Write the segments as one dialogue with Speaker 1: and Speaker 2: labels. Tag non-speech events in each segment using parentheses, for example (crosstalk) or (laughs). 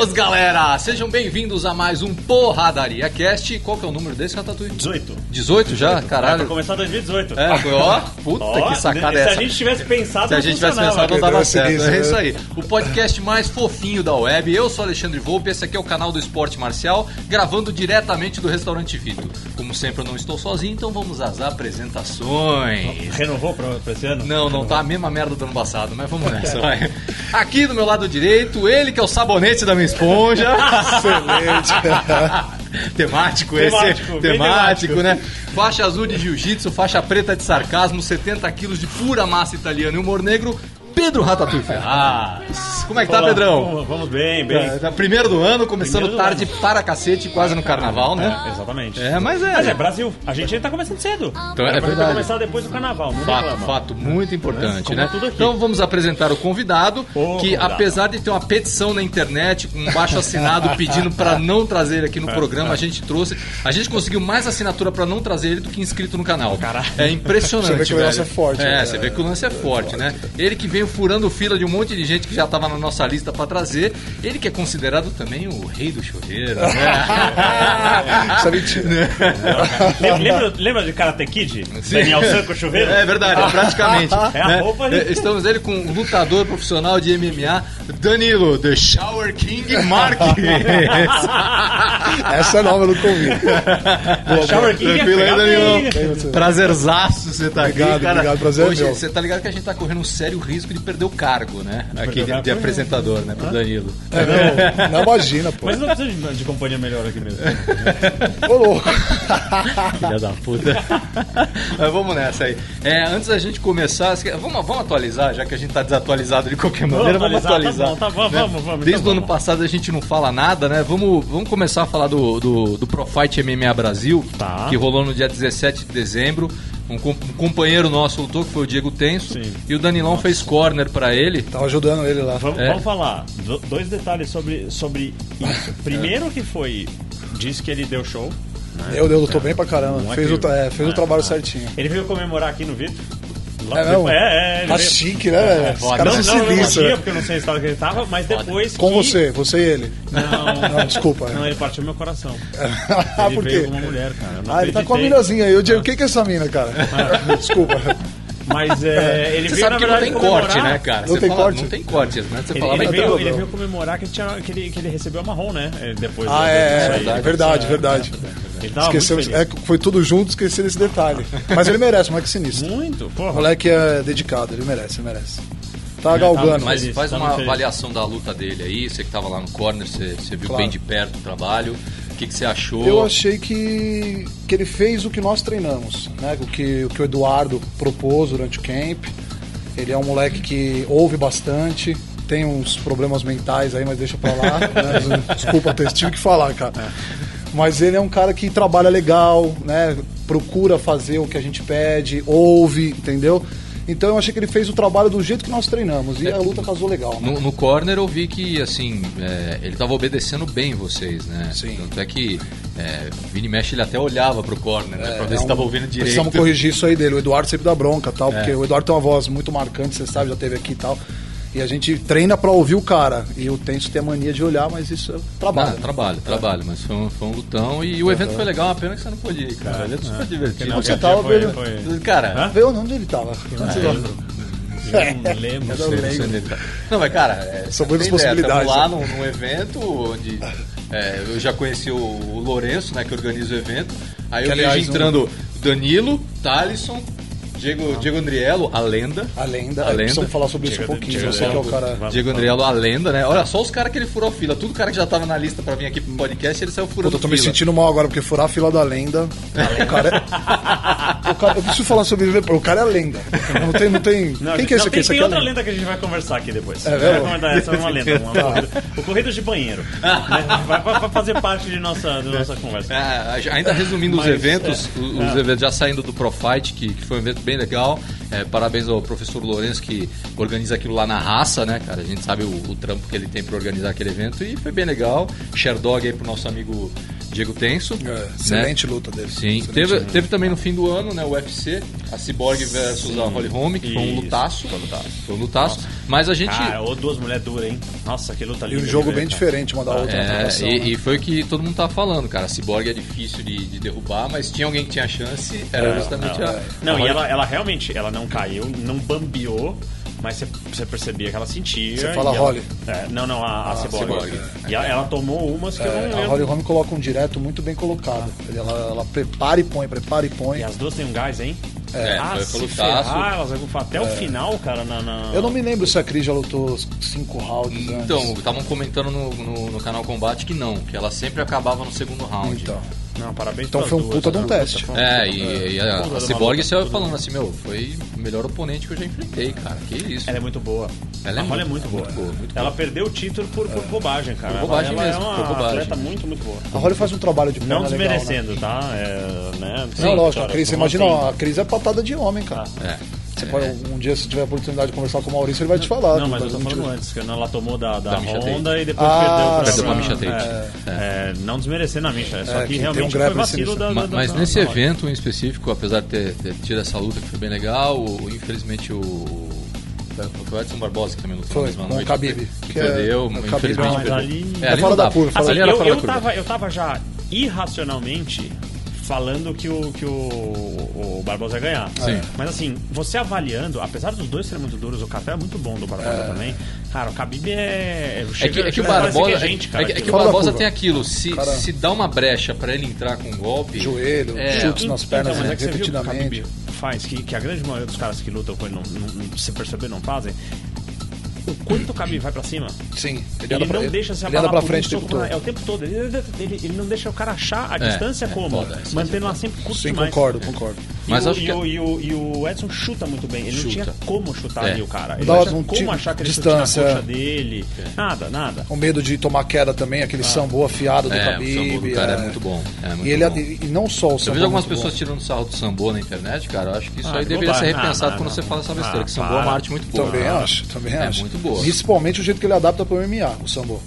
Speaker 1: Os galera, sejam bem-vindos a mais um Porradaria Cast. Qual que é o número desse, Ratatouille?
Speaker 2: 18.
Speaker 1: 18 já?
Speaker 2: É, pra
Speaker 1: Caralho.
Speaker 2: começar 2018.
Speaker 1: Ah, É, foi, ó, puta
Speaker 2: Ó,
Speaker 1: que sacada
Speaker 2: se
Speaker 1: é
Speaker 2: Se a
Speaker 1: essa.
Speaker 2: gente tivesse pensado,
Speaker 1: Se a
Speaker 2: não
Speaker 1: gente tivesse
Speaker 2: funcionava.
Speaker 1: pensado, não dava
Speaker 3: Esse
Speaker 1: certo.
Speaker 3: início,
Speaker 1: É
Speaker 3: né?
Speaker 1: isso aí. O podcast mais fofinho da web. Eu sou Alexandre Volpe, esse aqui é o canal do Esporte Marcial, gravando diretamente do Restaurante Vito. Como sempre, eu não estou sozinho, então vamos às apresentações.
Speaker 2: Renovou pra, pra esse ano?
Speaker 1: Não, não tá a mesma merda do ano passado, mas vamos nessa,
Speaker 2: (laughs)
Speaker 1: vai. Aqui do meu lado direito, ele que é o sabonete da minha
Speaker 2: (laughs)
Speaker 1: esponja.
Speaker 3: (laughs)
Speaker 1: Excelente. temático esse.
Speaker 2: Temático, bem
Speaker 1: temático, né? Faixa azul de jiu-jitsu, faixa preta de sarcasmo, 70 quilos de pura massa italiana e humor negro, Pedro Ratatouille Ferraz. Como é que tá,
Speaker 2: Olá,
Speaker 1: Pedrão?
Speaker 2: Vamos, vamos bem, bem.
Speaker 1: É, tá Primeiro do ano, começando
Speaker 2: Primeiro do
Speaker 1: tarde para cacete, quase no carnaval, né?
Speaker 2: É, exatamente.
Speaker 1: É, mas é.
Speaker 2: Mas é Brasil. A gente ainda tá começando cedo.
Speaker 1: Então, é
Speaker 2: Era pra gente ter
Speaker 1: verdade.
Speaker 2: começado depois do carnaval. Não
Speaker 1: Fato,
Speaker 2: reclama.
Speaker 1: fato muito importante,
Speaker 2: Como
Speaker 1: né?
Speaker 2: tudo aqui.
Speaker 1: Então vamos apresentar o convidado,
Speaker 2: O
Speaker 1: que
Speaker 2: convidado.
Speaker 1: apesar de ter uma petição na internet com um baixo
Speaker 2: (laughs)
Speaker 1: assinado pedindo para não trazer ele aqui no programa, a gente trouxe. A gente conseguiu mais assinatura para não trazer ele do que inscrito no canal. É impressionante.
Speaker 3: Você vê que o
Speaker 1: velho.
Speaker 3: lance é forte,
Speaker 1: É,
Speaker 3: né?
Speaker 1: você vê que o lance é forte, né? Ele que veio furando fila de um monte de gente que já estava na nossa lista para trazer. Ele que é considerado também o rei do chuveiro,
Speaker 2: (laughs)
Speaker 1: né? (laughs)
Speaker 3: Isso é mentira.
Speaker 2: Lembra, lembra, lembra de Karate Kid? Daniel Sanco Chuveiro?
Speaker 1: É verdade, praticamente.
Speaker 2: É a
Speaker 1: né?
Speaker 2: roupa, né?
Speaker 1: (laughs) É, Estamos ele com um lutador profissional de MMA, Danilo, The Shower King (laughs) Marques.
Speaker 3: Essa é nova, eu nunca ouvi.
Speaker 2: Shower King é
Speaker 1: Tranquilo aí,
Speaker 2: pegado
Speaker 1: Danilo?
Speaker 3: Bem, você.
Speaker 1: Prazerzaço você tá aqui,
Speaker 3: Obrigado,
Speaker 1: cara.
Speaker 3: obrigado, prazer é
Speaker 1: Hoje,
Speaker 3: meu.
Speaker 1: você tá ligado que a gente tá correndo um sério risco de perder o cargo, né? Aqui de, de apresentador, né, pro Danilo.
Speaker 3: É, não, não imagina, pô.
Speaker 2: Mas não precisa de, de companhia melhor aqui mesmo.
Speaker 3: Ô, louco.
Speaker 1: Filha da puta. Mas vamos nessa aí. É, antes da gente começar, você quer- vamos, vamos atualizar, já que a gente tá desatualizado de qualquer maneira, vamos atualizar.
Speaker 2: Tá bom, tá bom, vamos, vamos.
Speaker 1: Desde
Speaker 2: então
Speaker 1: o ano
Speaker 2: vamos.
Speaker 1: passado a gente não fala nada, né? Vamos, vamos começar a falar do, do, do Pro Fight MMA Brasil,
Speaker 2: Tá.
Speaker 1: que rolou no dia 17 de dezembro. Um, com- um companheiro nosso lutou, que foi o Diego Tenso,
Speaker 2: Sim.
Speaker 1: e o Danilão fez corner pra ele.
Speaker 3: Tava ajudando ele lá.
Speaker 2: Vamos,
Speaker 1: É.
Speaker 2: vamos falar do- dois detalhes sobre, sobre isso.
Speaker 1: É.
Speaker 2: Primeiro que foi, disse que ele deu show.
Speaker 3: Eu, eu lutou bem pra caramba.
Speaker 2: Não é
Speaker 3: Fez,
Speaker 2: que-
Speaker 3: o, tra- é, fez
Speaker 2: Ah,
Speaker 3: o trabalho
Speaker 2: ah.
Speaker 3: certinho.
Speaker 2: Ele veio comemorar aqui no Vitor.
Speaker 3: É mesmo?
Speaker 2: É, é, ele
Speaker 3: Tá
Speaker 2: veio.
Speaker 3: chique, né, velho? Os
Speaker 1: foda.
Speaker 3: caras
Speaker 2: É não,
Speaker 3: são
Speaker 2: não, não
Speaker 3: sinistros.
Speaker 2: tinha,
Speaker 3: né?
Speaker 2: porque eu não sei o estado que ele tava, mas depois
Speaker 3: Com
Speaker 2: que-
Speaker 3: você, você e ele.
Speaker 2: Não,
Speaker 3: Não, desculpa.
Speaker 2: Não, ele partiu meu coração.
Speaker 3: (laughs) Ah,
Speaker 2: Ele
Speaker 3: por
Speaker 2: veio
Speaker 3: quê?
Speaker 2: com uma mulher, cara. Eu não
Speaker 3: Ah, ele tá com a
Speaker 2: acreditei.
Speaker 3: mirazinha aí. Eu digo, o que que é essa
Speaker 2: (laughs)
Speaker 3: mina, cara? Desculpa.
Speaker 2: Mas
Speaker 3: (laughs)
Speaker 2: é, ele
Speaker 1: Você
Speaker 2: veio,
Speaker 1: sabe
Speaker 2: na
Speaker 1: que não
Speaker 2: verdade,
Speaker 1: tem corte,
Speaker 2: comemorar-
Speaker 1: né, cara?
Speaker 3: Não
Speaker 1: Você
Speaker 3: tem
Speaker 1: fala-
Speaker 3: corte?
Speaker 1: Não tem corte, né? Você
Speaker 2: Ele,
Speaker 1: fala,
Speaker 2: ele
Speaker 1: mas
Speaker 2: veio,
Speaker 3: tá bom,
Speaker 2: ele
Speaker 3: não.
Speaker 2: veio comemorar que, tinha, que, ele, que ele recebeu a marrom, né? É, Depois
Speaker 3: Ah,
Speaker 2: da-
Speaker 3: é,
Speaker 2: disso
Speaker 3: é,
Speaker 2: aí.
Speaker 3: verdade, verdade, verdade.
Speaker 2: Ele tava
Speaker 3: Esqueceu,
Speaker 2: muito
Speaker 3: é,
Speaker 2: feliz.
Speaker 3: foi tudo junto, esqueci desse detalhe. Mas ele merece, moleque sinistro.
Speaker 2: Muito,
Speaker 3: O
Speaker 2: porra.
Speaker 3: moleque é dedicado, ele merece, ele merece. Tá
Speaker 2: tá,
Speaker 3: galgando.
Speaker 1: mas
Speaker 2: feliz,
Speaker 1: faz
Speaker 2: tá
Speaker 1: uma
Speaker 2: muito feliz.
Speaker 1: avaliação da luta dele aí. Você que tava lá no corner, você, você viu
Speaker 3: Claro.
Speaker 1: bem de perto o trabalho. O que, que você achou?
Speaker 3: Eu achei que, que ele fez o que nós treinamos, né? O que, o que o Eduardo propôs durante o camp. Ele é um moleque que ouve bastante, tem uns problemas mentais aí, mas deixa pra lá. né? Desculpa, eu tive que falar, cara. Mas ele é um cara que trabalha legal, né? Procura fazer o que a gente pede, ouve, entendeu? Então eu achei que ele fez o trabalho do jeito que nós treinamos e a luta casou legal. né?
Speaker 1: No, no corner eu vi que, assim, é, ele tava obedecendo bem vocês, né?
Speaker 3: Sim.
Speaker 1: Tanto é que é, Vini Mesh ele até olhava pro corner, né? pra ver se
Speaker 3: um-
Speaker 1: tava ouvindo direito. É.
Speaker 3: Precisamos corrigir isso aí dele. O Eduardo sempre dá bronca, tal, porque o Eduardo tem uma voz muito marcante, você sabe, já teve aqui e tal. E a gente treina pra ouvir o cara. E o Tenso tem a mania de olhar, mas isso é trabalho.
Speaker 1: Trabalho, Ah, trabalho, trabalho, mas foi um, foi um lutão e o evento foi legal, uma pena que você não pôde ir, cara. O evento super divertido. tá-
Speaker 2: Não,
Speaker 3: você
Speaker 2: cara,
Speaker 3: tava,
Speaker 2: foi-
Speaker 3: Pedro?
Speaker 2: foi-
Speaker 1: Cara,
Speaker 3: Vê o nome dele tá
Speaker 1: É.
Speaker 3: tava.
Speaker 2: Eu não
Speaker 3: (laughs)
Speaker 2: lembro.
Speaker 1: não,
Speaker 3: É.
Speaker 1: sei, não, sei onde ele tá. não, mas cara, é,
Speaker 3: São muitas
Speaker 1: tem ideia,
Speaker 3: possibilidades,
Speaker 1: tamo
Speaker 3: né?
Speaker 1: lá num, num evento onde é, eu já conheci o, o Lourenço, né, que organiza o evento. Aí
Speaker 3: Que,
Speaker 1: eu vejo
Speaker 3: aliás, um-
Speaker 1: entrando Danilo, Thalisson, Diego, Diego Andriello, a lenda.
Speaker 3: Ah. A lenda.
Speaker 1: A
Speaker 3: A
Speaker 1: lenda.
Speaker 3: Precisamos falar sobre isso um
Speaker 2: Chega de-
Speaker 3: pouquinho.
Speaker 2: chega
Speaker 3: Eu sei
Speaker 2: de-
Speaker 3: que é o cara.
Speaker 2: Vai.
Speaker 1: Diego Andriello, a lenda, né? Olha só os caras que ele furou a fila. Tudo cara que já tava na lista pra vir aqui pro podcast, ele saiu
Speaker 3: Puta,
Speaker 1: furando
Speaker 3: eu tô me
Speaker 1: fila.
Speaker 3: sentindo mal agora, porque furar a fila da lenda. O cara é. O cara- eu preciso falar sobre ele. O cara é a lenda. Não tem. Não
Speaker 2: Não,
Speaker 3: tem... Quem que é esse
Speaker 2: não,
Speaker 3: aqui?
Speaker 2: Tem,
Speaker 3: Esse
Speaker 2: tem
Speaker 3: aqui é a
Speaker 2: outra
Speaker 3: lenda.
Speaker 2: lenda que a gente vai conversar aqui depois.
Speaker 3: É
Speaker 2: Eu
Speaker 3: mesmo?
Speaker 2: vou contar essa é uma
Speaker 3: (laughs)
Speaker 2: lenda. Uma corrida, o Corridas de Banheiro. né? Vai, vai- vai fazer parte de nossa, da nossa conversa.
Speaker 1: É, ainda resumindo os
Speaker 2: Mas,
Speaker 1: eventos,
Speaker 2: é,
Speaker 1: os eventos já saindo do Pro Fight, que, que foi um evento bem bem legal. É, parabéns ao professor Lourenço que organiza aquilo lá na raça, né, cara? A gente sabe o, o trampo que ele tem para organizar aquele evento e foi bem legal. Sherdog aí pro nosso amigo Diego Tenso. né?
Speaker 3: É, excelente luta dele.
Speaker 1: Sim,
Speaker 3: Excelente
Speaker 1: teve,
Speaker 3: luta.
Speaker 1: teve também no fim do ano, né, o UFC, a Cyborg versus a Holly Holm, que foi um
Speaker 2: Isso,
Speaker 1: lutaço.
Speaker 2: foi um lutaço.
Speaker 1: Foi um lutaço. Mas a gente
Speaker 2: Cara, ou Ah, duas mulheres duras, hein? Nossa, que luta
Speaker 3: E
Speaker 2: linda.
Speaker 3: um
Speaker 2: de
Speaker 3: jogo
Speaker 2: ver,
Speaker 3: bem
Speaker 2: cara.
Speaker 3: diferente uma da outra. na
Speaker 1: É,
Speaker 3: trocação, né?
Speaker 1: e, e foi o que todo mundo tava falando, cara. A Cyborg é difícil de, de derrubar, mas tinha alguém que tinha chance, era
Speaker 3: É,
Speaker 1: justamente a.
Speaker 2: Não, e ela, ela realmente, ela não caiu, não bambiou, mas você- você percebia que ela sentia.
Speaker 3: Você fala
Speaker 2: e ela-
Speaker 3: Holly? Ah,
Speaker 2: É, não, não, a, a Cyborg.
Speaker 1: Cyborg.
Speaker 2: E ela, ela tomou umas que eu não
Speaker 3: É, a
Speaker 2: lembro.
Speaker 3: Holly Holm coloca um direto muito bem colocado. Ela, ela prepara e põe, prepara e põe.
Speaker 2: E as duas têm um gás, hein?
Speaker 1: É,
Speaker 2: ah,
Speaker 1: foi pelo
Speaker 2: se
Speaker 1: taço.
Speaker 2: ferrar, elas vão até o final, cara, na... na-
Speaker 3: É. Eu não me lembro se a Cris já lutou cinco rounds antes.
Speaker 1: Então, estavam comentando no, no- no canal Combate que não, que ela sempre acabava no segundo round.
Speaker 3: Então,
Speaker 2: Não, parabéns
Speaker 3: Então
Speaker 2: pelas
Speaker 3: foi um
Speaker 2: duas,
Speaker 3: puta de um
Speaker 2: né? Puta,
Speaker 3: teste.
Speaker 2: foi um
Speaker 1: É,
Speaker 2: puta-
Speaker 1: e, e a,
Speaker 2: Puta
Speaker 1: a
Speaker 2: de uma
Speaker 1: Cyborg
Speaker 2: luta,
Speaker 1: saiu
Speaker 2: tudo.
Speaker 1: falando assim, meu, foi o melhor oponente que eu já enfrentei, cara. Que isso.
Speaker 2: Ela é muito boa.
Speaker 1: Ela é
Speaker 2: a Holly
Speaker 1: muito-
Speaker 2: é muito boa.
Speaker 1: muito boa, muito
Speaker 2: ela perdeu o título por, por bobagem, cara. Ela-
Speaker 1: bobagem
Speaker 2: ela,
Speaker 1: mesmo,
Speaker 2: é
Speaker 1: por
Speaker 2: uma
Speaker 1: bobagem.
Speaker 2: atleta muito, muito boa.
Speaker 3: a Holly faz um trabalho de perna
Speaker 2: Não
Speaker 3: legal, né?
Speaker 2: desmerecendo, tá? É, né?
Speaker 3: Não, lógico, a
Speaker 2: cara,
Speaker 3: Cris, você
Speaker 2: não
Speaker 3: imagina,
Speaker 2: tem-
Speaker 3: ó, a Cris é patada de homem, cara.
Speaker 1: É.
Speaker 3: Você pode, um dia, se tiver a oportunidade de conversar com o Maurício, ele vai te falar.
Speaker 2: Não, mas eu tô
Speaker 3: das
Speaker 2: falando
Speaker 3: mentiras.
Speaker 2: antes, que ela tomou da, da,
Speaker 1: Da Misha
Speaker 2: Honda e depois
Speaker 3: Ah,
Speaker 2: perdeu
Speaker 1: Perdeu pra
Speaker 2: pra
Speaker 1: Misha Tate.
Speaker 2: É, não desmerecendo a Misha, é só
Speaker 3: É,
Speaker 2: que
Speaker 3: que tem um
Speaker 2: realmente foi
Speaker 3: grappling
Speaker 2: vacilo
Speaker 3: sinistro.
Speaker 2: da,
Speaker 1: Ma-
Speaker 2: da-
Speaker 1: Mas
Speaker 2: da-
Speaker 1: nesse
Speaker 2: da-
Speaker 1: evento em específico, apesar de ter, ter tido essa luta que foi bem legal, o- o- infelizmente o. Foi o Edson Barbosa que também lutou
Speaker 3: Foi,
Speaker 1: na mesma
Speaker 3: com o
Speaker 1: noite.
Speaker 3: Khabib,
Speaker 1: Que,
Speaker 3: que é-
Speaker 1: perdeu,
Speaker 3: o Khabib
Speaker 1: infelizmente
Speaker 2: não, mas
Speaker 1: perdeu.
Speaker 2: ali-
Speaker 1: É,
Speaker 3: É
Speaker 1: não
Speaker 3: fora da
Speaker 1: dava.
Speaker 3: curva, fora
Speaker 2: Assim,
Speaker 1: Ali
Speaker 3: da-
Speaker 1: era
Speaker 2: eu,
Speaker 1: fora da
Speaker 2: eu,
Speaker 1: curva. É
Speaker 2: tava, eu tava já irracionalmente falando que o, que o, o Barbosa ia ganhar.
Speaker 1: Sim.
Speaker 2: Mas assim, você avaliando, apesar dos dois serem muito duros, o café é muito bom do Barbosa também. Cara, o Khabib é...
Speaker 1: É que,
Speaker 2: chega-
Speaker 1: é que o
Speaker 2: chega- parece
Speaker 1: Barbosa,
Speaker 2: que é gente, cara,
Speaker 1: é que- é que o
Speaker 2: aquilo.
Speaker 3: Fora da
Speaker 1: Barbosa
Speaker 3: curva.
Speaker 1: tem aquilo, se,
Speaker 3: Cara-
Speaker 1: se dá uma brecha pra ele entrar com um golpe...
Speaker 3: Joelho,
Speaker 1: é,
Speaker 3: chutes nas pernas
Speaker 2: Então, mas é que você viu que o
Speaker 3: repetidamente.
Speaker 2: Khabib faz, que, que a grande maioria dos caras que lutam com ele, não, não- não- se perceber, não fazem. O quanto o Khabib vai pra cima,
Speaker 3: Sim,
Speaker 2: ele,
Speaker 3: ele, anda pra,
Speaker 2: não deixa se
Speaker 3: ele anda
Speaker 2: abalar
Speaker 3: pra
Speaker 2: por
Speaker 3: frente o
Speaker 2: isso,
Speaker 3: tempo todo.
Speaker 2: É o tempo todo. Ele, ele- ele não deixa o cara achar a distância
Speaker 1: é
Speaker 2: como,
Speaker 1: foda, isso é
Speaker 2: mantendo ela sempre curta
Speaker 3: Sim,
Speaker 2: demais.
Speaker 3: concordo, concordo.
Speaker 2: E
Speaker 1: Mas
Speaker 2: o,
Speaker 1: acho
Speaker 2: e
Speaker 1: que-
Speaker 2: o- e o- e o Edson chuta muito bem. Ele não
Speaker 1: Chuta.
Speaker 2: tinha como chutar
Speaker 1: É.
Speaker 2: ali o cara. Ele
Speaker 3: Dá
Speaker 2: não tinha
Speaker 3: um
Speaker 2: como
Speaker 3: tiro-
Speaker 2: achar que ele
Speaker 3: distância,
Speaker 2: chute na
Speaker 3: é.
Speaker 2: coxa dele. Nada, nada.
Speaker 3: O medo de tomar queda também,
Speaker 2: Ah.
Speaker 3: aquele sambo afiado do
Speaker 1: É, o
Speaker 3: Khabib.
Speaker 1: sambo do cara é muito bom, é muito
Speaker 3: e, ele,
Speaker 1: bom.
Speaker 3: e não só o sambo.
Speaker 1: Eu vejo algumas
Speaker 3: é muito
Speaker 1: pessoas
Speaker 3: bom.
Speaker 1: tirando sarro do sambo na internet, cara. Eu acho que isso
Speaker 2: Ah,
Speaker 1: aí
Speaker 2: que
Speaker 1: deveria ser
Speaker 2: bobagem.
Speaker 1: repensado
Speaker 2: Ah,
Speaker 1: quando
Speaker 2: não,
Speaker 1: você fala essa
Speaker 2: ah,
Speaker 1: besteira, que sambo é
Speaker 2: para.
Speaker 1: uma arte muito boa.
Speaker 3: Também
Speaker 1: cara.
Speaker 3: acho, também
Speaker 1: É
Speaker 3: acho.
Speaker 1: muito boa.
Speaker 3: Principalmente o jeito que ele adapta pro MMA, o sambo.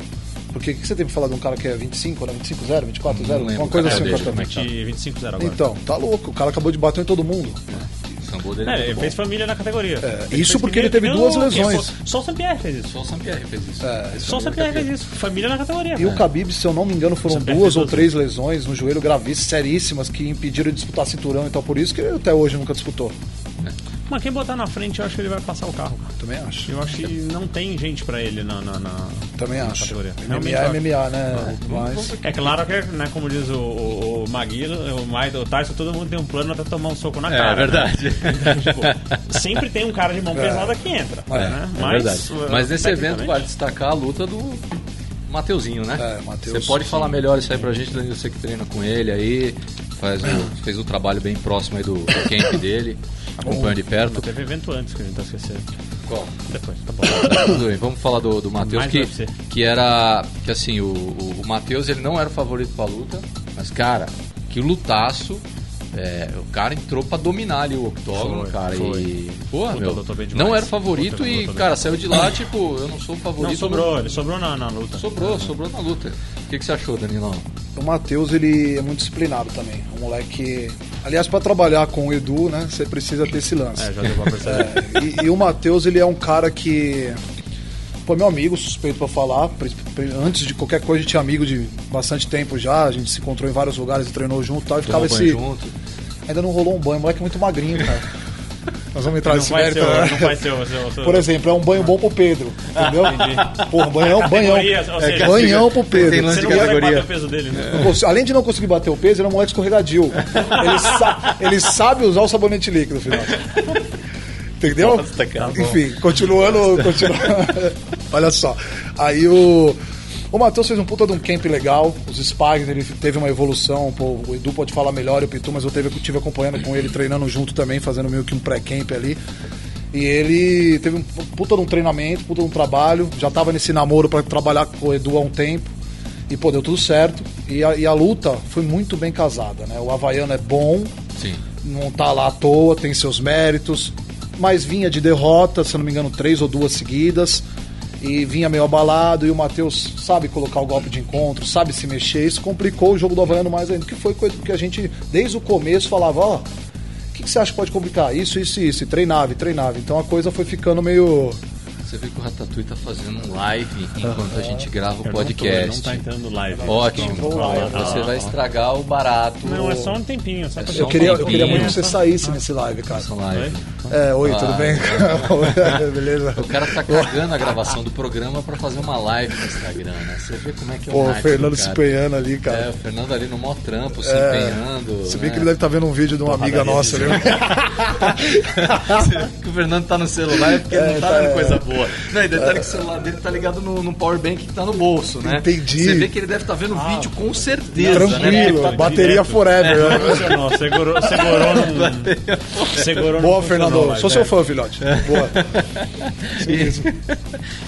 Speaker 3: Porque o que você tem pra falar de um cara que é 25, né? 25 0, 24 0,
Speaker 1: lembro,
Speaker 3: uma coisa
Speaker 1: cara,
Speaker 3: assim.
Speaker 1: deixa,
Speaker 3: corta-
Speaker 1: como é que tá?
Speaker 2: 20, 25-0 agora.
Speaker 3: Então, tá louco. O cara acabou de bater em todo mundo.
Speaker 1: O sambo dele é,
Speaker 2: É, ele
Speaker 1: muito
Speaker 2: fez
Speaker 1: bom.
Speaker 2: família na categoria.
Speaker 3: É, isso
Speaker 2: fez
Speaker 3: porque
Speaker 2: primeiro-
Speaker 3: ele teve
Speaker 2: primeiro-
Speaker 3: duas lesões.
Speaker 2: Só, só o Sampierre fez isso.
Speaker 1: Só o Sampierre fez isso.
Speaker 3: É,
Speaker 1: Esse
Speaker 2: Só o
Speaker 1: sambo
Speaker 2: Sampierre
Speaker 1: nunca
Speaker 2: fez isso. Família na categoria.
Speaker 1: É.
Speaker 3: E o Khabib, se eu não me engano, foram
Speaker 2: Você perde
Speaker 3: duas ou
Speaker 2: duas
Speaker 3: três lesões no joelho gravíssimas, seríssimas, que impediram de disputar cinturão e tal. Por isso que ele até hoje nunca disputou.
Speaker 2: Mas quem botar na frente, eu acho que ele vai passar o carro. cara.
Speaker 3: Também acho.
Speaker 2: Eu acho que não tem gente pra ele na, na, na-
Speaker 3: Também
Speaker 2: na
Speaker 3: acho.
Speaker 2: categoria.
Speaker 3: MMA
Speaker 2: Realmente
Speaker 3: é
Speaker 2: acho.
Speaker 3: MMA, né? Mas...
Speaker 2: É claro que, né, como diz o, o, o Maguila, o Maido, o Tyson, todo mundo tem um plano até tomar um soco na
Speaker 1: É,
Speaker 2: cara.
Speaker 1: é verdade.
Speaker 2: né? (laughs) Tipo, sempre tem um cara de mão pesada que entra.
Speaker 3: É,
Speaker 2: né?
Speaker 1: É verdade.
Speaker 2: uh,
Speaker 1: Mas nesse evento
Speaker 2: tecnicamente,
Speaker 1: vai destacar a luta do Mateuzinho, né?
Speaker 3: É, Mateus,
Speaker 1: Você pode
Speaker 3: sim.
Speaker 1: falar melhor isso aí pra gente, Danilo, você que treina com ele aí, faz o- fez o trabalho bem próximo aí do, do
Speaker 3: (coughs)
Speaker 1: camp dele, acompanha de perto.
Speaker 2: Teve evento antes que a gente tá esquecendo.
Speaker 1: Qual?
Speaker 2: Depois, tá bom.
Speaker 1: Tudo bem, vamos falar do, do Matheus,
Speaker 2: Mais
Speaker 1: que,
Speaker 2: UFC.
Speaker 1: que era. Que assim, o, o, o Matheus ele não era o favorito pra luta, mas, cara, que lutaço. é, o cara entrou pra dominar ali o octógono,
Speaker 2: Foi,
Speaker 1: cara.
Speaker 2: foi.
Speaker 1: E. Porra,
Speaker 2: Puta,
Speaker 1: meu.
Speaker 2: lutou bem demais.
Speaker 1: Não era o favorito
Speaker 2: Puta,
Speaker 1: e,
Speaker 2: lutou bem.
Speaker 1: cara, saiu de lá, tipo, eu não sou o favorito.
Speaker 2: Não,
Speaker 1: eu
Speaker 2: sobrou, ele sobrou na, na luta.
Speaker 1: Sobrou, sobrou na luta. O que, que você achou, Danilão?
Speaker 3: O Matheus, ele é muito disciplinado também. É um moleque... Aliás, pra trabalhar com o Edu, né? Você precisa ter esse lance.
Speaker 2: É, já deu pra perceber.
Speaker 3: É, e, e o Matheus, ele é um cara que. Pô, meu amigo, suspeito pra falar. pri- pri- Antes de qualquer coisa, a gente é amigo de bastante tempo já. A gente se encontrou em vários lugares e treinou junto e tal. E ficava
Speaker 1: Tomou banho
Speaker 3: esse.
Speaker 1: junto.
Speaker 3: Ainda não rolou um banho, o moleque é muito magrinho, cara. (laughs) Nós vamos entrar
Speaker 2: Não
Speaker 3: nesse
Speaker 2: vai ser
Speaker 3: mérito.
Speaker 2: o-
Speaker 3: né?
Speaker 2: não vai ser o- seu- seu-
Speaker 3: Por exemplo, é um banho bom pro Pedro, entendeu? Porra,
Speaker 2: (laughs)
Speaker 3: um banhão, banhão. É,
Speaker 2: Categorias, ou seja,
Speaker 3: banhão pro Pedro.
Speaker 1: tem lance de
Speaker 2: Você não
Speaker 3: E
Speaker 2: consegue
Speaker 3: a-
Speaker 1: categoria.
Speaker 2: bater o peso dele, né?
Speaker 3: não cons- (laughs) Além de não conseguir bater o peso, ele é um
Speaker 2: (laughs)
Speaker 3: moleque escorregadio. Ele, sa- ele sabe usar o sabonete líquido, afinal. Entendeu? Enfim, continuando. continuando. Olha só. Aí o. O Matheus fez um puta de um camp legal. Os Spags, ele teve uma evolução. Pô, o Edu pode falar melhor, e o Pitu, mas eu teve, tive acompanhando com ele, treinando junto também, fazendo meio que um pré-camp ali. E ele teve um puta de um treinamento, puta de um trabalho. Já tava nesse namoro pra trabalhar com o Edu há um tempo. E pô, deu tudo certo. E a, e a luta foi muito bem casada, né? O Havaiano é bom,
Speaker 1: Sim.
Speaker 3: não tá lá à toa, tem seus méritos, mas vinha de derrota, se eu não me engano, três ou duas seguidas. E vinha meio abalado, e o Matheus sabe colocar o golpe de encontro, sabe se mexer. Isso complicou o jogo do Havaiano mais ainda, que foi coisa que a gente, desde o começo, falava: ó, o que, que você acha que pode complicar? Isso, isso e isso. E treinava, e treinava. Então a coisa foi ficando meio.
Speaker 1: Você vê que o Ratatouille tá fazendo um live enquanto a gente grava o
Speaker 2: Eu não tô, ele Não
Speaker 1: podcast.
Speaker 2: tá entrando live.
Speaker 1: Ótimo.
Speaker 3: Vou lá,
Speaker 1: Você vai estragar o barato.
Speaker 2: Não, é só um tempinho. Só pra
Speaker 1: só
Speaker 3: Eu
Speaker 1: um
Speaker 3: queria, eu
Speaker 1: tempinho.
Speaker 3: queria muito que você
Speaker 2: Só-
Speaker 3: saísse nesse live, cara.
Speaker 1: Essa live.
Speaker 3: É, oi,
Speaker 1: Ah,
Speaker 3: tudo bem?
Speaker 1: é. (laughs)
Speaker 3: é? Beleza?
Speaker 1: O cara tá cagando a gravação do programa pra fazer uma live no Instagram, né? Você vê como é que é o
Speaker 3: Pô, o
Speaker 1: naipe do
Speaker 3: Fernando
Speaker 1: cara.
Speaker 3: se empenhando ali,
Speaker 1: É,
Speaker 3: cara.
Speaker 1: o Fernando ali no mó trampo, se empenhando.
Speaker 3: Se
Speaker 1: né?
Speaker 3: bem que ele deve estar vendo um vídeo de uma amiga
Speaker 2: Porradaria
Speaker 3: nossa, viu?
Speaker 1: Você vê (laughs) que o Fernando tá no celular é porque ele não tá
Speaker 3: tá,
Speaker 1: vendo
Speaker 3: é.
Speaker 1: coisa boa. Não, e detalhe que o celular dele tá ligado no, no power bank que tá no bolso, né?
Speaker 3: Entendi.
Speaker 1: Você vê que ele deve estar
Speaker 2: Ah.
Speaker 1: vendo vídeo com certeza, né?
Speaker 3: Tranquilo, É
Speaker 2: Tá
Speaker 3: bateria
Speaker 2: direto.
Speaker 3: forever. né?
Speaker 2: Não, segurou, segurou no. Segurou
Speaker 3: Boa,
Speaker 2: no né?
Speaker 3: Fernando. Sou
Speaker 2: é.
Speaker 3: seu fã, filhote. Boa.
Speaker 1: (laughs)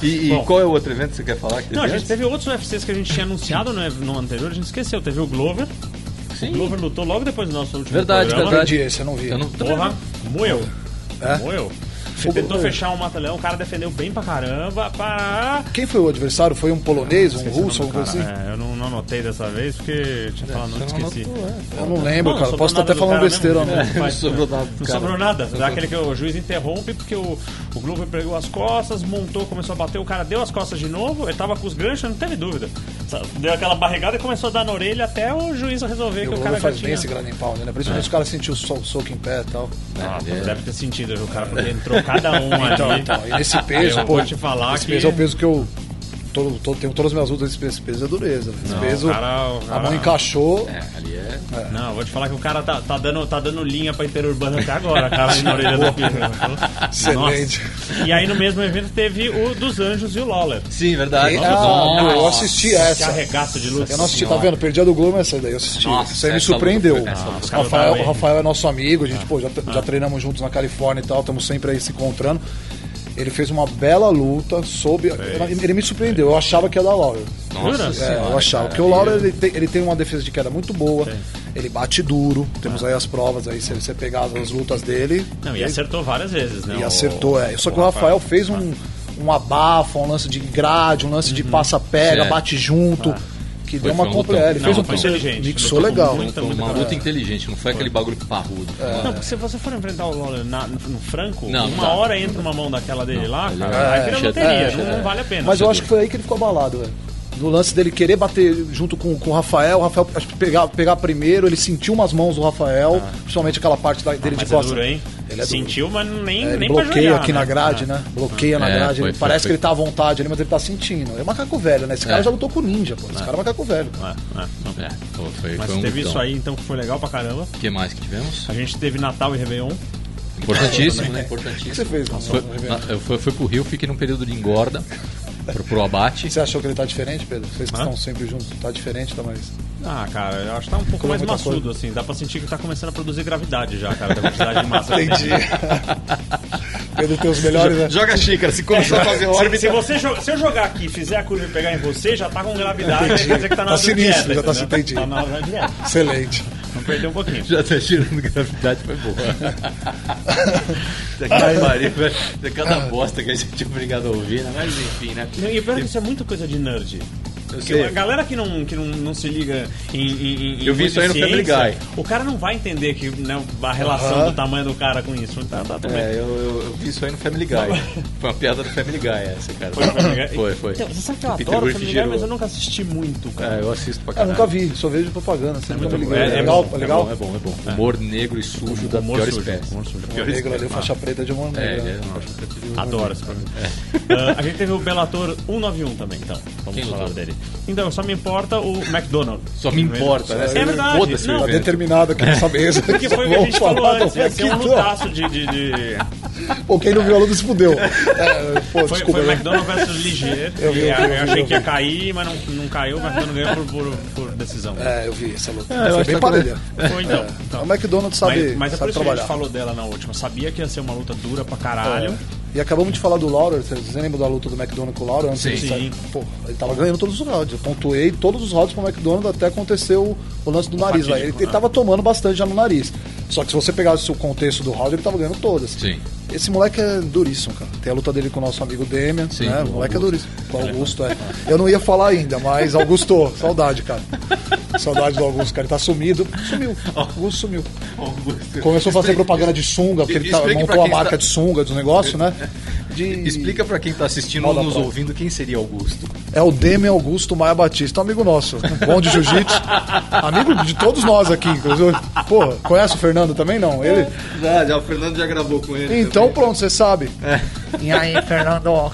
Speaker 1: E, e
Speaker 2: Bom.
Speaker 1: qual é o outro evento que você quer falar? Que teve
Speaker 2: Não, a gente
Speaker 1: antes?
Speaker 2: teve outros UFCs que a gente tinha anunciado no, no anterior, a gente esqueceu. Teve o Glover.
Speaker 1: Sim.
Speaker 2: O Glover lutou logo depois do nosso último
Speaker 1: Verdade,
Speaker 2: programa.
Speaker 1: verdade.
Speaker 3: Perdi esse, eu não vi.
Speaker 1: Eu não
Speaker 2: Porra, moeu.
Speaker 3: É?
Speaker 2: Moeu.
Speaker 3: O-
Speaker 2: Tentou fechar o mata-leão, o cara defendeu bem pra caramba. Pá.
Speaker 3: Quem foi o adversário? Foi um polonês, um
Speaker 2: Esqueci o
Speaker 3: russo,
Speaker 2: nome
Speaker 3: alguma
Speaker 2: do
Speaker 3: coisa assim? É,
Speaker 2: cara. É, eu não, não anotei dessa vez porque tinha falado, não esqueci.
Speaker 3: assim?
Speaker 2: né?
Speaker 3: Eu não lembro,
Speaker 2: Não,
Speaker 3: cara.
Speaker 2: sobrou
Speaker 3: Posso
Speaker 2: nada
Speaker 3: estar até
Speaker 2: do
Speaker 3: falando
Speaker 2: cara
Speaker 3: besteira,
Speaker 2: mesmo, (laughs)
Speaker 3: né?
Speaker 2: né?
Speaker 1: Não
Speaker 2: Mas-
Speaker 1: sobrou nada.
Speaker 2: Não
Speaker 1: cara.
Speaker 2: sobrou nada. Daquele que o juiz interrompe porque o, o Glover pegou as costas, montou, começou a bater, o cara deu as costas de novo, ele tava com os ganchos, não teve dúvida. Só Deu aquela barrigada e começou a dar na orelha até o juiz resolver
Speaker 3: E
Speaker 2: que
Speaker 3: o
Speaker 2: É. o cara
Speaker 3: Globo
Speaker 2: já
Speaker 3: faz bem
Speaker 2: tinha. É.
Speaker 3: esse grande pau, né? Principalmente os caras sentiam o sol- soco em pé e tal.
Speaker 2: Ah,
Speaker 1: É.
Speaker 2: deve ter sentido o cara porque entrou cada um ali.
Speaker 3: Então, e nesse peso,
Speaker 2: eu
Speaker 3: pô.
Speaker 2: vou te falar
Speaker 3: esse
Speaker 2: Ah, que-
Speaker 3: peso é o peso que eu. Todo, todo, tenho todas as minhas lutas, esse peso é dureza. Esse peso.
Speaker 2: o cara- o
Speaker 3: A mão
Speaker 2: cara-
Speaker 3: encaixou.
Speaker 1: É, ali é.
Speaker 2: Não, vou te falar que o cara tá, tá dando, tá dando linha pra interurbano até agora, cara, ali na orelha do filho.
Speaker 3: Excelente.
Speaker 2: E aí no mesmo evento teve o dos Anjos e o Lawler.
Speaker 1: Sim, verdade.
Speaker 3: Ah,
Speaker 1: Nossa.
Speaker 3: eu assisti
Speaker 2: Esse
Speaker 3: essa.
Speaker 2: arregaço de luta.
Speaker 3: Eu não assisti, tá
Speaker 1: Senhora.
Speaker 3: vendo? Perdi a do Globo, mas essa daí eu assisti.
Speaker 1: Nossa,
Speaker 3: Isso aí me
Speaker 1: essa
Speaker 3: surpreendeu.
Speaker 1: luta- essa Ah. luta-
Speaker 3: O Rafael,
Speaker 2: Cara,
Speaker 3: o Rafael é nosso amigo, a gente, pô, já, já treinamos juntos na Califórnia e tal, estamos sempre aí se encontrando. Ele fez uma bela luta, soube. Ele, ele me surpreendeu, eu achava que ia dar Laura.
Speaker 1: Nossa
Speaker 2: Jura?
Speaker 1: senhora,
Speaker 3: eu achava,
Speaker 1: cara,
Speaker 3: porque o Laura
Speaker 1: ali é-
Speaker 3: ele tem, ele tem uma defesa de queda muito boa, ele bate duro, temos
Speaker 1: Ah.
Speaker 3: aí as provas aí, se você pegar as, as lutas dele.
Speaker 2: Não, e
Speaker 3: ele-
Speaker 2: acertou várias vezes, né?
Speaker 3: e
Speaker 2: o-
Speaker 3: acertou, é. Só que o Rafael fez um, um abafa, um lance de grade, um lance de passa-pega,
Speaker 1: Certo.
Speaker 3: bate junto, que deu
Speaker 1: foi
Speaker 3: uma
Speaker 1: um
Speaker 3: compra.
Speaker 1: lutão.
Speaker 3: Ele fez
Speaker 2: Não,
Speaker 3: um
Speaker 2: foi
Speaker 3: puta-
Speaker 2: inteligente. Lutou
Speaker 3: Mixou
Speaker 2: com
Speaker 3: legal. é.
Speaker 2: muita- É.
Speaker 1: Foi uma
Speaker 2: muito
Speaker 1: luta inteligente, não foi aquele bagulho parrudo.
Speaker 2: Não, porque se você for enfrentar o Lawler na- no Franco,
Speaker 1: Não,
Speaker 2: uma
Speaker 1: dá.
Speaker 2: hora entra uma mão daquela dele lá,
Speaker 1: ele
Speaker 2: cara,
Speaker 1: é-
Speaker 2: aí vira
Speaker 1: é,
Speaker 2: loteria,
Speaker 1: é,
Speaker 2: não,
Speaker 1: é.
Speaker 2: não vale a pena.
Speaker 3: Mas eu acho que foi aí que ele ficou abalado, velho. No lance dele querer bater junto com, com o Rafael, o Rafael acho que pegar, pegar primeiro, ele sentiu umas mãos do Rafael, principalmente aquela parte da- dele
Speaker 2: Ah.
Speaker 3: de
Speaker 2: Mas é
Speaker 3: costas.
Speaker 2: duro, hein?
Speaker 3: Ele é duro.
Speaker 2: Sentiu, mas nem,
Speaker 3: É, ele
Speaker 2: nem pra
Speaker 3: bloqueia
Speaker 2: jogar, Ah.
Speaker 3: aqui na grade, né? Bloqueia na
Speaker 1: É,
Speaker 3: grade.
Speaker 1: foi,
Speaker 3: ele
Speaker 1: foi,
Speaker 3: parece
Speaker 1: foi.
Speaker 3: que ele tá à vontade ali, mas ele tá sentindo. Ele é macaco velho, né? Esse cara
Speaker 1: É.
Speaker 3: já lutou com ninja, pô. Esse cara é macaco velho.
Speaker 2: É, é, não.
Speaker 1: É, foi, foi
Speaker 2: Mas
Speaker 1: um
Speaker 2: teve
Speaker 1: lutão.
Speaker 2: isso aí, então, que foi legal pra caramba.
Speaker 1: O que mais que tivemos?
Speaker 2: A gente teve Natal e Réveillon.
Speaker 1: Importantíssimo, né?
Speaker 3: O que você
Speaker 1: Importantíssimo.
Speaker 3: fez, Gonçalo?
Speaker 1: Foi, na- eu fui, fui pro Rio, fiquei num período de engorda pro, pro
Speaker 3: (laughs)
Speaker 1: abate.
Speaker 3: Você achou que ele tá diferente, Pedro? Vocês que
Speaker 2: Hã?
Speaker 3: estão sempre juntos, tá diferente, tá mais.
Speaker 2: Ah, cara, eu acho que tá um pouco
Speaker 3: Comeu
Speaker 2: mais
Speaker 3: muita
Speaker 2: maçudo,
Speaker 3: coisa.
Speaker 2: assim. Dá pra sentir que tá começando a produzir gravidade já, cara, da quantidade de massa. que tem.
Speaker 3: (laughs) Entendi. Pedro tem os melhores,
Speaker 2: (laughs)
Speaker 3: né?
Speaker 1: Joga a xícara, se começou a fazer
Speaker 3: (laughs)
Speaker 2: Se, se você jo- se eu jogar aqui, fizer a curva e pegar em você, já tá com gravidade, aí quer dizer que tá na hora
Speaker 3: Tá
Speaker 2: da
Speaker 3: sinistro,
Speaker 2: dieta,
Speaker 3: já tá
Speaker 2: entendeu?
Speaker 3: entendido.
Speaker 2: Tá na hora da dieta.
Speaker 3: Excelente.
Speaker 2: Vamos perder um pouquinho.
Speaker 1: Já tá tirando gravidade, foi boa. Puta que pariu, velho. É Cada bosta que a gente é obrigado a ouvir, né? Mas enfim, né?
Speaker 2: E pior que isso é muita coisa de nerd.
Speaker 1: Eu
Speaker 2: Porque
Speaker 1: sei.
Speaker 2: a galera que não, que não, não se liga em, em, em- em
Speaker 1: Eu vi isso aí no
Speaker 2: ciência,
Speaker 1: Family Guy.
Speaker 2: O cara não vai entender que, né, a relação
Speaker 3: Aham.
Speaker 2: do tamanho do cara com isso. Tá, tá, tudo bem.
Speaker 1: É, eu, eu, eu vi isso aí no Family Guy. Foi uma piada do Family Guy essa, cara.
Speaker 2: Foi, foi,
Speaker 1: Foi, foi.
Speaker 2: Então, você sabe que
Speaker 1: O
Speaker 2: eu
Speaker 1: Peter
Speaker 2: adoro
Speaker 1: Griffin
Speaker 2: Family Guy,
Speaker 1: gerou.
Speaker 2: mas eu nunca assisti muito, cara.
Speaker 1: É, eu assisto pra
Speaker 3: Ah, Eu
Speaker 1: caralho.
Speaker 3: nunca vi, só vejo propaganda. Você nunca me ligou.
Speaker 2: bom. É, é
Speaker 3: legal,
Speaker 2: bom,
Speaker 1: É
Speaker 3: legal.
Speaker 1: bom, é bom, é bom. Humor negro e sujo É, da
Speaker 2: Humor
Speaker 1: pior
Speaker 2: sujo,
Speaker 1: espécie.
Speaker 2: humor sujo.
Speaker 1: Pior
Speaker 3: Negro ali,
Speaker 1: espécie.
Speaker 3: faixa preta de humor
Speaker 1: É,
Speaker 3: negro.
Speaker 1: é,
Speaker 3: né?
Speaker 1: não, acho que eu-
Speaker 2: Adoro esse programa.
Speaker 3: É.
Speaker 2: (laughs) Ah, a gente teve o Bellator 191 também, então. Vamos
Speaker 1: Quem
Speaker 2: falar
Speaker 1: lutou?
Speaker 2: dele. Então, só me importa o McDonald.
Speaker 1: Só me importa, né?
Speaker 2: É verdade,
Speaker 1: Foda-se o
Speaker 2: não.
Speaker 3: Tá
Speaker 1: evento.
Speaker 3: determinado
Speaker 2: (laughs)
Speaker 3: aqui nessa mesa.
Speaker 2: Que foi o que a
Speaker 3: Vamos
Speaker 2: gente falou
Speaker 3: falar do
Speaker 2: antes, ia ser um
Speaker 3: Mac-
Speaker 2: lutaço de... de- de-
Speaker 3: Pô, quem não viu a luta
Speaker 2: (laughs)
Speaker 3: se fudeu. É, pô,
Speaker 2: Foi,
Speaker 3: desculpa.
Speaker 2: foi
Speaker 3: né?
Speaker 2: McDonald versus Ligier.
Speaker 3: Eu vi,
Speaker 2: e
Speaker 3: eu vi, eu vi,
Speaker 2: eu achei
Speaker 3: eu
Speaker 2: que ia
Speaker 3: vi.
Speaker 2: cair, mas não, não caiu. O McDonald ganhou por, por- por decisão.
Speaker 3: É, eu vi essa luta.
Speaker 1: eu
Speaker 3: foi
Speaker 1: acho
Speaker 3: bem
Speaker 1: que tá
Speaker 3: parelha.
Speaker 2: Foi então. então.
Speaker 3: O McDonald's É. sabe,
Speaker 2: mas, mas é por isso
Speaker 3: sabe
Speaker 2: que a
Speaker 3: trabalhar.
Speaker 2: gente falou dela na última. Sabia que ia ser uma luta dura pra caralho.
Speaker 3: E acabamos de falar do Laura, vocês lembram da luta do McDonald com o Laura antes
Speaker 1: Sim.
Speaker 3: de
Speaker 2: Sim.
Speaker 3: sair? Pô, ele tava ganhando todos os rounds. Eu pontuei todos os rounds pro McDonald até aconteceu o lance do nariz lá. Ele,
Speaker 2: fatídico,
Speaker 3: ele
Speaker 2: né?
Speaker 3: tava tomando bastante já no nariz. Só que se você pegasse o contexto do round, ele tava ganhando todas.
Speaker 1: Sim.
Speaker 3: Esse moleque é duríssimo, cara. Tem a luta dele com o nosso amigo Demian,
Speaker 1: Sim,
Speaker 3: né?
Speaker 1: o
Speaker 3: O moleque é duríssimo. O Augusto é. Eu não ia falar ainda, mas Augusto, (laughs) saudade, cara. Saudade do Augusto, cara. Ele tá sumido.
Speaker 1: (laughs)
Speaker 3: Sumiu. Augusto sumiu. Começou a fazer propaganda de sunga, porque ele tá-
Speaker 1: Explique pra
Speaker 3: montou a
Speaker 1: quem
Speaker 3: marca
Speaker 1: tá-
Speaker 3: de sunga dos negócios, né? De...
Speaker 1: Explica pra quem tá assistindo ou
Speaker 3: Roda
Speaker 1: nos
Speaker 3: pra-
Speaker 1: ouvindo quem seria Augusto.
Speaker 3: É o Demian Augusto Maia Batista, um amigo nosso, bom de jiu-jitsu, amigo de todos nós aqui, inclusive. Porra, conhece o Fernando também? Não, ele...
Speaker 1: Já, já, o Fernando já gravou com ele.
Speaker 3: Então pronto, você sabe.
Speaker 4: E aí, Fernando?
Speaker 3: (laughs)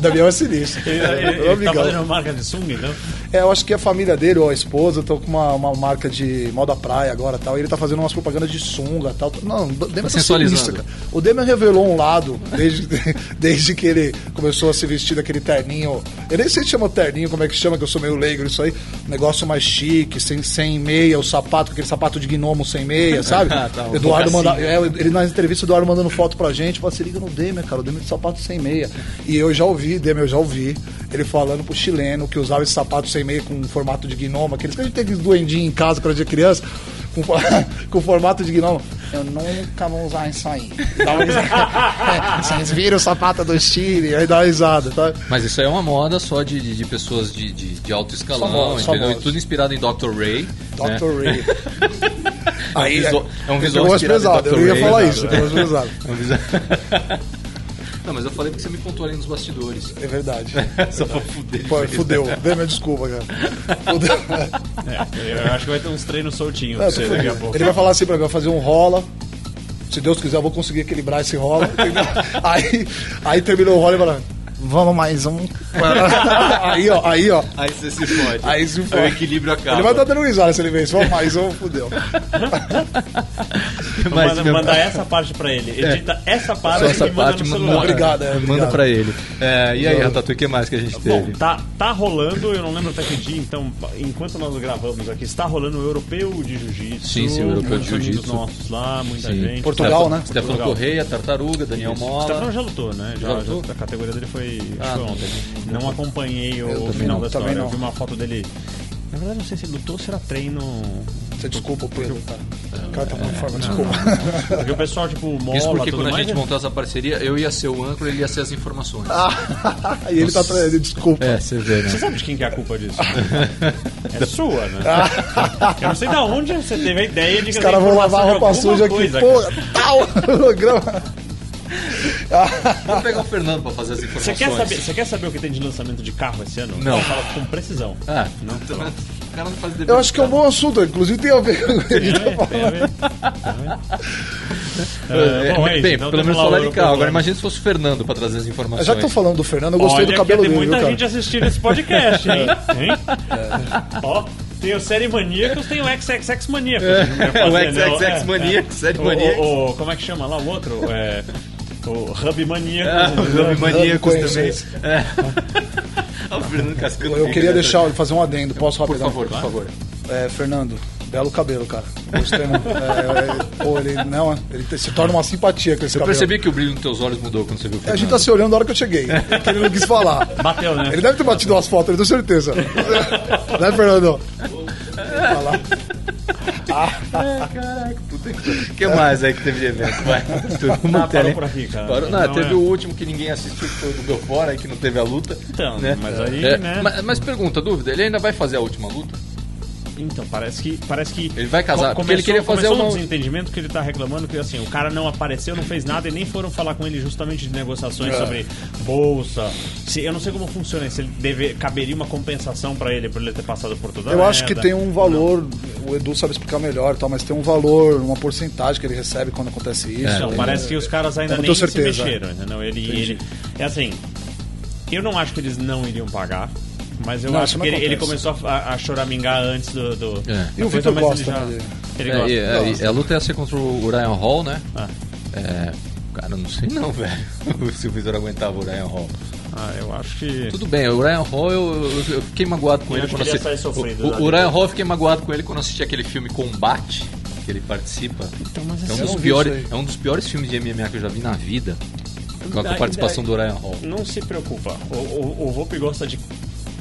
Speaker 3: Damião é sinistro.
Speaker 2: Ele, ele-
Speaker 3: É,
Speaker 2: ele
Speaker 3: um
Speaker 2: tá
Speaker 3: amigão.
Speaker 2: fazendo marca de sunga, então.
Speaker 3: É, eu acho que a família dele ou a esposa estão com uma, uma marca de moda praia agora tal. E ele tá fazendo umas propagandas de sunga tal. Não, o Demian tá
Speaker 1: sensualizando.
Speaker 3: sinistro, cara. O Demian revelou um lado desde, (laughs) desde que ele começou a se vestir daquele terninho. Eu nem sei se chama terninho, como é que chama, que eu sou meio leigo nisso aí. Um negócio mais chique, sem, sem meia, o sapato, aquele sapato de gnomo sem meia, sabe?
Speaker 1: Ah, tá, o
Speaker 3: Eduardo
Speaker 1: mocassim,
Speaker 3: manda,
Speaker 1: né?
Speaker 3: é, ele nas entrevistas, o Eduardo mandando foto pra gente, fala, se liga no Demian, cara, o Demian de sapato sem meia. E eu já ouvi, Demian, eu já ouvi, ele falando pro chileno que usava esse sapato sem meia com um formato de gnomo, aqueles que a gente tem aqueles duendinhos em casa quando a gente é criança, com, fo- (laughs) com formato de gnomo.
Speaker 4: Eu nunca vou usar isso aí.
Speaker 3: Dá
Speaker 1: (laughs)
Speaker 3: uma risada. É, Vocês viram o sapato do Chile, aí dá uma risada, tá?
Speaker 1: Mas isso aí é uma moda só de, de, de pessoas de, de, de alto escalão,
Speaker 3: Só moda, só
Speaker 1: entendeu?
Speaker 3: moda.
Speaker 1: E tudo inspirado em Dr. Ray. né?
Speaker 3: Dr.
Speaker 1: (laughs)
Speaker 3: Ray.
Speaker 1: É um visual- é um visual
Speaker 3: Eu
Speaker 1: inspirado
Speaker 3: gosto
Speaker 1: em
Speaker 3: pesado,
Speaker 1: Dr.
Speaker 3: eu ia
Speaker 1: Ray,
Speaker 3: falar
Speaker 1: exato,
Speaker 3: isso,
Speaker 1: é.
Speaker 3: eu gosto pesado.
Speaker 1: Não, precisa- Não, mas eu falei porque você me contou ali nos bastidores.
Speaker 3: É
Speaker 1: (laughs)
Speaker 3: verdade.
Speaker 1: (laughs) Só pra fuder. de
Speaker 3: Pô,
Speaker 1: vez.
Speaker 3: fudeu, Demian,
Speaker 1: (laughs)
Speaker 3: desculpa, cara. Fudeu.
Speaker 2: É, eu acho que vai ter uns treinos soltinhos pra
Speaker 3: É,
Speaker 2: você
Speaker 3: tudo
Speaker 2: daqui a
Speaker 3: bem.
Speaker 2: pouco.
Speaker 3: Ele vai falar assim pra mim, vai fazer um rola. Se Deus quiser, eu vou conseguir equilibrar esse rola. entendeu? aí, aí terminou o rola e fala, vamos mais um. aí, ó, aí, ó.
Speaker 1: Aí você
Speaker 3: (laughs)
Speaker 1: se fode.
Speaker 3: Aí se fode.
Speaker 1: O equilíbrio acaba.
Speaker 3: Ele vai dar dando risada se ele vê isso. Vamos mais um, fudeu.
Speaker 2: Então
Speaker 1: Mas,
Speaker 2: manda,
Speaker 1: meu-
Speaker 2: manda essa parte pra ele. Edita essa parte
Speaker 1: Só essa
Speaker 2: e manda
Speaker 1: parte,
Speaker 2: no
Speaker 1: manda-
Speaker 2: celular.
Speaker 3: Obrigado, é,
Speaker 1: manda
Speaker 3: obrigado.
Speaker 1: pra ele. É, e aí, Ratatouille, o que mais que a gente
Speaker 2: Bom,
Speaker 1: teve?
Speaker 2: tá, tá rolando, eu não lembro até que dia, então, enquanto nós gravamos aqui, está rolando o europeu de jiu-jitsu.
Speaker 1: Sim, sim, o europeu de
Speaker 2: muitos amigos
Speaker 1: jiu-jitsu.
Speaker 2: nossos lá, muita
Speaker 1: Sim.
Speaker 2: gente.
Speaker 3: Portugal, né?
Speaker 1: Stefano
Speaker 2: Portugal.
Speaker 1: Correia, Tartaruga, Daniel
Speaker 2: O Stefano
Speaker 1: Mola.
Speaker 2: já lutou, né? Já,
Speaker 1: Já lutou?
Speaker 2: já- a categoria dele foi,
Speaker 1: Ah,
Speaker 2: foi ontem. Não acompanhei
Speaker 3: Eu
Speaker 2: o
Speaker 3: também
Speaker 2: final
Speaker 3: não,
Speaker 2: da
Speaker 3: também
Speaker 2: história. Eu
Speaker 3: não.
Speaker 2: vi uma foto dele. Na verdade, não sei se ele lutou ou se era
Speaker 1: (laughs)
Speaker 2: treino.
Speaker 3: Você desculpa, Pedro, cara. O cara tá falando forma, desculpa.
Speaker 2: Porque o pessoal, tipo, mola,
Speaker 1: Isso porque
Speaker 2: tudo
Speaker 1: quando a
Speaker 2: mais,
Speaker 1: gente
Speaker 2: né?
Speaker 1: montou essa parceria, eu ia ser o âncora e ele ia ser as informações.
Speaker 3: Aí ele tá traindo, desculpa.
Speaker 1: Ah. É, você vê,
Speaker 2: Você
Speaker 1: né?
Speaker 2: sabe de quem que é a culpa disso? é sua, né? Eu não sei de onde você teve a ideia de que
Speaker 3: Os caras vão lavar a roupa suja aqui, porra, tal, (laughs) holograma.
Speaker 1: Vou pegar o Fernando pra fazer as
Speaker 2: Você
Speaker 1: informações.
Speaker 2: quer, saber, você quer saber o que tem de lançamento de carro esse ano?
Speaker 1: Não.
Speaker 2: Fala com precisão.
Speaker 1: Ah,
Speaker 2: Não,
Speaker 1: (laughs) então,
Speaker 2: tá bom.
Speaker 1: o cara não faz dever
Speaker 3: Eu
Speaker 1: de
Speaker 3: acho que é um bom assunto, inclusive tem a ver com
Speaker 2: Tem
Speaker 3: ele.
Speaker 2: a ver, tem a ver.
Speaker 1: É,
Speaker 2: É, bom, é isso.
Speaker 1: Bem, pelo
Speaker 2: Então, temos
Speaker 1: menos
Speaker 2: lá o
Speaker 1: falar de carro. Agora
Speaker 2: europeu.
Speaker 1: imagina se fosse o Fernando pra trazer as informações.
Speaker 3: Já que tô falando do Fernando, eu gostei
Speaker 2: Olha
Speaker 3: do
Speaker 2: que
Speaker 3: cabelo
Speaker 2: tem
Speaker 3: dele,
Speaker 2: muita
Speaker 3: viu, cara?
Speaker 2: gente assistindo esse
Speaker 1: (laughs)
Speaker 2: podcast, hein? Hein? Ó, tem o Série Maníacos, tem o XXX Maníacos.
Speaker 1: É, o XXX Maníacos, Série
Speaker 2: né? O-
Speaker 1: Maníacos.
Speaker 2: o- o- Como é que chama lá o outro? É, o Hub
Speaker 1: Ah,
Speaker 2: Maníacos.
Speaker 1: o Rami Maníacos
Speaker 3: conheço
Speaker 1: também.
Speaker 3: esse. (laughs)
Speaker 1: (laughs) É. o Fernando Cascando.
Speaker 3: Eu queria deixar, fazer um adendo, posso
Speaker 1: Por
Speaker 3: rapidão?
Speaker 1: favor, por favor.
Speaker 3: É, Fernando, belo cabelo, cara. Gostei muito. É, é, pô, ele, não, ele te- se torna uma simpatia com esse
Speaker 1: Eu
Speaker 3: cabelo.
Speaker 1: percebi que o brilho nos teus olhos mudou quando você viu o
Speaker 3: A
Speaker 1: Fernando.
Speaker 3: gente tá se olhando na hora que eu cheguei. que ele não quis falar.
Speaker 2: Bateu, né?
Speaker 3: Ele deve ter batido umas fotos, eu tenho certeza. né, Fernando? Fala.
Speaker 1: O que mais aí que teve de evento? Vai. Tudo
Speaker 2: Ah, parou
Speaker 1: tele-
Speaker 2: por aqui, cara.
Speaker 1: Parou- Não,
Speaker 2: Então,
Speaker 1: teve
Speaker 2: é.
Speaker 1: o último que ninguém assistiu, que foi o do Belfort, aí que não teve a luta.
Speaker 2: Então,
Speaker 1: né?
Speaker 2: mas aí,
Speaker 1: É,
Speaker 2: né?
Speaker 1: mas, mas pergunta, dúvida, ele ainda vai fazer a última luta?
Speaker 2: Então, parece que. Parece que
Speaker 1: Ele vai casar,
Speaker 2: co-
Speaker 1: porque ele queria fazer
Speaker 2: começou
Speaker 1: uma-
Speaker 2: um desentendimento que ele tá reclamando que assim, o cara não apareceu, não fez nada e nem foram falar com ele justamente de
Speaker 3: É.
Speaker 2: negociações sobre bolsa. Se, eu não sei como funciona, se ele deve, caberia uma compensação pra ele por ele ter passado por toda a
Speaker 3: Eu acho que
Speaker 2: merda.
Speaker 3: tem um valor, o Edu sabe explicar melhor, e tal, mas tem um valor, uma porcentagem que ele recebe quando acontece isso. né?
Speaker 2: Não,
Speaker 3: Ele-
Speaker 2: parece que os caras ainda
Speaker 3: Eu não
Speaker 2: nem
Speaker 3: tenho
Speaker 2: se
Speaker 3: certeza.
Speaker 2: mexeram, entendeu? Ele, ele- é assim, eu não acho que eles não iriam pagar, mas eu
Speaker 3: Não,
Speaker 2: acho
Speaker 3: isso
Speaker 2: que
Speaker 3: não
Speaker 2: ele, ele
Speaker 3: acontece.
Speaker 2: começou a, a choramingar antes do... do
Speaker 1: É.
Speaker 2: da
Speaker 3: E o
Speaker 2: coisa,
Speaker 3: Vitor
Speaker 2: mas
Speaker 3: gosta, né,
Speaker 2: Ele,
Speaker 3: dele?
Speaker 2: já, ele
Speaker 1: É,
Speaker 2: gosta.
Speaker 1: e- é, e a luta ia ser contra o Ryan Hall, né?
Speaker 2: Ah.
Speaker 1: É, cara, eu não sei não, velho. (laughs) Se o Vitor aguentava o Ryan Hall.
Speaker 2: Ah, eu acho que...
Speaker 1: Tudo bem, o Ryan Hall eu, eu- eu fiquei magoado com
Speaker 2: Eu
Speaker 1: ele
Speaker 2: acho
Speaker 1: quando
Speaker 2: que ele ia
Speaker 1: assisti.
Speaker 2: sair sofrido
Speaker 1: o,
Speaker 2: lá
Speaker 1: o Ryan
Speaker 2: depois.
Speaker 1: Hall eu fiquei magoado com ele quando assisti aquele filme Combate, que ele participa.
Speaker 2: mas
Speaker 1: é,
Speaker 2: assim,
Speaker 1: um
Speaker 3: Então, eu
Speaker 1: dos
Speaker 3: não vi
Speaker 1: piores,
Speaker 3: isso aí.
Speaker 1: é um dos piores filmes de MMA que eu já vi na vida. Com a
Speaker 2: Daí-
Speaker 1: participação
Speaker 2: daí-
Speaker 1: do Ryan Hall.
Speaker 2: Não se preocupa. O, o, o Volpe gosta de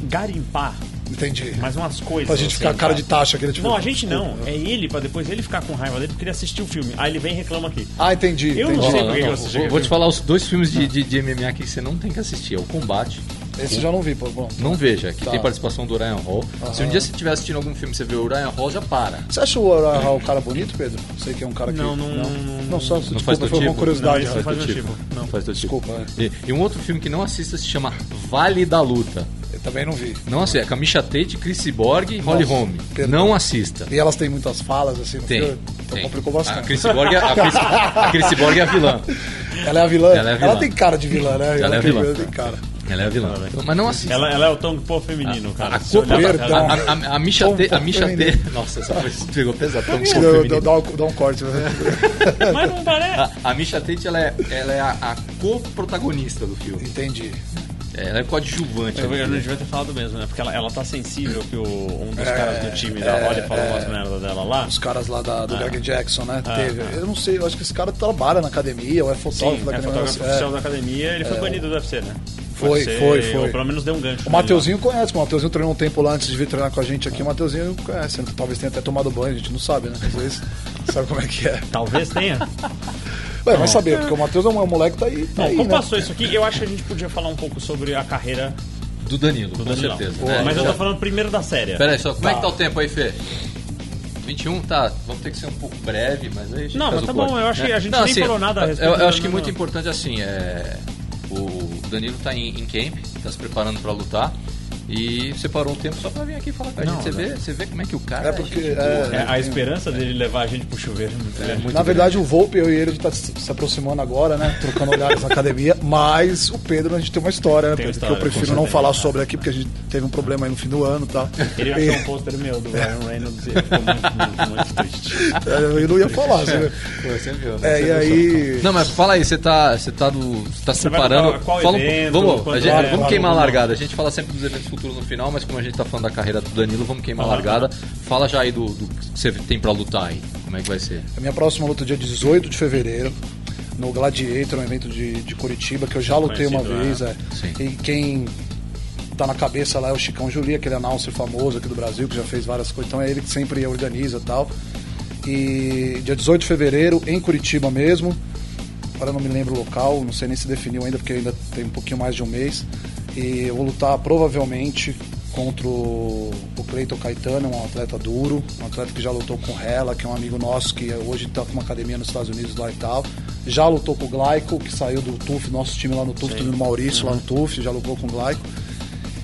Speaker 2: garimpar
Speaker 3: Entendi.
Speaker 2: Mas umas coisas.
Speaker 3: Pra gente ficar cara de taxa, aquele tipo.
Speaker 2: é Não, a gente não.
Speaker 3: desculpa.
Speaker 2: É ele pra depois ele ficar com raiva dele porque ele assistiu o filme. Aí ele vem e reclama aqui.
Speaker 3: Ah, entendi.
Speaker 2: Eu não
Speaker 3: entendi.
Speaker 2: sei. né? por que
Speaker 1: Não,
Speaker 2: que você chega
Speaker 1: vou, vou
Speaker 2: aqui.
Speaker 1: te falar os dois filmes de, de, de MMA que você não tem que assistir. É o Combate,
Speaker 3: Esse eu já não vi, pô. Bom.
Speaker 1: não veja, que
Speaker 3: Tá.
Speaker 1: tem participação do Ryan Hall. Se um dia você estiver assistindo algum filme e você vê o Ryan Hall, já para.
Speaker 3: Você acha o Oral o cara bonito, Pedro? Sei que é um cara que.
Speaker 2: Não, não- não-
Speaker 3: Não, só
Speaker 1: Não faz
Speaker 3: desculpa,
Speaker 1: do
Speaker 3: foi uma
Speaker 1: tipo?
Speaker 3: curiosidade.
Speaker 2: Não,
Speaker 3: né?
Speaker 2: isso faz meu tipo. Não.
Speaker 1: Não faz do tipo.
Speaker 3: Desculpa, é.
Speaker 1: E, e um outro filme que não assista se chama Vale da Luta.
Speaker 3: Eu também não vi.
Speaker 1: Não assista. É com a Misha Tate, Chris Borg e Holly
Speaker 3: Nossa,
Speaker 1: Holm.
Speaker 3: perdão.
Speaker 1: Não assista.
Speaker 3: E elas têm muitas falas, assim, no
Speaker 1: Tem.
Speaker 3: filme? Então
Speaker 1: tem.
Speaker 3: complicou
Speaker 1: A
Speaker 3: bastante.
Speaker 1: Chris
Speaker 2: (laughs)
Speaker 1: Borg é a, Chris, a Chris Borg é a vilã.
Speaker 3: Ela é a vilã?
Speaker 1: Ela é a vilã.
Speaker 3: tem cara de vilã, né?
Speaker 1: Ela é a
Speaker 3: tem-
Speaker 1: vilã.
Speaker 3: Ela tem cara.
Speaker 1: Ela é a vilã. Mas não assista.
Speaker 2: Ela, ela é o Tom Pô feminino, cara.
Speaker 1: a
Speaker 2: Se olhar pra
Speaker 3: coberta-
Speaker 2: cara-
Speaker 1: A, a, a, a Misha
Speaker 3: Tom,
Speaker 1: Tate. A
Speaker 3: Tom
Speaker 1: Misha
Speaker 3: feminino.
Speaker 1: Tate. Nossa, essa foi, pegou pesado. Tom, Tom
Speaker 3: Dá- dá-
Speaker 1: feminino.
Speaker 3: Dá, um- dá um corte, né? (laughs)
Speaker 2: Mas não parece.
Speaker 1: A, a Misha Tate ela é, ela é a, a co-protagonista do filme.
Speaker 3: Entendi.
Speaker 1: É, Ela é coadjuvante.
Speaker 2: Ah, Eu,
Speaker 1: ali.
Speaker 2: eu não devia ter falado mesmo, né? Porque ela, ela tá sensível que o, um dos caras do time da olha e fala umas merda dela lá.
Speaker 3: É, Os caras lá da,
Speaker 1: Ah.
Speaker 3: do Greg Jackson, né? Teve.
Speaker 1: tá.
Speaker 3: Eu não sei, eu acho que esse cara trabalha na academia, ou é fotógrafo
Speaker 2: Sim,
Speaker 3: da
Speaker 2: é
Speaker 3: academia.
Speaker 2: fotógrafo
Speaker 3: é.
Speaker 2: oficial da academia, ele foi banido do UFC, né?
Speaker 3: Foi,
Speaker 2: Pode ser,
Speaker 3: foi, foi.
Speaker 2: Ou pelo menos deu um gancho.
Speaker 3: O Mateuzinho conhece, o Mateuzinho treinou um tempo lá antes de vir treinar com a gente aqui. O Mateuzinho conhece, né? talvez tenha até tomado banho, a gente não sabe, né? Às vezes, (laughs) sabe como é que é.
Speaker 2: Talvez
Speaker 3: (laughs)
Speaker 2: tenha.
Speaker 3: Ué, vai saber, porque o Matheus é um moleque que tá aí. Tá
Speaker 2: Bom,
Speaker 3: aí
Speaker 2: como
Speaker 3: né?
Speaker 2: passou isso aqui, eu acho que a gente podia falar um pouco sobre a carreira
Speaker 1: Do Danilo, com
Speaker 2: do Danilão.
Speaker 1: certeza.
Speaker 2: Pô,
Speaker 1: né?
Speaker 2: Mas eu
Speaker 1: Já-
Speaker 2: tô falando primeiro da série.
Speaker 1: Pera aí, só, como é que tá o tempo aí, Fê? 21, tá, vamos ter que ser um pouco breve, mas aí a gente
Speaker 2: Não,
Speaker 1: faz
Speaker 2: mas
Speaker 1: o
Speaker 2: tá
Speaker 1: corte, É. assim,
Speaker 2: bom, eu acho que a gente nem falou nada a respeito
Speaker 1: Eu, eu
Speaker 2: do
Speaker 1: acho que
Speaker 2: Danilo.
Speaker 1: muito importante, assim, é... O Danilo tá em, em camp, tá se preparando pra lutar, e separou um tempo só pra vir aqui falar com a gente. você, Vê, você vê como é que o cara...
Speaker 3: É porque.
Speaker 1: gente
Speaker 3: é,
Speaker 2: É, a esperança dele levar a gente pro chuveiro é muito grande.
Speaker 3: na verdade, o Volpe, eu e ele, a gente tá se se aproximando agora, né? Trocando olhares na academia. Mas o Pedro, a gente tem uma história, né?
Speaker 2: Tem uma
Speaker 3: Pedro,
Speaker 2: história,
Speaker 3: que eu prefiro
Speaker 2: com
Speaker 3: não
Speaker 2: certeza.
Speaker 3: falar sobre aqui, porque a gente teve um problema aí no fim do ano e tal.
Speaker 2: Ele achou um pôster meu do Ryan Reynolds e ele ficou muito, muito, muito triste.
Speaker 3: É, Eu não ia
Speaker 2: (laughs)
Speaker 3: falar, sabe?
Speaker 1: Pô, você viu, né?
Speaker 3: É, e
Speaker 2: um
Speaker 3: aí.
Speaker 1: Não, mas fala aí, você tá, você tá, do, você tá se
Speaker 2: vai
Speaker 1: preparando.
Speaker 2: falar qual
Speaker 1: fala um-
Speaker 2: evento,
Speaker 1: vamos,
Speaker 2: quando
Speaker 1: a gente-
Speaker 2: é,
Speaker 1: vamos
Speaker 2: qual
Speaker 1: queimar a
Speaker 2: não.
Speaker 1: largada. A gente fala sempre dos eventos futuros no final, mas como a gente tá falando da carreira do Danilo, vamos queimar a
Speaker 2: Aham.
Speaker 1: largada. Fala já aí do, do que você tem pra lutar aí. Como é que vai ser?
Speaker 3: A minha próxima luta é dia 18 de fevereiro, no Gladiator, um evento de, de Curitiba, que eu já lutei uma
Speaker 2: Conhecido,
Speaker 3: vez.
Speaker 2: né?
Speaker 3: é.
Speaker 1: Sim.
Speaker 3: E quem tá na cabeça lá é o Chicão Juli, aquele announcer famoso aqui do Brasil, que já fez várias coisas. Então é ele que sempre organiza e tal. E dia 18 de fevereiro, em Curitiba mesmo. Agora eu não me lembro o local, não sei nem se definiu ainda, porque ainda tem um pouquinho mais de um mês. E eu vou lutar provavelmente contra o o Cleiton Caetano, um atleta duro, um atleta que já lutou com o Hela, que é um amigo nosso que hoje está com uma academia nos Estados Unidos lá e tal. Já lutou com o Glaico, que saiu do TUF, nosso time lá no TUF, time do Maurício lá no
Speaker 2: Uhum.
Speaker 3: TUF, já lutou com o Glaico.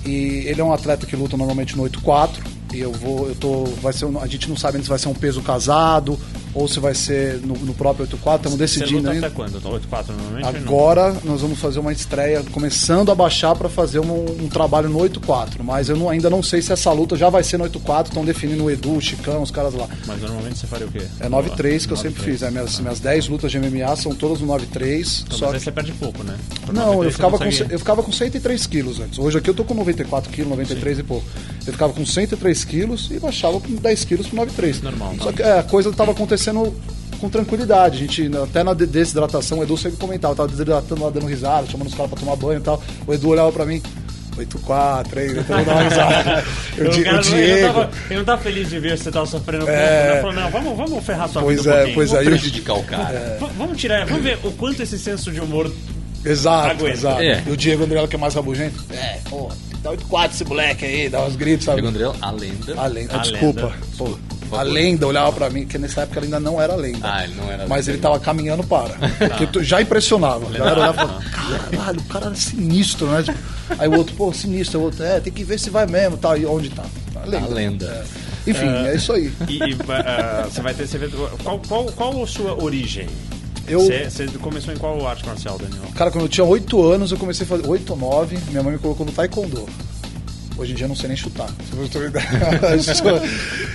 Speaker 3: E ele é um atleta que luta normalmente no 8-4. E eu vou, eu tô, vai ser, um- a gente não sabe ainda se vai ser um peso casado ou se vai ser no, no próprio 8-4. Estamos
Speaker 2: Você luta
Speaker 3: decidindo
Speaker 2: até
Speaker 3: ainda.
Speaker 2: quando? Tá 8-4 normalmente? ou não?
Speaker 3: Agora nós vamos fazer uma estreia, começando a baixar para fazer um, um trabalho no 8-4. Mas eu não- ainda não sei se essa luta já vai ser no 8-4. Estão definindo o Edu, o Chicão, os caras lá.
Speaker 2: Mas normalmente você faria o quê?
Speaker 3: É 9-3 que eu sempre fiz. É, minhas, minhas 10 lutas de MMA são todas no 9-3.
Speaker 2: Então,
Speaker 3: só
Speaker 2: mas aí
Speaker 3: que-
Speaker 2: você perde pouco, né? Por
Speaker 3: não,
Speaker 2: 93
Speaker 3: eu
Speaker 2: você
Speaker 3: ficava, com,
Speaker 2: consegue-
Speaker 3: ce- eu ficava com 103 quilos antes. Hoje aqui eu tô com 94 quilos, 93 e pouco. Eu ficava com 103 quilos e baixava com 10 quilos pro 93.
Speaker 2: Normal, tá.
Speaker 3: Só que é, a coisa tava acontecendo com tranquilidade. A gente, até na de- desidratação, o Edu sempre comentava, tava desidratando lá, dando risada, chamando os caras pra tomar banho e tal. O Edu olhava pra mim. 8-4, aí, então eu dava uma
Speaker 2: (laughs)
Speaker 3: risada. Eu,
Speaker 2: O
Speaker 3: di-
Speaker 2: cara
Speaker 3: eu,
Speaker 2: não- ele, não
Speaker 3: Diego.
Speaker 2: tava, ele não tava feliz de ver que você tava sofrendo com
Speaker 3: É.
Speaker 2: isso, né? Falou, não, vamos, vamos ferrar sua
Speaker 3: Pois
Speaker 2: vida um
Speaker 3: é,
Speaker 2: pouquinho.
Speaker 3: pois é.
Speaker 1: Vou
Speaker 3: aí eu-
Speaker 1: prejudicar o cara.
Speaker 2: V- Vamos tirar, vamos ver o quanto esse senso de humor
Speaker 3: Exato,
Speaker 2: Aguenta.
Speaker 3: exato.
Speaker 1: É.
Speaker 3: E o Diego André, que é mais rabugento. É, pô, dá 8-4 esse moleque aí, dá uns gritos, sabe?
Speaker 1: Diego André, a lenda.
Speaker 3: A lenda,
Speaker 2: A
Speaker 3: desculpa.
Speaker 2: lenda.
Speaker 3: Pô,
Speaker 1: favor.
Speaker 3: a lenda olhava pra mim, que nessa época ele ainda não era lenda.
Speaker 1: Ah, ele não era
Speaker 5: é.
Speaker 3: Mas
Speaker 1: lenda
Speaker 3: ele tá tava caminhando para. Porque tu- já impressionava. A galera olhava e falava, caralho, o cara era sinistro, né? Tipo, aí o outro, pô, sinistro. O outro, é, tem que ver se vai mesmo, tá? E onde tá? Tá,
Speaker 1: A lenda.
Speaker 3: Enfim, é isso aí.
Speaker 2: E, e, ah, você vai ter esse evento. Qual, qual, qual a sua origem?
Speaker 3: Eu-
Speaker 2: Você, você começou em qual arte marcial, Daniel?
Speaker 3: Cara, quando eu tinha 8 anos, eu comecei a fazer 8 ou 9, minha mãe me colocou no taekwondo. Hoje em dia eu não sei nem chutar. Se eu (laughs) tô-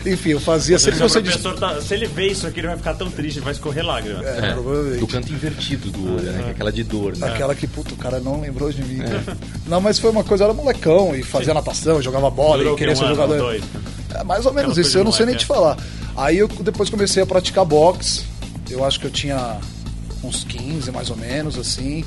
Speaker 3: Enfim, eu fazia sempre
Speaker 2: Seu
Speaker 3: você disse.
Speaker 2: professor tá- se ele vê isso aqui, ele vai ficar tão triste, ele vai escorrer lágrima.
Speaker 3: É,
Speaker 1: É,
Speaker 3: provavelmente.
Speaker 1: do canto invertido do olho, né? que é Aquela de dor, né?
Speaker 3: Aquela que, puto, o cara não lembrou de mim.
Speaker 2: É.
Speaker 3: Não, mas foi uma coisa, eu era molecão e fazia natação, jogava bola
Speaker 2: Durou
Speaker 3: e queria
Speaker 2: que um
Speaker 3: ser
Speaker 2: ano,
Speaker 3: jogador.
Speaker 2: dois.
Speaker 3: É, mais ou menos
Speaker 2: Aquela
Speaker 3: isso, eu não
Speaker 2: coisa
Speaker 3: sei nem
Speaker 2: moleque, é.
Speaker 3: te falar. Aí eu depois comecei a praticar boxe, eu acho que eu tinha uns 15 mais ou menos, assim.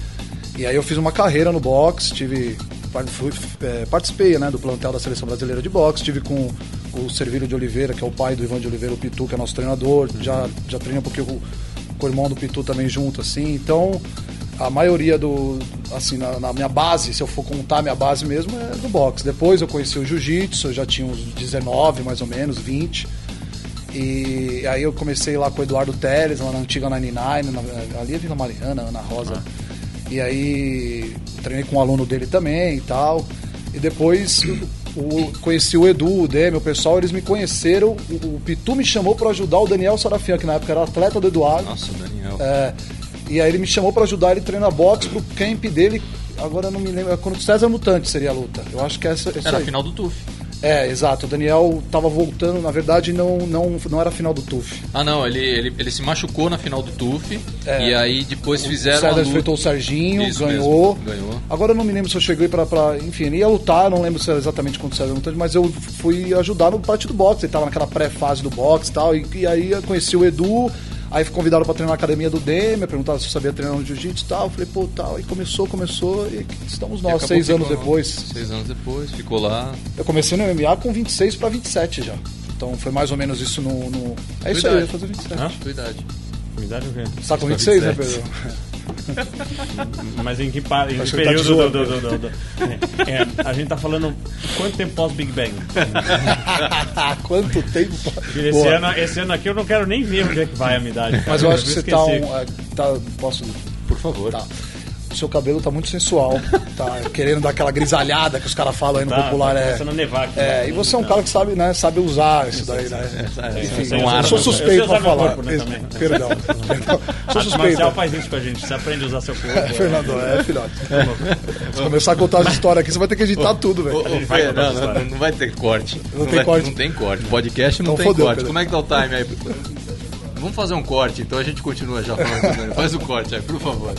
Speaker 3: E aí eu fiz uma carreira no boxe, tive par- fui- f- é, participei né, do plantel da Seleção Brasileira de Boxe, estive com o Servílio de Oliveira, que é o pai do Ivan de Oliveira, o Pitu, que é nosso treinador, já, já treina porque o, com o irmão do Pitu também junto, assim, então a maioria do, assim, na, na minha base, se eu for contar a minha base mesmo, é do boxe. Depois eu conheci o jiu-jitsu, eu já tinha uns 19 mais ou menos, 20, e aí eu comecei lá com o Eduardo Teles, lá na antiga 99, na, ali é Vila Mariana, Ana Rosa. E aí treinei com um aluno dele também e tal. E depois o- conheci o Edu, o Demi, o pessoal, eles me conheceram. O, o Pitu me chamou pra ajudar o Daniel Sarafian, que na época era atleta do Eduardo.
Speaker 1: Nossa, Daniel.
Speaker 3: É, e aí ele me chamou pra ajudar ele a treinar boxe pro camp dele. Agora eu não me lembro, é quando o César Mutante seria a luta. Eu acho que é essa, essa
Speaker 1: Era a
Speaker 3: aí.
Speaker 1: final do TUF.
Speaker 3: É, exato. O Daniel tava voltando, na verdade não não não era a final do TUF.
Speaker 1: Ah, não, ele, ele, ele se machucou na final do TUF. E aí depois
Speaker 3: É. o
Speaker 1: fizeram. a
Speaker 3: César
Speaker 1: luta.
Speaker 3: enfrentou o Serginho,
Speaker 1: Isso
Speaker 3: ganhou.
Speaker 1: mesmo, ganhou.
Speaker 3: Agora eu não me lembro se eu cheguei pra, pra. Enfim, ele ia lutar, não lembro se era exatamente contra o César Mutante, mas eu fui ajudar no parte do boxe. Ele tava naquela pré-fase do boxe e tal. E, e aí eu conheci o Edu, aí fui convidado pra treinar na academia do Demi, perguntaram se eu sabia treinar no jiu-jitsu e tal. Eu falei, pô, tal. E começou, começou, e estamos
Speaker 1: E
Speaker 3: nós,
Speaker 1: acabou
Speaker 3: seis anos
Speaker 1: ficando- né?
Speaker 3: depois.
Speaker 1: Seis anos depois, ficou lá.
Speaker 3: Eu comecei no MMA com 26 pra 27 já. Então foi mais ou menos isso no. no- É isso
Speaker 1: Cuidado.
Speaker 3: aí, eu ia fazer 27.
Speaker 2: Hã?
Speaker 1: Tua idade.
Speaker 2: Me dá de ver.
Speaker 3: Você tá com 26, né, Pedro?
Speaker 2: Mas em que, pa- em que
Speaker 3: Acho que ele tá te
Speaker 2: período do, do-
Speaker 3: zoando,
Speaker 2: do- do- do-
Speaker 3: (laughs)
Speaker 2: É, é, a gente tá falando quanto tempo pós Big Bang?
Speaker 3: Ah, quanto tempo?
Speaker 2: Esse
Speaker 3: Boa.
Speaker 2: ano, esse ano aqui eu não quero nem ver onde é que vai a minha idade. cara.
Speaker 3: Mas eu acho que você tá,
Speaker 2: esqueci.
Speaker 3: um, é, tá. Posso.
Speaker 1: Por favor.
Speaker 3: Tá. O seu cabelo tá muito sensual.
Speaker 2: (laughs)
Speaker 3: Tá querendo dar aquela grisalhada que os caras falam aí no
Speaker 2: Tá,
Speaker 3: popular.
Speaker 2: tá
Speaker 3: é,
Speaker 2: começando a nevar aqui.
Speaker 3: é, e você é um cara que sabe, né, sabe usar isso daí, né? Enfim,
Speaker 2: sei, eu
Speaker 3: eu
Speaker 2: sei
Speaker 3: sou
Speaker 2: usar
Speaker 3: suspeito
Speaker 2: meu
Speaker 3: pra falar.
Speaker 2: corpo, né,
Speaker 3: Ex-
Speaker 2: também.
Speaker 3: (laughs) Perdão. Perdão. Sou
Speaker 2: O Marcel
Speaker 3: suspeito.
Speaker 2: faz isso com a gente, você aprende a usar seu corpo.
Speaker 3: É, Fernando,
Speaker 2: (laughs)
Speaker 3: é, filhote. Se começar a contar as histórias aqui, você vai ter que editar tudo,
Speaker 1: Ô, ô,
Speaker 3: velho.
Speaker 1: Fê,
Speaker 2: vai contar
Speaker 1: não,
Speaker 2: essa
Speaker 1: não,
Speaker 2: história.
Speaker 1: não vai ter corte. Não,
Speaker 3: tem
Speaker 1: vai-
Speaker 3: corte.
Speaker 1: Não tem corte. Podcast não
Speaker 3: Então
Speaker 1: tem
Speaker 3: fodeu,
Speaker 1: corte.
Speaker 3: Pedro.
Speaker 1: Como é que tá o time aí? Vamos fazer um corte, então a gente continua já falando. do Daniel. Faz o corte aí, por favor.
Speaker 3: (laughs)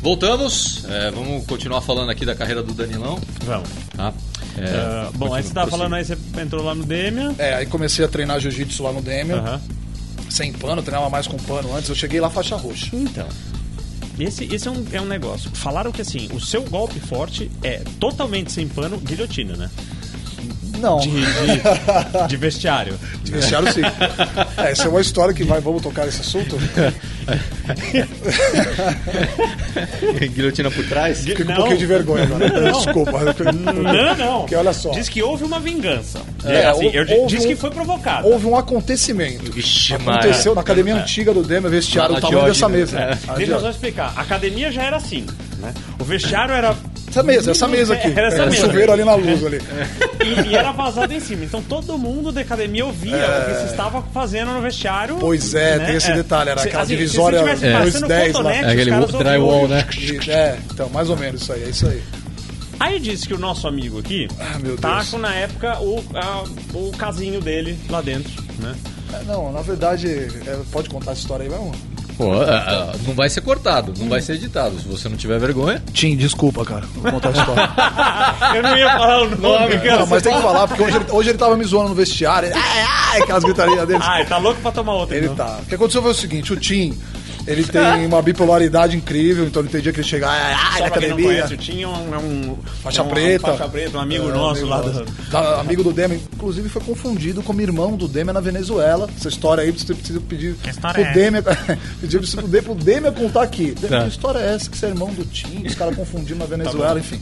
Speaker 1: Voltamos. É, vamos continuar falando aqui da carreira do Danilão.
Speaker 2: Vamos.
Speaker 1: Tá? É,
Speaker 2: Ah, bom, aí você tava falando aí, você entrou lá no Demia.
Speaker 3: É, aí comecei a treinar jiu-jitsu lá no Demi,
Speaker 2: Aham.
Speaker 3: sem pano, treinava mais com pano antes. Eu cheguei lá faixa roxa.
Speaker 2: Então. Esse, esse é, um, é um negócio. Falaram que assim, o seu golpe forte é totalmente sem pano, guilhotina, né?
Speaker 3: Não.
Speaker 2: De, de-
Speaker 3: (laughs)
Speaker 2: de vestiário.
Speaker 3: Vestiário sim. É, essa é uma história que vai. Vamos tocar esse assunto?
Speaker 1: Guilhotina por trás?
Speaker 3: Fiquei com um pouquinho de vergonha agora. Desculpa.
Speaker 2: Não,
Speaker 3: (laughs)
Speaker 2: não.
Speaker 3: Porque olha só.
Speaker 2: Diz que houve uma vingança.
Speaker 3: É,
Speaker 2: assim,
Speaker 3: hou-
Speaker 2: eu di-
Speaker 3: houve
Speaker 2: diz que
Speaker 3: um-
Speaker 2: foi provocada.
Speaker 3: Houve um acontecimento.
Speaker 1: Vixe,
Speaker 3: Aconteceu na academia
Speaker 2: É.
Speaker 3: antiga do Demi, vestiário,
Speaker 1: Lá
Speaker 3: o
Speaker 1: na
Speaker 3: tamanho dessa
Speaker 1: Diógenes,
Speaker 3: mesa. Ah,
Speaker 1: é.
Speaker 3: A
Speaker 2: Deixa eu
Speaker 3: Diógenes.
Speaker 2: só explicar. A academia já era assim, né? O vestiário era.
Speaker 3: Essa mesa, essa mesa aqui.
Speaker 2: Era essa
Speaker 3: É,
Speaker 2: mesa.
Speaker 3: Chuveiro ali na luz ali.
Speaker 2: E, e era vazado em cima. Então todo mundo da academia ouvia o que se estava fazendo no vestiário.
Speaker 3: É.
Speaker 2: né?
Speaker 3: Pois é, tem esse detalhe, era
Speaker 2: Se-
Speaker 3: aquela
Speaker 2: assim,
Speaker 3: divisória
Speaker 2: Se você estivesse
Speaker 3: é.
Speaker 2: passando
Speaker 3: 210 lá.
Speaker 2: cotonete,
Speaker 3: É
Speaker 2: os
Speaker 1: aquele
Speaker 2: caras ouviam.
Speaker 1: drywall, né?
Speaker 3: E- É, então, mais ou menos isso aí, é isso aí.
Speaker 2: Aí disse que o nosso amigo aqui
Speaker 3: Ah, meu Deus.
Speaker 2: tá com, na época, o, a- o casinho dele lá dentro, né?
Speaker 3: É, Não, na verdade, é, pode contar essa história aí mesmo?
Speaker 1: Pô, ah, ah, não vai ser cortado, não vai ser editado. Se você não tiver vergonha.
Speaker 3: Tim, desculpa, cara. Vou contar a história.
Speaker 2: Eu não ia falar o nome, cara.
Speaker 3: (laughs) Ah. Não, mas tem que falar, porque hoje ele, hoje ele tava me zoando no vestiário. Ai, ai, aquelas gritarias dele.
Speaker 2: Ah, ele tá louco pra tomar outra.
Speaker 3: Ele
Speaker 2: então.
Speaker 3: tá. O que aconteceu foi o seguinte, o Tim,
Speaker 2: (laughs)
Speaker 3: ele tem uma bipolaridade incrível, então ele tem dia que ele chega ai, ai,
Speaker 2: Só
Speaker 3: na
Speaker 2: pra quem não
Speaker 3: academia,
Speaker 2: conhece, tinha um, é um-
Speaker 3: faixa
Speaker 2: é um-
Speaker 3: preta.
Speaker 2: faixa preta, um amigo
Speaker 3: É,
Speaker 2: nosso
Speaker 3: amigo
Speaker 2: lá
Speaker 3: nosso.
Speaker 2: do-
Speaker 3: Da- amigo do Demi, inclusive foi confundido como irmão do Demi na Venezuela. Essa história aí você precisa pedir
Speaker 2: história é Tá.
Speaker 3: pro (laughs) Demi, pedir pro Demi- pro Demi contar aqui. Demi, Que história é essa que você é irmão do Tim, os caras confundindo na Venezuela, enfim.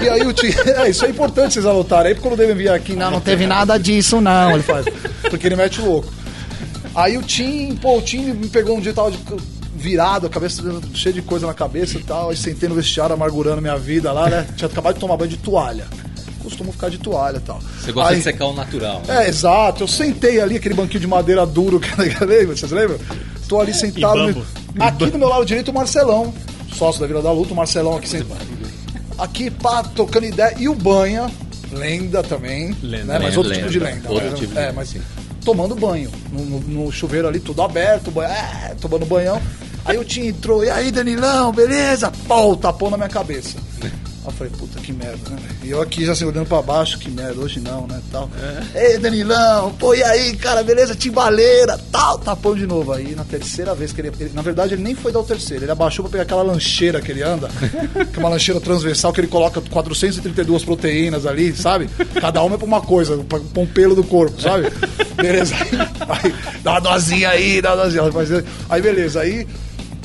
Speaker 3: E aí o Tim, (laughs) é, isso é importante vocês anotarem aí, porque quando o Demi vier aqui, não, não teve nada disso não, ele faz, porque ele mete o louco. Aí o Tim, pô, o Tim me pegou um dia tal de virado, a cabeça cheia de coisa na cabeça e tal, aí sentei no vestiário amargurando minha vida lá, né? Tinha acabado de tomar banho de toalha. Costumo ficar de toalha e tal.
Speaker 1: Você gosta
Speaker 3: Aí-
Speaker 1: de secar o natural. né?
Speaker 3: É, exato. Eu sentei ali, aquele banquinho de madeira duro (laughs) que lembra? Vocês lembram? Tô ali sentado.
Speaker 2: bambo.
Speaker 3: Aqui do meu lado direito, o Marcelão, sócio da Vila da Luta, o Marcelão aqui sentado. Aqui, pá, tocando ideia. E o Banha, lenda também.
Speaker 2: Lenda.
Speaker 3: né? Mas
Speaker 1: Lenda,
Speaker 3: outro tipo de
Speaker 1: lenda.
Speaker 3: lenda.
Speaker 1: Outro
Speaker 3: mas-
Speaker 1: tipo de
Speaker 3: é,
Speaker 1: lenda,
Speaker 3: mas
Speaker 1: sim.
Speaker 3: tomando banho. No, no- no chuveiro ali, tudo aberto, banho, é, tomando banhão. Aí o Tim entrou, e aí, Danilão, beleza? Pau, tapou na minha cabeça. Aí eu falei, puta que merda, né? velho? E eu aqui já assim, olhando pra baixo, que merda, hoje não, né? Tal.
Speaker 1: É.
Speaker 3: Ei, Danilão, pô, e aí, cara, beleza? Timbaleira, tal, tapão de novo. Aí na terceira vez que ele, ele- Na verdade, ele nem foi dar o terceiro, ele abaixou pra pegar aquela lancheira que ele anda, (laughs) que é uma lancheira transversal que ele coloca 432 proteínas ali, sabe? Cada uma é pra uma coisa, pra pra um pelo do corpo, sabe? Beleza. Aí, dá uma dozinha aí, dá uma dozinha. Ela faz- Aí, beleza, aí.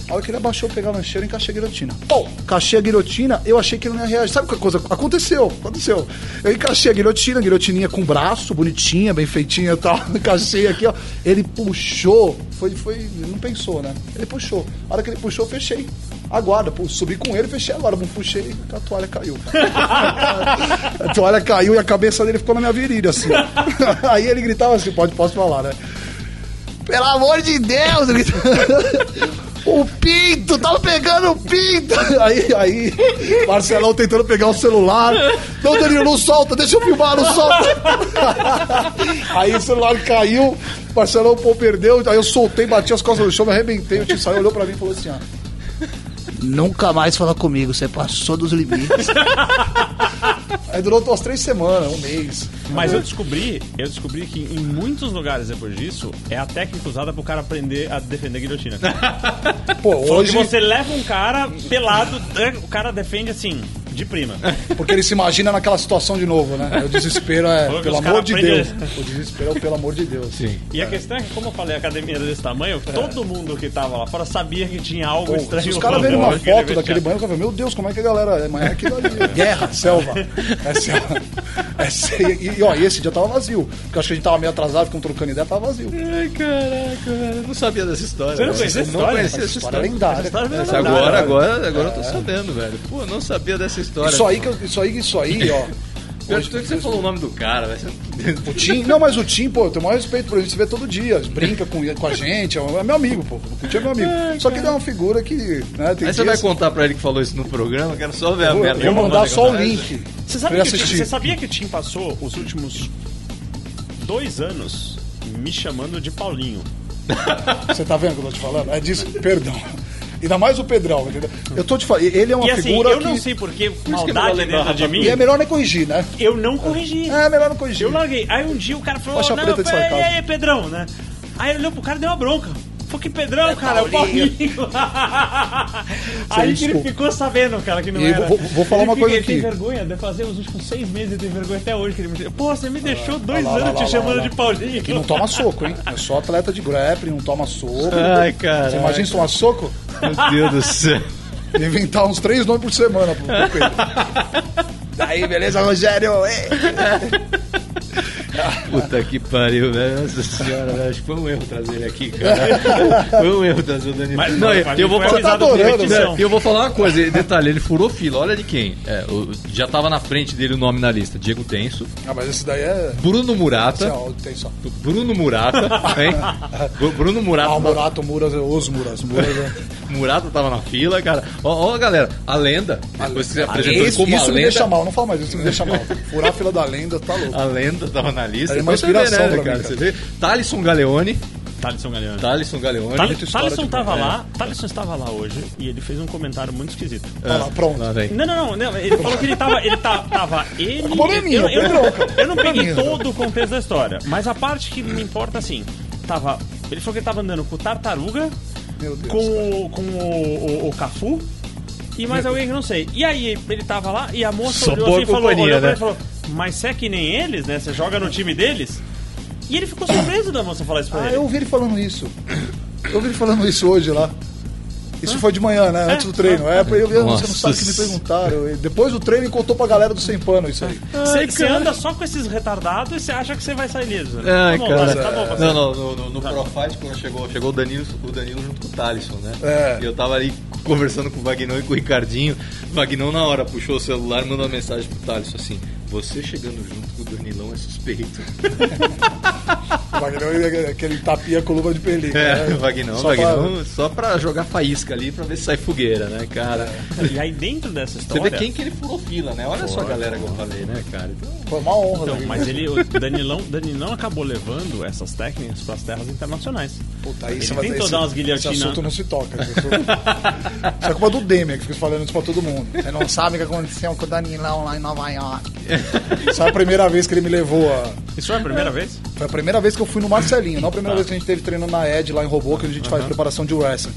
Speaker 3: A hora que ele abaixou pegar a lancheira, eu encaixei a guilhotina. Pô, encaixei a guilhotina, eu achei que ele não ia reagir. Sabe que coisa? Aconteceu, aconteceu. Eu encaixei a guilhotina, a guilhotininha com o braço, bonitinha, bem feitinha e tal. (laughs) Encaixei aqui, ó. Ele puxou, foi, foi, ele não pensou, né? Ele puxou. A hora que ele puxou, eu fechei. Aguarda, pô, subi com ele, fechei agora. Bom, puxei, a toalha caiu. a toalha caiu e a cabeça dele ficou na minha virilha, assim. (laughs) Aí ele gritava assim, pode, posso falar, né? Pelo amor de Deus! ele gritava. (laughs) O pinto! Tava pegando o pinto! (laughs) Aí, aí, Marcelão tentando pegar o celular. Não, Danilo, não solta, deixa eu filmar, não solta! (laughs) Aí o celular caiu, Marcelão, pô, perdeu. Aí eu soltei, bati as costas no chão, me arrebentei. O tio saiu, olhou pra mim e falou assim: ó.
Speaker 4: Nunca mais fala comigo, você passou dos limites.
Speaker 3: Aí durou umas três semanas, um mês.
Speaker 2: Mas eu descobri, eu descobri que em muitos lugares depois disso, é a técnica usada pro cara aprender a defender a
Speaker 3: (laughs)
Speaker 2: guilhotina.
Speaker 3: Pô,
Speaker 2: Hoje
Speaker 3: hoje.
Speaker 2: você leva um cara pelado, né, o cara defende assim, de prima.
Speaker 3: Porque ele se imagina naquela situação de novo, né? O desespero
Speaker 2: Foi
Speaker 3: é,
Speaker 2: que
Speaker 3: pelo
Speaker 2: os cara
Speaker 3: amor de
Speaker 2: aprende-
Speaker 3: Deus. O desespero é o pelo amor de Deus. Sim.
Speaker 2: E a questão é que, como eu falei, a academia era desse tamanho, todo mundo que tava lá fora sabia que tinha algo estranho.
Speaker 3: É. Se os
Speaker 2: no
Speaker 3: caras verem
Speaker 2: banheiro,
Speaker 3: uma
Speaker 2: aquele
Speaker 3: foto daquele
Speaker 2: vestiário.
Speaker 3: banheiro, eu falo, meu Deus, como é que a galera. Mas é aquilo ali. é Guerra, selva. É selva. É se- e, e, ó, e esse dia tava vazio. Porque eu acho que a gente tava meio atrasado, ficamos trocando ideia, tava vazio.
Speaker 1: Ai, caraca, velho, eu não sabia dessa história.
Speaker 2: Você não
Speaker 1: velho.
Speaker 2: conhecia essa
Speaker 1: Não
Speaker 2: história?
Speaker 1: conhecia
Speaker 3: Essa
Speaker 1: essa
Speaker 3: história é
Speaker 1: história.
Speaker 3: lendária. É.
Speaker 2: Essa história é
Speaker 1: Essa
Speaker 2: lendária,
Speaker 1: agora,
Speaker 2: velho.
Speaker 1: agora, agora eu tô sabendo, velho. Pô, eu não sabia dessa história.
Speaker 3: Isso aí, que eu- isso aí, isso aí, ó.
Speaker 1: Pior de tudo é que você falou o nome do cara, velho.
Speaker 3: O Tim, não, mas o Tim, pô, eu tenho o maior respeito por ele, se vê todo dia, brinca com, com a gente, é um- é meu amigo, pô. O Tim é meu amigo. Só que ele é uma figura que. Né, tem
Speaker 1: Aí você vai
Speaker 3: dias-
Speaker 1: contar pra ele que falou isso no programa, quero só ver a
Speaker 3: Pô, eu
Speaker 2: né?
Speaker 1: merda.
Speaker 3: Vou mandar só o link.
Speaker 2: Você,
Speaker 3: pra
Speaker 2: sabe
Speaker 3: ele
Speaker 2: que o Tim,
Speaker 3: assistir.
Speaker 2: você sabia que o Tim passou os últimos dois anos me chamando de Paulinho?
Speaker 3: Você tá vendo o que eu tô te falando? É disso, perdão. Ainda mais o Pedrão, entendeu? Eu tô te falando, ele é uma
Speaker 2: e assim,
Speaker 3: figura
Speaker 2: eu
Speaker 3: que.
Speaker 2: não sei por que
Speaker 1: isso que
Speaker 2: maldade
Speaker 1: eu não vou
Speaker 2: dentro de mim,
Speaker 3: E é melhor nem corrigir, né?
Speaker 2: eu não corrigi.
Speaker 3: É melhor não
Speaker 2: Eu
Speaker 3: corrigir.
Speaker 2: larguei. Aí um dia o cara falou,
Speaker 3: Faixa
Speaker 2: não,
Speaker 3: preta de
Speaker 2: peraí, e
Speaker 3: sarcasmo.
Speaker 2: aí, Pedrão, né? Aí ele olhou pro cara e deu uma bronca. Falou que Pedrão, cara, é o Paulinho.
Speaker 3: (laughs)
Speaker 2: aí que ele
Speaker 3: desculpa.
Speaker 2: ficou sabendo, cara, que não
Speaker 3: E
Speaker 2: era.
Speaker 3: vou- vou falar
Speaker 2: Ele
Speaker 3: uma
Speaker 2: fica-
Speaker 3: coisa
Speaker 2: ele
Speaker 3: aqui.
Speaker 2: tem vergonha de fazer os últimos seis meses, ele tem vergonha até hoje. Que ele me... Pô, você me deixou dois
Speaker 3: lá, lá,
Speaker 2: anos
Speaker 3: lá,
Speaker 2: te chamando
Speaker 3: lá, lá.
Speaker 2: de Paulinho.
Speaker 3: E não toma soco, hein? Eu sou atleta de grappling, não toma soco.
Speaker 1: Ai,
Speaker 3: Você
Speaker 1: cara.
Speaker 3: imagina se tomar soco?
Speaker 1: Meu Deus do céu.
Speaker 3: Inventar uns três nomes por semana pro pro Pedro.
Speaker 2: (laughs)
Speaker 3: Daí, beleza, Rogério? Ei.
Speaker 1: Puta que pariu, velho. Nossa senhora, velho. Acho que foi um erro trazer ele aqui, cara. Foi um erro trazer o Danilo.
Speaker 2: Mas,
Speaker 1: não,
Speaker 2: mano,
Speaker 1: eu,
Speaker 2: pra
Speaker 1: eu né?
Speaker 2: mim
Speaker 1: vou falar.
Speaker 2: foi
Speaker 3: Você tá
Speaker 2: avisado de
Speaker 3: adorando,
Speaker 2: repetição.
Speaker 1: Não, eu vou falar uma coisa, e detalhe, ele furou fila, olha de quem. É, o- já tava na frente dele o nome na lista: Diego Tenso,
Speaker 3: Ah, mas esse daí é.
Speaker 1: Bruno Murata.
Speaker 3: Não, tem só.
Speaker 1: Bruno Murata, hein? Bru- Bruno
Speaker 3: Ah,
Speaker 1: Murata,
Speaker 3: o Murato, Muras, os Muras, Muras. é-
Speaker 1: Murata tava na fila, cara. Ó, ó galera, a lenda. Depois que você apresentou ele
Speaker 3: Isso,
Speaker 1: como a
Speaker 3: isso me deixa
Speaker 1: lenda.
Speaker 3: mal, não fala mais isso, me deixa mal. Furar a fila da lenda, tá louco.
Speaker 1: A lenda tava na lista.
Speaker 3: Aí é uma
Speaker 1: Então você vê,
Speaker 3: inspiração pra mim,
Speaker 1: cara? Você
Speaker 3: cara.
Speaker 1: vê? Thalisson Galeone.
Speaker 2: Thaleson Galeano.
Speaker 1: Thalisson Galeone.
Speaker 2: Thale-
Speaker 1: Muita história
Speaker 2: Thaleson
Speaker 1: de-
Speaker 2: tava
Speaker 1: é.
Speaker 2: lá, Thaleson estava lá hoje e ele fez um comentário muito esquisito.
Speaker 1: É.
Speaker 3: Olha tá lá, pronto.
Speaker 1: Lá vem.
Speaker 2: Não, não, não, não, Ele falou que ele tava. Ele tá, tava ele.
Speaker 3: culpa não é minha,
Speaker 2: eu, eu, não-
Speaker 3: Pedro, cara.
Speaker 2: eu não peguei
Speaker 3: minha.
Speaker 2: todo o contexto da história. Mas a parte que me importa, assim, tava. Ele falou que ele tava andando com o tartaruga,
Speaker 3: Meu Deus.
Speaker 2: com, o, com o, o, o Cafu e mais alguém que eu não sei. E aí ele tava lá e a moça
Speaker 1: Só
Speaker 2: olhou
Speaker 1: boa
Speaker 2: assim e falou,
Speaker 1: companhia,
Speaker 2: olhou pra
Speaker 1: né?
Speaker 2: ele e falou: Mas você é que nem eles, né? Você joga no time deles? E ele ficou surpreso da moça falar isso pra
Speaker 3: Ah,
Speaker 2: ele.
Speaker 3: eu ouvi ele falando isso. Eu ouvi ele falando isso hoje lá. Isso foi de manhã, né? Antes do treino. É, eu, eu, você não
Speaker 1: Nossa.
Speaker 3: sabe o que me perguntaram. E Depois do treino, ele contou pra galera do Sem Pano isso aí.
Speaker 1: Ah,
Speaker 2: Você você anda só com esses retardados e você acha que você vai sair liso. né?
Speaker 1: Ai,
Speaker 2: tá bom,
Speaker 1: cara.
Speaker 2: Wallace, tá bom, você.
Speaker 1: não, não, no, no, no Profight, quando chegou, chegou o Danilo, o Danilo junto com o Thalisson, né?
Speaker 3: É.
Speaker 1: E eu tava ali conversando com o Vagnão e com o Ricardinho. O Vagnão, na hora, puxou o celular e mandou uma mensagem pro Thalisson assim: Você chegando junto com o Danilão é suspeito.
Speaker 3: O Vagnão é aquele tapinha com luva de película.
Speaker 1: É, (laughs)
Speaker 3: né?
Speaker 1: o Vagnão,
Speaker 3: Só
Speaker 1: só Vagnão, só pra jogar faísca ali pra ver se sai fogueira, né, cara?
Speaker 2: E aí dentro dessa
Speaker 1: Você
Speaker 2: história.
Speaker 1: vê quem que ele furou fila, né? Olha só a galera que eu falei, né, cara? Então,
Speaker 3: pra- Foi uma honra.
Speaker 2: Então,
Speaker 3: né?
Speaker 2: mas ele,
Speaker 3: (laughs)
Speaker 2: o Danilão, Danilão acabou levando essas técnicas para as terras internacionais.
Speaker 3: Puta, aí
Speaker 2: ele
Speaker 3: você vai-
Speaker 2: tentou
Speaker 3: esse-
Speaker 2: dar umas
Speaker 3: Esse
Speaker 2: guilhotinas.
Speaker 3: assunto não se toca. esse assunto- Isso é culpa do Demian, que fica falando isso pra todo mundo.
Speaker 4: Você não sabe o que aconteceu com o Danilão lá em Nova York.
Speaker 3: Isso é a primeira vez que ele me levou a...
Speaker 2: Isso foi a
Speaker 3: É.
Speaker 2: primeira vez?
Speaker 3: Foi a primeira vez que eu fui no Marcelinho, não a
Speaker 2: Tá.
Speaker 3: primeira vez que a gente teve treinando na Ed lá em Robô, que a gente faz preparação de wrestling.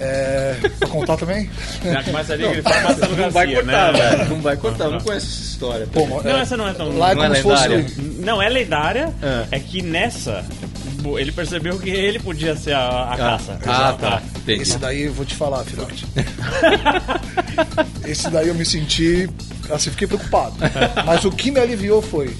Speaker 3: É... Pra contar também?
Speaker 2: Já começa ali É que ele fala Marcelo
Speaker 1: não vai
Speaker 2: Garcia,
Speaker 1: cortar,
Speaker 2: né?
Speaker 1: velho. Não vai cortar, eu não conheço essa história.
Speaker 3: Pô, mo-
Speaker 2: Não,
Speaker 3: é-
Speaker 2: essa não é tão.
Speaker 3: Lá é
Speaker 1: Não é
Speaker 3: como se
Speaker 1: lendária?
Speaker 3: fosse...
Speaker 2: Não, é lendária.
Speaker 1: É.
Speaker 2: É, que nessa, bo- ele percebeu que ele podia ser a, a caça.
Speaker 1: Ah, tá. Entendi.
Speaker 3: Esse daí eu vou te
Speaker 2: (laughs)
Speaker 3: falar, filhote. Esse daí eu me senti... Assim, fiquei preocupado. Mas o que me aliviou foi...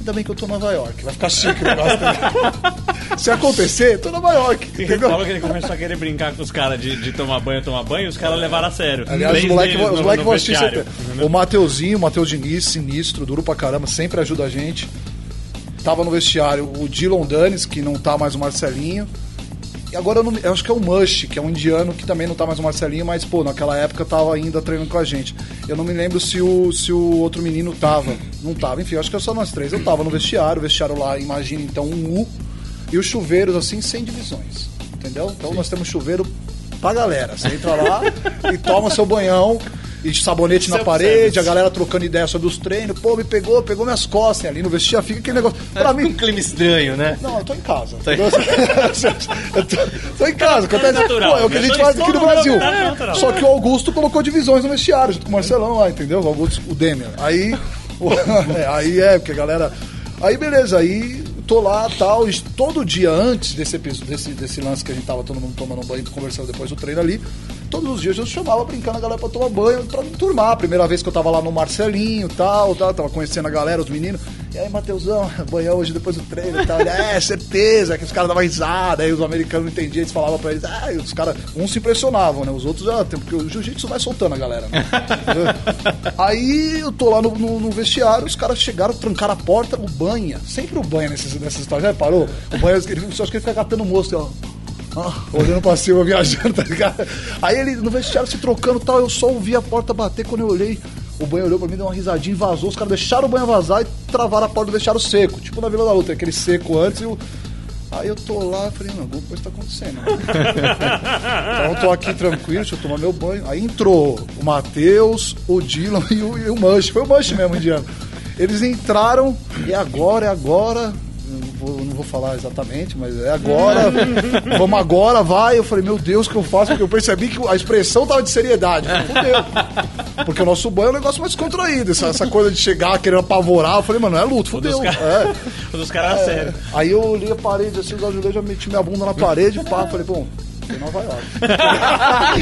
Speaker 3: Ainda bem que eu tô em Nova York. Vai
Speaker 2: (laughs)
Speaker 3: ficar chique o negócio. também. Se acontecer, tô em Nova York.
Speaker 2: E
Speaker 3: Entendeu?
Speaker 2: reclama que ele começou a querer brincar com os caras de, de tomar banho, tomar banho, os caras levaram a sério.
Speaker 3: Aliás, os
Speaker 2: Três
Speaker 3: moleques
Speaker 2: deles
Speaker 3: os
Speaker 2: no-
Speaker 3: moleque
Speaker 2: no
Speaker 3: vão assistir
Speaker 2: vestiário.
Speaker 3: sempre. O Mateuzinho, o Mateus Diniz, sinistro, duro pra caramba, sempre ajuda a gente. Tava no vestiário o Dylan Danes, que não tá mais o Marcelinho. E agora eu, não- eu acho que é o Mush, que é um indiano que também não tá mais o Marcelinho, mas pô, naquela época tava ainda treinando com a gente. Eu não me lembro se o, se o outro menino tava. Não tava, enfim, eu acho que é só nós três. Eu tava no vestiário, o vestiário lá, imagina então um U, e os chuveiros assim, sem divisões. Entendeu? Então nós temos chuveiro pra galera. Você entra lá e toma seu banhão. E sabonete na parede, a galera trocando ideia sobre os treinos. Pô, me pegou, pegou minhas costas e ali no vestiário, fica aquele negócio. Pra mim,
Speaker 1: Um clima estranho, né?
Speaker 3: não, eu tô em casa.
Speaker 1: Tá em-
Speaker 3: (laughs) eu tô, tô em casa. Acontece,
Speaker 2: natural,
Speaker 3: pô, é o que a
Speaker 2: né?
Speaker 3: gente
Speaker 2: Tô-
Speaker 3: faz aqui no
Speaker 2: estou
Speaker 3: Brasil.
Speaker 2: no lugar natural.
Speaker 3: Só que o Augusto colocou divisões no vestiário, junto com o Marcelão lá, entendeu? O Augusto, o Demian. Aí, (laughs) o- é, aí é, porque a galera... Aí, beleza, aí tô lá, tal, e todo dia antes desse, episo- desse, desse lance que a gente tava todo mundo tomando um banho, conversando depois do treino ali, todos os dias eu chamava brincando a galera pra tomar banho, pra me turmar. Primeira vez que eu tava lá no Marcelinho, tal, tal, tava conhecendo a galera, os meninos. E aí, (laughs) Matheusão, banhão hoje depois do treino e tal. Ele, é, certeza, que os caras davam risada, aí os americanos não entendiam, eles falavam pra eles, ah, e os caras, uns se impressionavam, né? Os outros, ah, tem- porque o jiu-jitsu vai soltando a galera, né? Entendeu? aí eu tô lá no, no- no vestiário, os caras chegaram, trancaram a porta, o banha, sempre o banha nesses, nessas histórias, já reparou? O banha, ele, só acho que ele fica catando mosca, ó. Ah, olhando pra cima, (laughs) viajando, tá ligado? Aí ele no vestiário se trocando e tal, eu só ouvi a porta bater quando eu olhei. O banho olhou pra mim, deu uma risadinha, vazou. Os caras deixaram o banho vazar e travaram a porta do vestiário seco. Tipo na Vila da Luta, aquele seco antes e o. Aí eu tô lá, eu falei, não, alguma coisa tá acontecendo. né? então eu tô aqui tranquilo, deixa eu tomar meu banho. Aí entrou o Matheus, o Dylan e o, e o Manche. Foi o Manche mesmo, indiano. Eles entraram, e agora, é agora. Eu não vou, não vou falar exatamente, mas
Speaker 2: (laughs)
Speaker 3: é agora. Vamos agora, vai. Eu falei, meu Deus, o que eu faço? Porque eu percebi que a expressão tava de seriedade. Eu falei, Fudeu. Porque o nosso banho é um negócio mais contraído. Essa, essa coisa de chegar querendo apavorar. Eu falei, mano, é luto, fudeu.
Speaker 2: Os caras
Speaker 3: É.
Speaker 2: os caras a sério.
Speaker 3: Aí eu olhei a parede assim, os azulejos, eu meti minha bunda na parede e pá, falei, bom, tô em Nova York.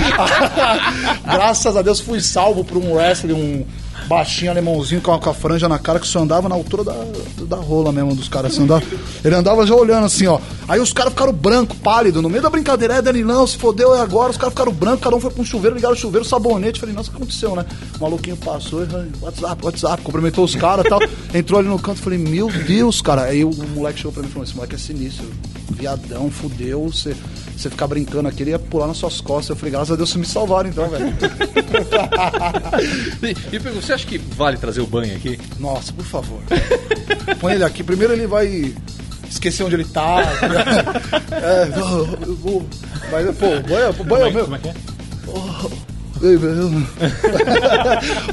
Speaker 3: Graças a Deus fui salvo por um wrestling, um baixinho alemãozinho com a, com a franja na cara que só andava na altura da, da rola mesmo dos caras. Assim, andava- ele andava já olhando assim, ó. Aí os caras ficaram branco, pálido, no meio da brincadeira, é Danilão, se fodeu, é agora. Os caras ficaram branco, cada um foi pra um chuveiro, ligaram o chuveiro, sabonete. Falei, nossa, o que aconteceu, né? O maluquinho passou, e, "Ai, WhatsApp, WhatsApp, cumprimentou os caras e tal. (laughs) Entrou ali no canto, falei, meu Deus, cara. Aí o moleque chegou pra mim e falou, esse moleque é sinistro viadão, fudeu, você você ficar brincando aqui, ele ia pular nas suas costas. Eu falei, graças a Deus, vocês me salvaram então, velho.
Speaker 1: E, e pergunto, você acha que vale trazer o banho aqui?
Speaker 3: Nossa, por favor. (laughs) Põe ele aqui. Primeiro ele vai esquecer onde ele tá. (laughs) é, não, eu vou. Mas, pô, o banho, o banho é meu. Oh,
Speaker 2: Como é que é?
Speaker 3: Ei, meu.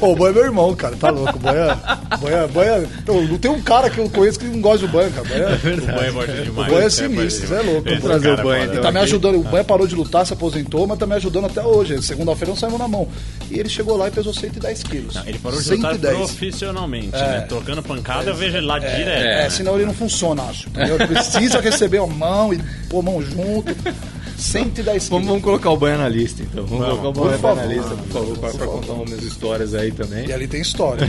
Speaker 3: (laughs) Ô, o banho é meu irmão, cara. Tá louco. O banho é. Banho é, banho é- Então, não tem um cara que eu conheço que não gosta de banho, cara. Banho é-
Speaker 2: O banho é forte demais.
Speaker 3: O banho é sinistro, você é louco.
Speaker 2: Esse
Speaker 1: Trazer
Speaker 2: cara
Speaker 1: o banho,
Speaker 2: é
Speaker 1: então.
Speaker 3: Ele tá me ajudando. O Banha parou de lutar, se aposentou, mas tá me ajudando até hoje. Segunda-feira não saiu na mão. E ele chegou lá e pesou 110 quilos.
Speaker 2: Ele parou de lutar profissionalmente, né? Tocando pancada, eu vejo ele lá direto.
Speaker 3: É,
Speaker 1: né?
Speaker 3: senão ele não funciona, acho. entendeu? Ele precisa receber a mão e pôr a mão junto. 110
Speaker 1: Vamos,
Speaker 3: quilos.
Speaker 1: vamos colocar o banho na lista, então. Vamos, colocar o
Speaker 3: por
Speaker 1: banho na
Speaker 3: favor.
Speaker 1: lista, por favor, pra, pra contar umas histórias aí também.
Speaker 3: E
Speaker 1: (laughs)
Speaker 3: ali tem história.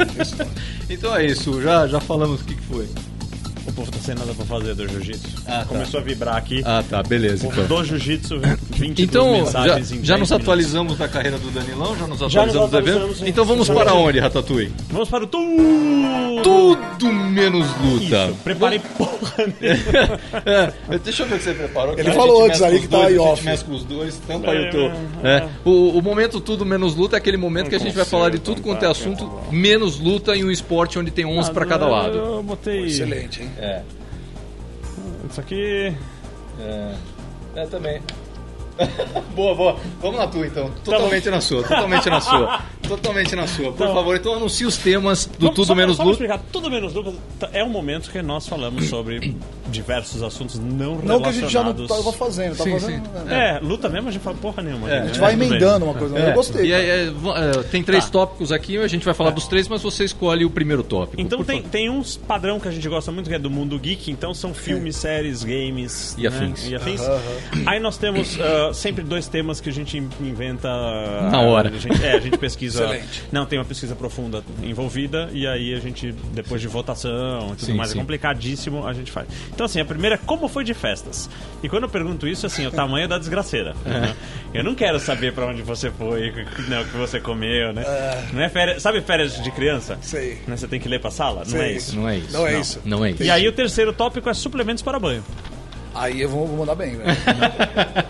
Speaker 3: Ali tem história.
Speaker 1: Então é isso, já, já falamos o que, que foi.
Speaker 2: O não tem nada pra fazer do jiu-jitsu.
Speaker 1: Ah, tá.
Speaker 2: Começou a vibrar aqui.
Speaker 1: Ah, tá, beleza.
Speaker 2: Povo Do jiu-jitsu, 22
Speaker 1: Então, já,
Speaker 2: mensagens em
Speaker 1: já
Speaker 2: 10
Speaker 1: nos
Speaker 2: minutos.
Speaker 1: atualizamos da carreira do Danilão, já nos
Speaker 2: Já nos
Speaker 1: atualizamos do
Speaker 2: atualizamos,
Speaker 1: evento.
Speaker 2: sim.
Speaker 1: Então vamos
Speaker 2: Sim.
Speaker 1: para onde, Ratatouille?
Speaker 2: Vamos para o tudo.
Speaker 1: Tudo menos luta.
Speaker 2: Isso, preparei porra nenhuma.
Speaker 1: É, deixa eu ver o que você preparou.
Speaker 3: Ele falou antes ali que tá aí
Speaker 1: ó. A gente
Speaker 3: off.
Speaker 1: mescla os dois, tampa aí o teu.
Speaker 2: É.
Speaker 1: É, o, o momento tudo menos luta é aquele momento que a gente vai falar de tudo quanto é assunto, menos luta em um esporte onde tem 11 pra cada lado.
Speaker 2: Eu botei
Speaker 3: Excelente, hein?
Speaker 1: É,
Speaker 2: isso aqui.
Speaker 1: é, é também. (laughs) boa, boa. Vamos na tua
Speaker 2: Tá
Speaker 1: então. Totalmente na sua, totalmente na
Speaker 2: (laughs)
Speaker 1: sua. Totalmente na sua. Por favor, então anuncie os temas do
Speaker 2: Tá. Vamos-
Speaker 1: Tudo
Speaker 2: só pra-
Speaker 1: Menos
Speaker 2: só pra
Speaker 1: Luta.
Speaker 2: explicar, tudo menos Lucas é um momento que
Speaker 1: (coughs)
Speaker 2: nós falamos sobre diversos assuntos não relacionados.
Speaker 3: Não que a gente já não tá- tava fazendo, tava
Speaker 1: Sim,
Speaker 3: fazendo.
Speaker 1: sim.
Speaker 3: né?
Speaker 2: É, luta mesmo a gente fala porra nenhuma.
Speaker 1: É,
Speaker 3: A gente
Speaker 2: né?
Speaker 3: vai
Speaker 2: Tudo bem.
Speaker 3: emendando uma coisa. Eu gostei.
Speaker 1: E
Speaker 3: cara.
Speaker 1: aí, é, va- é, tem três tópicos aqui, a gente vai falar dos três, mas você escolhe o primeiro tópico.
Speaker 2: Então
Speaker 1: por
Speaker 2: tem,
Speaker 1: favor.
Speaker 2: tem uns padrão que a gente gosta muito, que é do mundo geek, então são filmes, séries, games
Speaker 1: E
Speaker 2: né?
Speaker 1: afins.
Speaker 2: E afins. Aí nós temos ah, sempre dois temas que a gente inventa.
Speaker 1: Na hora.
Speaker 2: A gente, é, a gente pesquisa.
Speaker 3: Excelente.
Speaker 2: não, tem uma pesquisa profunda envolvida, e aí a gente, depois de votação e tudo
Speaker 1: Sim,
Speaker 2: mais,
Speaker 1: sim.
Speaker 2: é complicadíssimo, a gente faz. Então, assim, a primeira é como foi de festas. E quando eu pergunto isso, assim, é o tamanho da desgraceira.
Speaker 1: É.
Speaker 2: né? Eu não quero saber pra onde você foi, não, o que você comeu, né? Não é férias, sabe férias de criança?
Speaker 3: Sei.
Speaker 2: Né, Você tem que ler pra sala? Não é
Speaker 3: Sei.
Speaker 2: isso.
Speaker 1: Não é isso.
Speaker 3: Não é isso.
Speaker 1: Não é isso.
Speaker 2: E aí o terceiro tópico é suplementos para banho.
Speaker 3: Aí eu vou, vou mandar
Speaker 1: (laughs)
Speaker 3: bem, velho.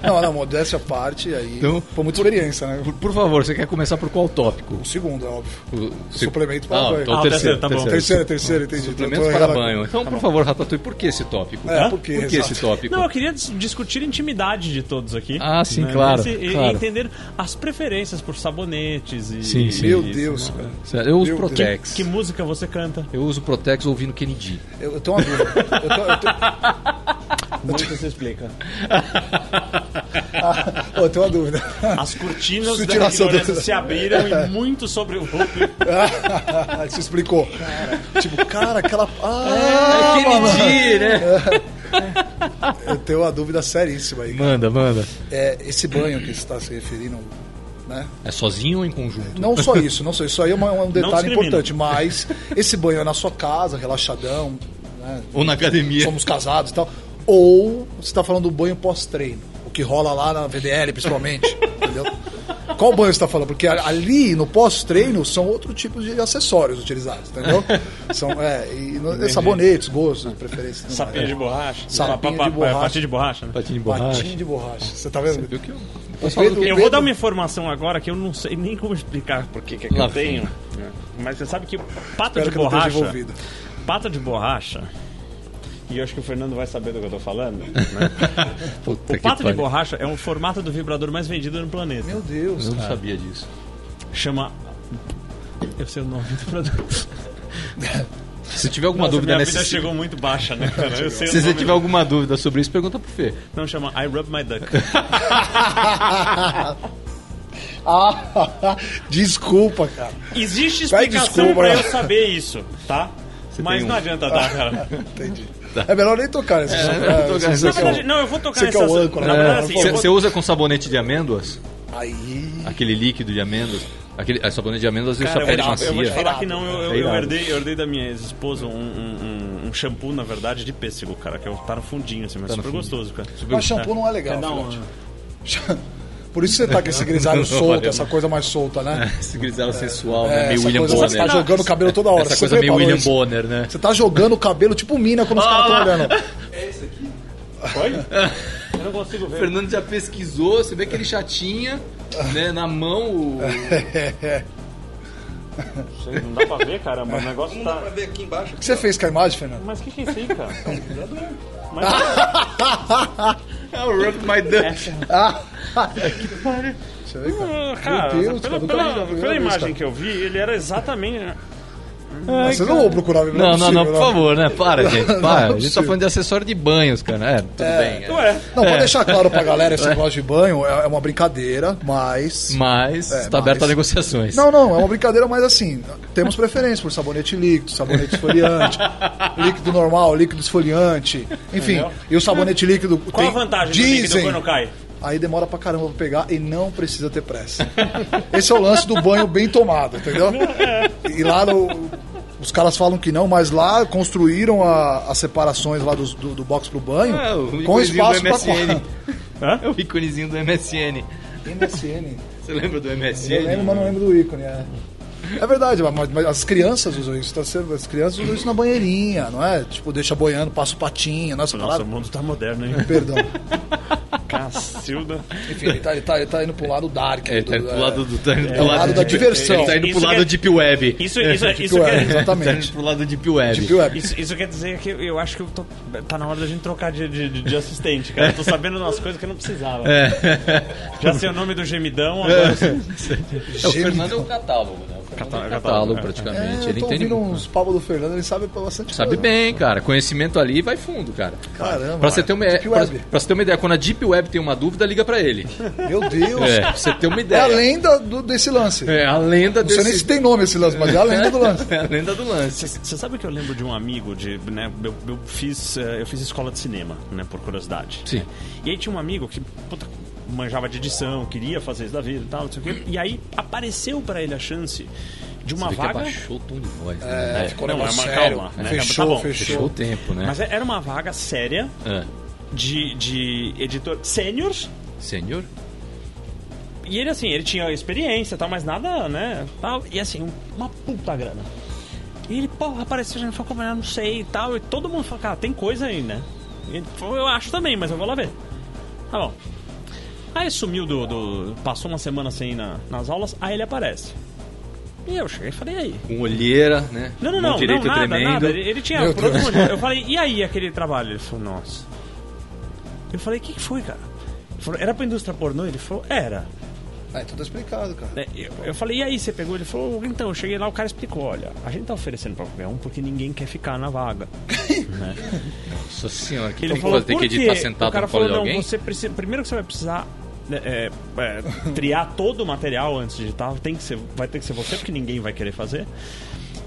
Speaker 3: não, não, modéstia à parte, aí.
Speaker 1: Então-
Speaker 3: foi muita experiência, né?
Speaker 1: Por, por favor, você quer começar por qual tópico?
Speaker 3: O segundo, é óbvio.
Speaker 1: O,
Speaker 3: Suplemento para
Speaker 1: para
Speaker 3: banho.
Speaker 1: banho. Então,
Speaker 2: Ah,
Speaker 1: o
Speaker 2: o
Speaker 1: terceiro,
Speaker 2: terceiro, tá bom.
Speaker 3: Terceiro, terceiro, entendi.
Speaker 1: Suplementos
Speaker 3: Eu tô
Speaker 1: para
Speaker 3: errado.
Speaker 1: banho. Então, por favor, Ratatouille, por que esse tópico?
Speaker 3: É,
Speaker 1: Hã?
Speaker 3: por quê?
Speaker 1: que
Speaker 3: Exato.
Speaker 1: esse tópico?
Speaker 2: Não, eu queria dis- discutir a intimidade de todos aqui.
Speaker 1: Ah, sim, claro,
Speaker 2: Esse- e-
Speaker 1: claro.
Speaker 2: E entender as preferências por sabonetes e.
Speaker 1: Sim, sim.
Speaker 2: e
Speaker 3: Meu
Speaker 2: isso,
Speaker 3: Deus,
Speaker 2: né?
Speaker 3: cara.
Speaker 1: Sério, Eu uso
Speaker 3: Meu Deus.
Speaker 1: Protex.
Speaker 2: Que música você canta?
Speaker 1: Eu uso Protex ouvindo Kennedy.
Speaker 3: Eu, eu tenho uma dúvida. Eu tô- eu tenho-
Speaker 2: Música você explica.
Speaker 3: eu Ah, tenho uma dúvida. (laughs)
Speaker 2: As cortinas da
Speaker 3: Sutiração
Speaker 2: ignorância
Speaker 3: do-
Speaker 2: se abriram e muito sobre o
Speaker 3: Você explicou. Tipo, cara, aquela. Ah,
Speaker 1: é Kennedy, né?
Speaker 3: eu tenho uma dúvida seríssima aí.
Speaker 1: Manda, manda.
Speaker 3: É, esse banho que você está se referindo, né?
Speaker 1: É sozinho ou em conjunto?
Speaker 3: Não só isso, não só isso. Isso aí é uma- um detalhe
Speaker 2: discrimina.
Speaker 3: importante, mas esse banho é na sua casa, relaxadão, né?
Speaker 1: Ou na academia?
Speaker 3: (laughs) somos casados e tal. Ou você está falando do banho pós-treino, o que rola lá na VDL, principalmente. entendeu? Qual banho você está falando? Porque a- ali no pós-treino são outro tipo de acessórios utilizados, entendeu? São é, e no- sabonetes, gostos, preferências.
Speaker 2: sapinha de borracha.
Speaker 3: (laughs) Sapinho
Speaker 2: Pa- pa- pa-
Speaker 3: de borracha.
Speaker 2: Patinho de borracha, né?
Speaker 1: Patinho de
Speaker 3: Patinho de borracha. Você tá vendo?
Speaker 1: Viu que eu...
Speaker 3: Pedro-
Speaker 1: que-
Speaker 2: Eu
Speaker 3: Pedro-
Speaker 2: vou dar uma informação agora que eu não sei nem como explicar porque que, é que
Speaker 1: Lá
Speaker 2: eu
Speaker 1: vem.
Speaker 2: tenho. Mas você sabe que pata
Speaker 3: Espero
Speaker 2: de
Speaker 3: que eu não esteja
Speaker 2: borracha.
Speaker 3: envolvido.
Speaker 2: Pata de borracha. E eu acho que o Fernando vai saber do que eu tô falando. Né?
Speaker 1: Puta
Speaker 2: o
Speaker 1: que
Speaker 2: pata de
Speaker 1: pariu.
Speaker 2: borracha é um formato do vibrador mais vendido no planeta.
Speaker 3: Meu Deus.
Speaker 1: Eu não sabia disso.
Speaker 2: Chama. Eu sei o nome do produto.
Speaker 1: Se tiver alguma
Speaker 2: Nossa,
Speaker 1: dúvida
Speaker 2: minha
Speaker 1: nessa.
Speaker 2: vida chegou muito baixa, né, cara? Eu sei
Speaker 1: Se
Speaker 2: o
Speaker 1: você
Speaker 2: nome
Speaker 1: tiver
Speaker 2: do-
Speaker 1: alguma dúvida sobre isso, pergunta pro Fê.
Speaker 2: Não, chama I Rub My Duck.
Speaker 3: (laughs) Ah, (laughs) desculpa, cara.
Speaker 2: Existe
Speaker 3: Vai,
Speaker 2: explicação
Speaker 3: desculpa.
Speaker 2: pra eu saber isso, tá? Mas
Speaker 1: tem
Speaker 2: não
Speaker 1: um.
Speaker 2: adianta dar, cara.
Speaker 3: Entendi. É melhor nem tocar nessa
Speaker 1: tocar
Speaker 3: é,
Speaker 1: nessa
Speaker 2: Na verdade, não, eu vou tocar
Speaker 3: Você que é o
Speaker 2: nessa-
Speaker 3: âncora,
Speaker 2: Na
Speaker 3: né?
Speaker 2: verdade, assim, eu
Speaker 1: Você
Speaker 2: vou-
Speaker 1: você é usa com sabonete de amêndoas?
Speaker 3: Aí.
Speaker 1: Aquele líquido de amêndoas? Aquele, a sabonete de amêndoas deixa
Speaker 2: Cara,
Speaker 1: a pele
Speaker 2: eu, vou te- eu vou te
Speaker 1: macia.
Speaker 2: falar que não, eu, eu-
Speaker 1: É
Speaker 2: eu
Speaker 1: irado.
Speaker 2: herdei, eu herdei da minha ex-esposa um, um- um- um shampoo, na verdade, de pêssego, cara, que é o- tá no fundinho, assim, mas
Speaker 1: Tá no
Speaker 2: super
Speaker 1: fundinho.
Speaker 2: gostoso, cara.
Speaker 3: Mas shampoo não é legal.
Speaker 2: Quer dar
Speaker 3: filhote.
Speaker 2: um-
Speaker 3: Por isso você tá com
Speaker 1: (laughs)
Speaker 3: esse grisalho solto, essa coisa mais solta, né?
Speaker 1: Esse grisalho sensual,
Speaker 3: É,
Speaker 1: né? Meio
Speaker 3: essa
Speaker 1: William
Speaker 3: coisa, Você
Speaker 1: Bonner.
Speaker 3: tá jogando o cabelo toda hora.
Speaker 1: Essa
Speaker 3: você
Speaker 1: coisa meio
Speaker 3: reparou
Speaker 1: William
Speaker 3: isso?
Speaker 1: Bonner, Ah. né?
Speaker 3: Você tá jogando o cabelo tipo mina quando os caras estão olhando.
Speaker 2: Oi? Eu não consigo ver.
Speaker 1: Fernando já pesquisou, você vê que ele já tinha né, na (laughs) mão o.
Speaker 2: Não dá pra ver, cara, mas o negócio tá...
Speaker 3: O que você fez com a imagem, Fernando?
Speaker 2: Mas o que que é isso aí, cara?
Speaker 1: Ah, o Rub My Duck.
Speaker 3: Deixa eu ver, cara.
Speaker 2: Cara,
Speaker 3: Meu Deus,
Speaker 2: pela,
Speaker 3: cara, nunca
Speaker 2: pela-
Speaker 3: vi na primeira
Speaker 2: pela
Speaker 3: vez,
Speaker 2: imagem
Speaker 3: cara.
Speaker 2: que eu vi, ele era exatamente...
Speaker 3: Mas vocês não vão procurar
Speaker 1: Não, não, não,
Speaker 3: possível,
Speaker 1: por favor, né? Para, gente. Para.
Speaker 2: é
Speaker 3: Não,
Speaker 1: a gente tá
Speaker 3: possível.
Speaker 1: falando de acessório de banhos, cara. É, tudo bem. é.
Speaker 2: Ué,
Speaker 3: Não, pra deixar claro pra galera
Speaker 1: (laughs)
Speaker 3: esse negócio de banho, é é uma brincadeira, mas.
Speaker 1: Mas
Speaker 3: É,
Speaker 1: tá aberto a
Speaker 3: mas-
Speaker 1: negociações.
Speaker 3: Não, não, é uma brincadeira, mas assim, temos preferência por sabonete líquido,
Speaker 1: (laughs)
Speaker 3: sabonete esfoliante, líquido normal, líquido esfoliante, enfim. E o sabonete líquido.
Speaker 2: qual a vantagem do líquido
Speaker 3: Dizem,
Speaker 2: quando cai?
Speaker 3: Aí demora pra caramba pra pegar e não precisa ter pressa. Esse é o lance do banho bem tomado, entendeu? E lá no. Os caras falam que não, mas lá construíram a- as separações lá dos- do, do box pro banho
Speaker 1: Ah, o
Speaker 3: com
Speaker 1: íconezinho do
Speaker 3: espaço pra quadra.
Speaker 1: MSN.
Speaker 2: Hã?
Speaker 1: É (laughs) o íconezinho do MSN.
Speaker 3: MSN.
Speaker 1: Você lembra do MSN?
Speaker 3: Eu lembro, mas não lembro do ícone. É, é verdade, mas, mas as crianças usam isso. Tá sendo, as crianças usam isso na banheirinha, não é? Tipo, deixa boiando, passa o patinho, nossa,
Speaker 2: Nossa,
Speaker 3: palavra.
Speaker 2: o mundo tá
Speaker 1: (laughs)
Speaker 2: moderno, hein?
Speaker 3: Perdão.
Speaker 2: Cacilda.
Speaker 3: Enfim, ele tá, ele, tá, ele tá indo pro lado dark.
Speaker 1: É, tá indo pro lado do. Tá indo pro
Speaker 3: o
Speaker 1: lado
Speaker 3: É, lado
Speaker 1: do
Speaker 3: da
Speaker 1: Deep-
Speaker 3: diversão.
Speaker 1: Ele tá indo pro
Speaker 2: Isso
Speaker 1: lado
Speaker 2: que é-
Speaker 1: Deep Web.
Speaker 2: Isso, isso,
Speaker 1: É,
Speaker 2: é isso,
Speaker 3: Deep
Speaker 2: quer-
Speaker 3: Web,
Speaker 1: Tá indo
Speaker 3: (laughs) exatamente.
Speaker 1: pro lado Deep Web.
Speaker 3: Deep Web.
Speaker 2: Isso, isso quer dizer que eu acho que eu tô- tá na hora da gente trocar de, de- de assistente, cara. Eu tô sabendo umas coisas que eu não precisava. Já sei o nome do gemidão, agora
Speaker 1: É, o Fernando é um catálogo, né? O Fernando é um catálogo,
Speaker 2: é.
Speaker 1: praticamente.
Speaker 3: É, eu
Speaker 1: ele
Speaker 3: tô
Speaker 1: entende.
Speaker 3: ouvindo um-
Speaker 1: muito.
Speaker 3: uns papos do Fernando, ele sabe bastante
Speaker 1: Sabe
Speaker 3: coisa.
Speaker 1: bem, cara. Conhecimento ali vai fundo, cara.
Speaker 3: Caramba. é,
Speaker 1: Pra você, ter uma,
Speaker 3: Deep
Speaker 1: pra,
Speaker 3: Web.
Speaker 1: pra você ter uma ideia, quando a Deep Web tem uma dúvida, liga pra ele.
Speaker 3: Meu Deus.
Speaker 1: É,
Speaker 3: É,
Speaker 1: pra você ter uma
Speaker 3: a
Speaker 1: ideia.
Speaker 3: lenda do- desse lance.
Speaker 1: É a lenda
Speaker 3: Não sei nem
Speaker 1: desse...
Speaker 3: se tem nome esse lance, mas é a lenda do lance.
Speaker 1: É a lenda do lance.
Speaker 2: Você sabe que eu lembro de um amigo de, né, eu, eu fiz, eh, eu fiz escola de cinema, né, por curiosidade.
Speaker 1: Sim.
Speaker 2: né? E aí tinha um amigo que puta, manjava de edição, queria fazer isso da vida e tal, não sei o quê. E aí apareceu pra ele a chance de uma
Speaker 1: Você vê que é
Speaker 2: vaga.
Speaker 1: abaixou o tom de voz.
Speaker 3: É,
Speaker 1: Né?
Speaker 3: ficou um
Speaker 2: não,
Speaker 3: negócio
Speaker 2: é uma-
Speaker 3: sério.
Speaker 2: calma, né?
Speaker 3: Fechou,
Speaker 2: Tá bom,
Speaker 1: Fechou o
Speaker 3: fechou.
Speaker 1: tempo, né?
Speaker 2: Mas era uma vaga séria
Speaker 1: Ah,
Speaker 2: de, de editor sênior.
Speaker 1: senhor?
Speaker 2: E ele assim, ele tinha experiência e tal, mas nada, né? Tal, e assim, uma puta grana. E ele, porra, apareceu, já me falou, como é, não sei e tal. E todo mundo falou, cara, tem coisa aí, né? E ele falou, eu acho também, mas eu vou lá ver. Tá bom. Aí ele sumiu do. do- passou uma semana sem ir na- nas aulas, aí ele aparece. E eu cheguei e falei, e aí?
Speaker 1: Com olheira, né?
Speaker 2: Não, não,
Speaker 1: Mão
Speaker 2: não,
Speaker 1: direita
Speaker 2: não nada,
Speaker 1: tremendo.
Speaker 2: nada. Ele, ele tinha
Speaker 3: Meu
Speaker 2: por outro motivo. Eu falei, e aí aquele trabalho? Ele falou, nossa. Eu falei, o que, que foi, cara? Ele falou, era pra indústria pornô? Ele falou, era.
Speaker 3: Ah, então tá explicado, cara.
Speaker 2: né? Eu, eu falei, e aí, você pegou? Ele falou, então, eu cheguei lá, o cara explicou, olha, a gente tá oferecendo pra qualquer um porque ninguém quer ficar na vaga.
Speaker 1: Nossa senhora, que
Speaker 2: Ele
Speaker 1: ele falou,
Speaker 2: falou,
Speaker 1: Então tem que
Speaker 2: por
Speaker 1: editar
Speaker 2: quê? o
Speaker 1: sentado
Speaker 2: cara
Speaker 1: no colo
Speaker 2: falou,
Speaker 1: de
Speaker 2: não,
Speaker 1: alguém?
Speaker 2: você precisa, primeiro que você vai precisar né, é, é,
Speaker 1: (laughs)
Speaker 2: triar todo o material antes de tal, tem que ser, vai ter que ser você, porque ninguém vai querer fazer.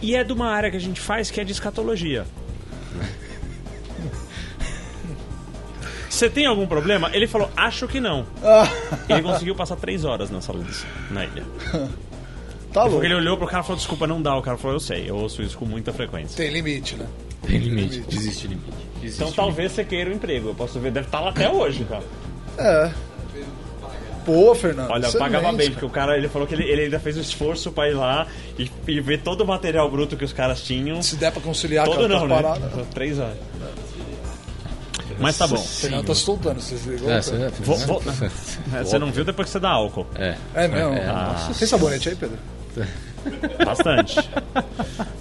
Speaker 2: E é de uma área que a gente faz que é
Speaker 1: (laughs)
Speaker 2: de escatologia. Você tem algum problema? Ele falou, acho que não.
Speaker 1: Ah.
Speaker 2: Ele conseguiu passar três horas nessa luz, na ilha.
Speaker 3: Tá louco.
Speaker 2: É Porque ele olhou pro cara e falou, desculpa, não dá. O cara falou, eu sei, eu ouço isso com muita frequência.
Speaker 3: Tem limite, né?
Speaker 1: Tem limite, existe limite. Existe
Speaker 3: um
Speaker 2: Então talvez você queira o emprego, eu posso ver, deve estar lá até hoje, cara.
Speaker 3: É. Pô, Fernando.
Speaker 2: Olha,
Speaker 3: excelente,
Speaker 2: pagava bem,
Speaker 3: cara.
Speaker 2: porque o cara ele falou que ele, ele ainda fez o esforço pra ir lá e, e ver todo o material bruto que os caras tinham.
Speaker 3: Se der pra conciliar
Speaker 2: Todo
Speaker 3: com a
Speaker 2: não, né?
Speaker 3: parada.
Speaker 2: Três horas. Mas tá bom.
Speaker 3: O Fernando tá se soltando, vocês ligam?
Speaker 1: É, você-
Speaker 2: Vou-
Speaker 3: (laughs)
Speaker 2: vou- É, Você não viu depois que você dá álcool.
Speaker 1: é.
Speaker 3: É mesmo?
Speaker 1: É,
Speaker 3: Tem sabonete aí, Pedro? (laughs)
Speaker 2: Bastante.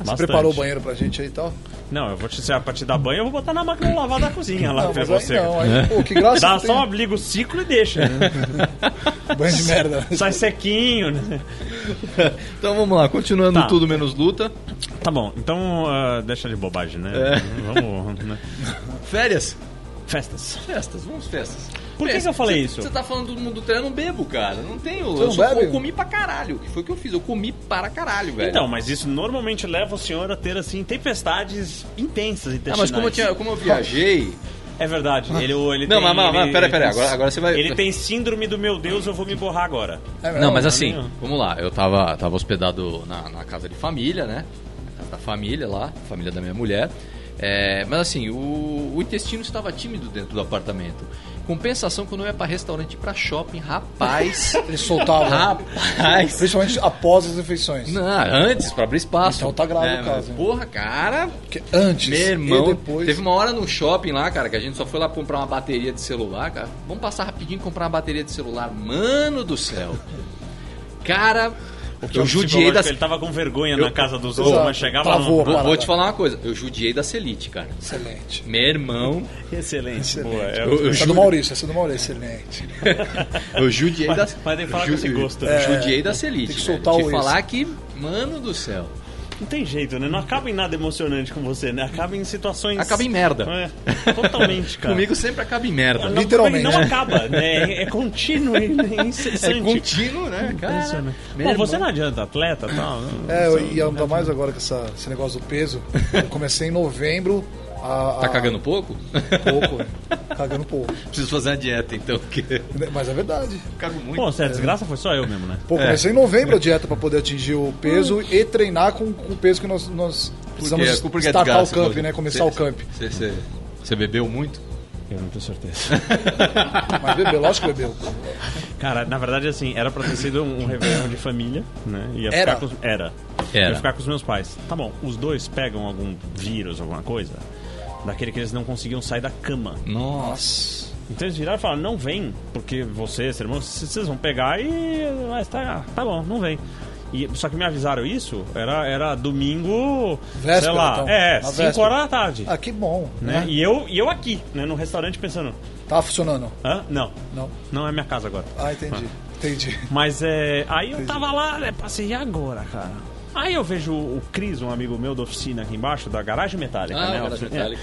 Speaker 2: Bastante.
Speaker 3: Preparou o banheiro pra gente aí e tal?
Speaker 2: Não, eu vou te se é pra te dar banho, eu vou botar na máquina de lavar da cozinha lá pra
Speaker 3: mas
Speaker 2: Ah, você.
Speaker 3: aí não. Aí, pô, que graça
Speaker 2: Dá
Speaker 3: que
Speaker 2: só, obliga o ciclo e deixa.
Speaker 3: (laughs)
Speaker 2: né?
Speaker 3: tem. Banho de merda.
Speaker 2: Sai sequinho, né?
Speaker 1: Então vamos lá, continuando
Speaker 2: Tá.
Speaker 1: tudo menos luta.
Speaker 2: Tá bom, então ah, deixa de bobagem, né?
Speaker 1: É.
Speaker 2: Vamos. né?
Speaker 1: Férias?
Speaker 2: Festas.
Speaker 1: Festas, vamos festas.
Speaker 2: Por que, que eu falei isso?
Speaker 1: Você tá falando todo mundo eu não bebo, cara. Não tenho.
Speaker 3: Você
Speaker 1: eu,
Speaker 3: não
Speaker 1: só-
Speaker 3: bebe?
Speaker 1: eu comi pra caralho. que Foi o que eu fiz. Eu comi para caralho, velho.
Speaker 2: Então, mas isso normalmente leva o senhor a ter, assim, tempestades intensas
Speaker 1: ah,
Speaker 2: intestinais.
Speaker 1: mas como eu, tinha, como eu viajei.
Speaker 2: É verdade. Ele, ele
Speaker 1: Não,
Speaker 2: tem,
Speaker 1: mas- mas- mas
Speaker 2: ele-
Speaker 1: pera, pera, agora- agora você vai-
Speaker 2: Ele tem síndrome do meu Deus, eu vou me borrar agora.
Speaker 3: É mesmo?
Speaker 1: Não, mas assim,
Speaker 2: nenhum.
Speaker 1: vamos lá. Eu tava, tava hospedado na, na casa de família, né? Na casa da família lá, família da minha mulher. É, mas assim, o, o intestino estava tímido dentro do apartamento. Compensação quando eu ia pra restaurante, pra shopping,
Speaker 3: (laughs)
Speaker 1: rapaz.
Speaker 3: Ele soltava.
Speaker 1: rapaz.
Speaker 3: Principalmente após as refeições.
Speaker 1: Não, antes, pra abrir espaço.
Speaker 3: Então tá grave o
Speaker 1: mas,
Speaker 3: caso, hein?
Speaker 1: Porra, cara.
Speaker 3: Porque antes
Speaker 1: Meu
Speaker 3: e
Speaker 1: irmão,
Speaker 3: depois.
Speaker 1: teve uma hora no shopping lá, Ah, cara, que a gente só foi lá comprar uma bateria de celular, cara. Vamos passar rapidinho e comprar uma bateria de celular. Mano do céu. Cara, eu judiei
Speaker 2: Psicológico, é
Speaker 1: da...
Speaker 2: Ele tava com vergonha
Speaker 1: Eu-
Speaker 2: na casa dos
Speaker 3: Exato.
Speaker 2: outros, mas chegava
Speaker 3: Travou.
Speaker 2: lá.
Speaker 1: Vou, vou te
Speaker 3: Parada.
Speaker 1: falar uma coisa. Eu judiei da Celite,
Speaker 5: (laughs)
Speaker 1: cara.
Speaker 3: Excelente.
Speaker 1: Meu irmão,
Speaker 2: Excelente. Boa,
Speaker 1: eu, eu,
Speaker 3: Essa é
Speaker 1: ju-
Speaker 3: do Maurício, essa é do Maurício, excelente.
Speaker 1: eu judiei da...
Speaker 2: Mas- mas tem que falar com
Speaker 1: ju- É.
Speaker 2: esse gosto, né?
Speaker 1: Eu judiei da Celite,
Speaker 3: Tem que
Speaker 1: velho.
Speaker 3: soltar
Speaker 1: Te
Speaker 3: o
Speaker 1: falar que... Mano do céu.
Speaker 2: Não tem jeito, né? Não acaba em nada emocionante com você, né? Acaba em situações...
Speaker 1: Acaba
Speaker 2: (laughs)
Speaker 1: em merda. (laughs)
Speaker 2: É, totalmente, cara.
Speaker 1: Comigo sempre acaba em
Speaker 2: Não,
Speaker 1: merda.
Speaker 2: não
Speaker 3: Literalmente.
Speaker 2: acaba, né? É, é contínuo, (laughs) é incessante.
Speaker 1: É contínuo, né, cara?
Speaker 2: Impressionante.
Speaker 1: Meu
Speaker 2: Bom, você
Speaker 1: irmão.
Speaker 2: não adianta atleta e tal. né?
Speaker 3: É, eu- e ainda mais agora com essa- esse negócio do peso. Eu comecei em novembro a-
Speaker 5: Tá
Speaker 3: a-
Speaker 5: cagando pouco?
Speaker 3: pouco. cagando pouco.
Speaker 5: (laughs) Preciso fazer uma dieta então, porque
Speaker 3: Mas é verdade.
Speaker 5: cago (laughs) muito.
Speaker 2: Bom, se é desgraça foi só eu mesmo, né?
Speaker 3: Pô,
Speaker 5: É.
Speaker 3: comecei em novembro a dieta pra poder atingir o peso e treinar com, com o peso que nós, nós precisamos
Speaker 5: Porque- porque é
Speaker 3: startar o
Speaker 5: desgaste,
Speaker 3: camp,
Speaker 5: Claudio.
Speaker 3: né? Começar
Speaker 5: Cê-
Speaker 3: o camp.
Speaker 5: cê- cê- Você bebeu muito?
Speaker 2: (laughs) Eu não tenho certeza.
Speaker 3: Mas bebeu, lógico que bebeu.
Speaker 2: Cara, na verdade, assim, era pra ter sido um, um réveillon de família, né? Ia ficar
Speaker 3: Era?
Speaker 2: com os- era.
Speaker 5: Era.
Speaker 2: Ia ficar com os meus pais. Tá bom, os dois pegam algum vírus, alguma coisa, daquele que eles não conseguiam sair da cama.
Speaker 5: Nossa.
Speaker 2: Então eles viraram e falaram, não vem, porque você, seu irmão, c- vocês vão pegar e... Mas tá, tá bom, não vem. E, só que me avisaram isso, era, era domingo, sei
Speaker 3: Véspera,
Speaker 2: lá,
Speaker 3: então.
Speaker 2: é,
Speaker 3: Na
Speaker 2: 5
Speaker 3: véspera.
Speaker 2: horas da tarde.
Speaker 3: Ah, que bom.
Speaker 2: né?
Speaker 3: Né?
Speaker 2: E, eu, e eu aqui, né, no restaurante, pensando,
Speaker 3: Tá funcionando.
Speaker 2: hã? Não,
Speaker 3: Não.
Speaker 2: não é minha casa agora.
Speaker 3: Ah, entendi. Entendi.
Speaker 2: Mas é. Aí eu tava lá, né? Passei e agora, cara. Aí eu vejo o Cris, um amigo meu da oficina aqui embaixo, da Garagem Metálica,
Speaker 5: Ah,
Speaker 2: né?
Speaker 5: Garagem
Speaker 2: oficina-
Speaker 5: Metálica.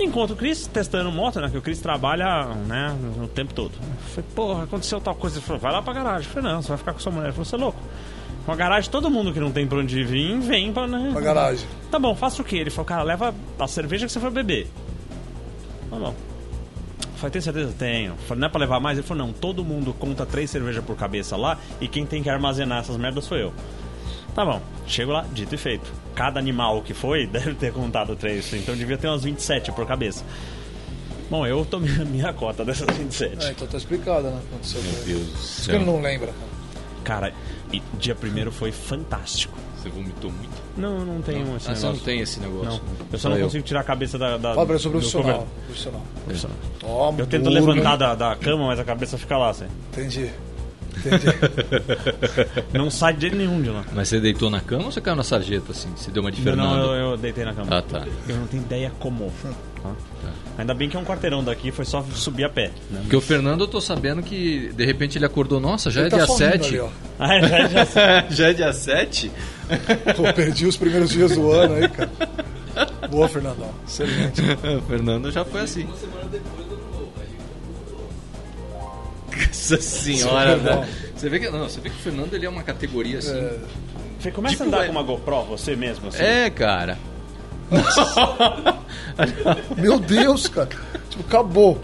Speaker 2: é. Encontro o Cris testando moto, né? Que o Cris trabalha, né? O tempo todo. Eu falei, porra, aconteceu tal coisa. Ele falou, vai lá pra garagem. Eu falei, não, você vai ficar com sua mulher. Ele falou, você é louco. Com a garagem, todo mundo que não tem pra onde vir, vem pra, né?
Speaker 3: Pra garagem.
Speaker 2: Tá bom, faça o quê? Ele falou, cara, leva a cerveja que você for beber. Tá bom. Eu Falei, tem certeza? Tenho. Eu Falei, não é pra levar mais? Ele falou, não, todo mundo conta três cervejas por cabeça lá e quem tem que armazenar essas merdas sou eu. Tá bom, chego lá, dito e feito. Cada animal que foi (laughs) deve ter contado três, então devia ter umas 27 por cabeça. Bom, eu tomei a minha cota dessas 27.
Speaker 3: É, então tá explicado, né? Aconteceu. Meu
Speaker 5: Deus do céu.
Speaker 3: Ele não lembra.
Speaker 5: É.
Speaker 2: Cara, e dia primeiro foi fantástico.
Speaker 5: Você vomitou muito?
Speaker 2: Não, não tenho esse
Speaker 5: Ah, você
Speaker 2: negócio.
Speaker 5: não tem esse
Speaker 2: Não,
Speaker 5: negócio.
Speaker 2: eu só não consigo tirar a cabeça da. da
Speaker 3: Fala pra sobre o
Speaker 2: do
Speaker 3: profissional.
Speaker 2: cobertor.
Speaker 3: profissional.
Speaker 2: É. Profissional.
Speaker 3: Toma,
Speaker 2: Eu tento
Speaker 3: duro,
Speaker 2: levantar da, da cama, mas a cabeça fica lá, assim.
Speaker 3: Entendi. Entendi.
Speaker 2: Não sai de jeito nenhum de lá.
Speaker 5: Mas você deitou na cama ou você caiu na sarjeta assim? Você deu uma de
Speaker 2: Não,
Speaker 5: Fernando?
Speaker 2: não, eu, eu deitei na cama.
Speaker 5: Ah, tá.
Speaker 2: Eu não tenho ideia como.
Speaker 5: Hum.
Speaker 2: tá? Ainda bem que é um quarteirão daqui, foi só subir a pé. (laughs) Né?
Speaker 5: Porque o Fernando eu tô sabendo que de repente ele acordou, nossa, já
Speaker 3: Ele
Speaker 5: é
Speaker 3: tá
Speaker 5: dia
Speaker 3: sorrindo
Speaker 5: 7.
Speaker 3: ali, ó.
Speaker 2: Ah, já- já sei.
Speaker 5: já é dia 7?
Speaker 3: Pô, perdi os primeiros dias do ano aí, cara. Boa, Fernandão. Excelente.
Speaker 5: o (laughs) Fernando já foi assim. Uma semana depois Nossa senhora,
Speaker 3: Fernando.
Speaker 5: velho. Você vê que não, você vê que o Fernando ele é uma categoria assim.
Speaker 2: Você começa
Speaker 5: Tipo,
Speaker 2: a andar
Speaker 5: é-
Speaker 2: com uma GoPro, você mesmo, assim.
Speaker 5: É, cara.
Speaker 3: Meu Deus, cara. Tipo, acabou.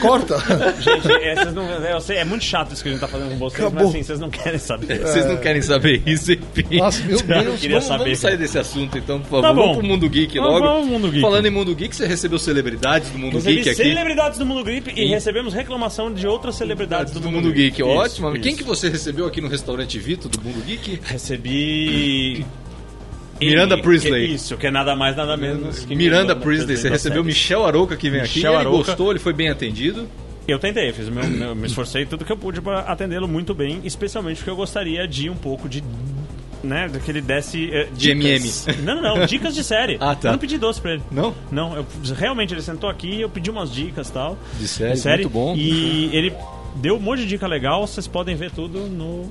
Speaker 3: Corta.
Speaker 2: Gente, é, vocês não- é, eu sei, é muito chato isso que a gente tá fazendo com vocês,
Speaker 3: Acabou.
Speaker 2: mas assim, vocês não querem (laughs) saber.
Speaker 5: Vocês não querem saber isso, enfim.
Speaker 3: Nossa, meu
Speaker 2: Cara,
Speaker 3: Deus.
Speaker 2: queria
Speaker 5: É. vamos,
Speaker 2: saber.
Speaker 5: vamos sair desse assunto então, por favor.
Speaker 2: Tá bom.
Speaker 5: Vamos pro Mundo Geek
Speaker 2: Vamos-
Speaker 5: logo.
Speaker 2: vamos pro Mundo Geek.
Speaker 5: Falando em Mundo Geek, você recebeu celebridades do Mundo
Speaker 2: Recebi
Speaker 5: Geek aqui? Hum.
Speaker 2: celebridades do mundo gripe e recebemos reclamação de outras celebridades do,
Speaker 5: do Mundo Geek,
Speaker 2: Isso,
Speaker 5: ótimo.
Speaker 2: isso.
Speaker 5: Quem que você recebeu aqui no restaurante Vito do Mundo Geek?
Speaker 2: Recebi.
Speaker 5: Miranda
Speaker 2: ele,
Speaker 5: Priestley.
Speaker 2: que- isso, que é nada mais, nada menos que
Speaker 5: Miranda Priestley, você
Speaker 2: da
Speaker 5: recebeu
Speaker 2: série.
Speaker 5: Michel Arouca que vem aqui.
Speaker 2: Michel
Speaker 5: ele
Speaker 2: Arouca.
Speaker 5: gostou, ele foi bem atendido.
Speaker 2: Eu tentei, fiz meu, meu, me esforcei tudo que eu pude para atendê-lo muito bem, especialmente porque eu gostaria de um pouco de. Né, que ele desse. eh,
Speaker 5: De
Speaker 2: dicas. Não, não, não, dicas de série.
Speaker 5: (laughs) Ah, tá.
Speaker 2: Eu não pedi doce pra ele.
Speaker 5: Não?
Speaker 2: Não, eu, realmente ele sentou aqui, eu pedi umas dicas e tal.
Speaker 5: De série, muito bom.
Speaker 2: E ele deu um monte de dica legal, vocês podem ver tudo no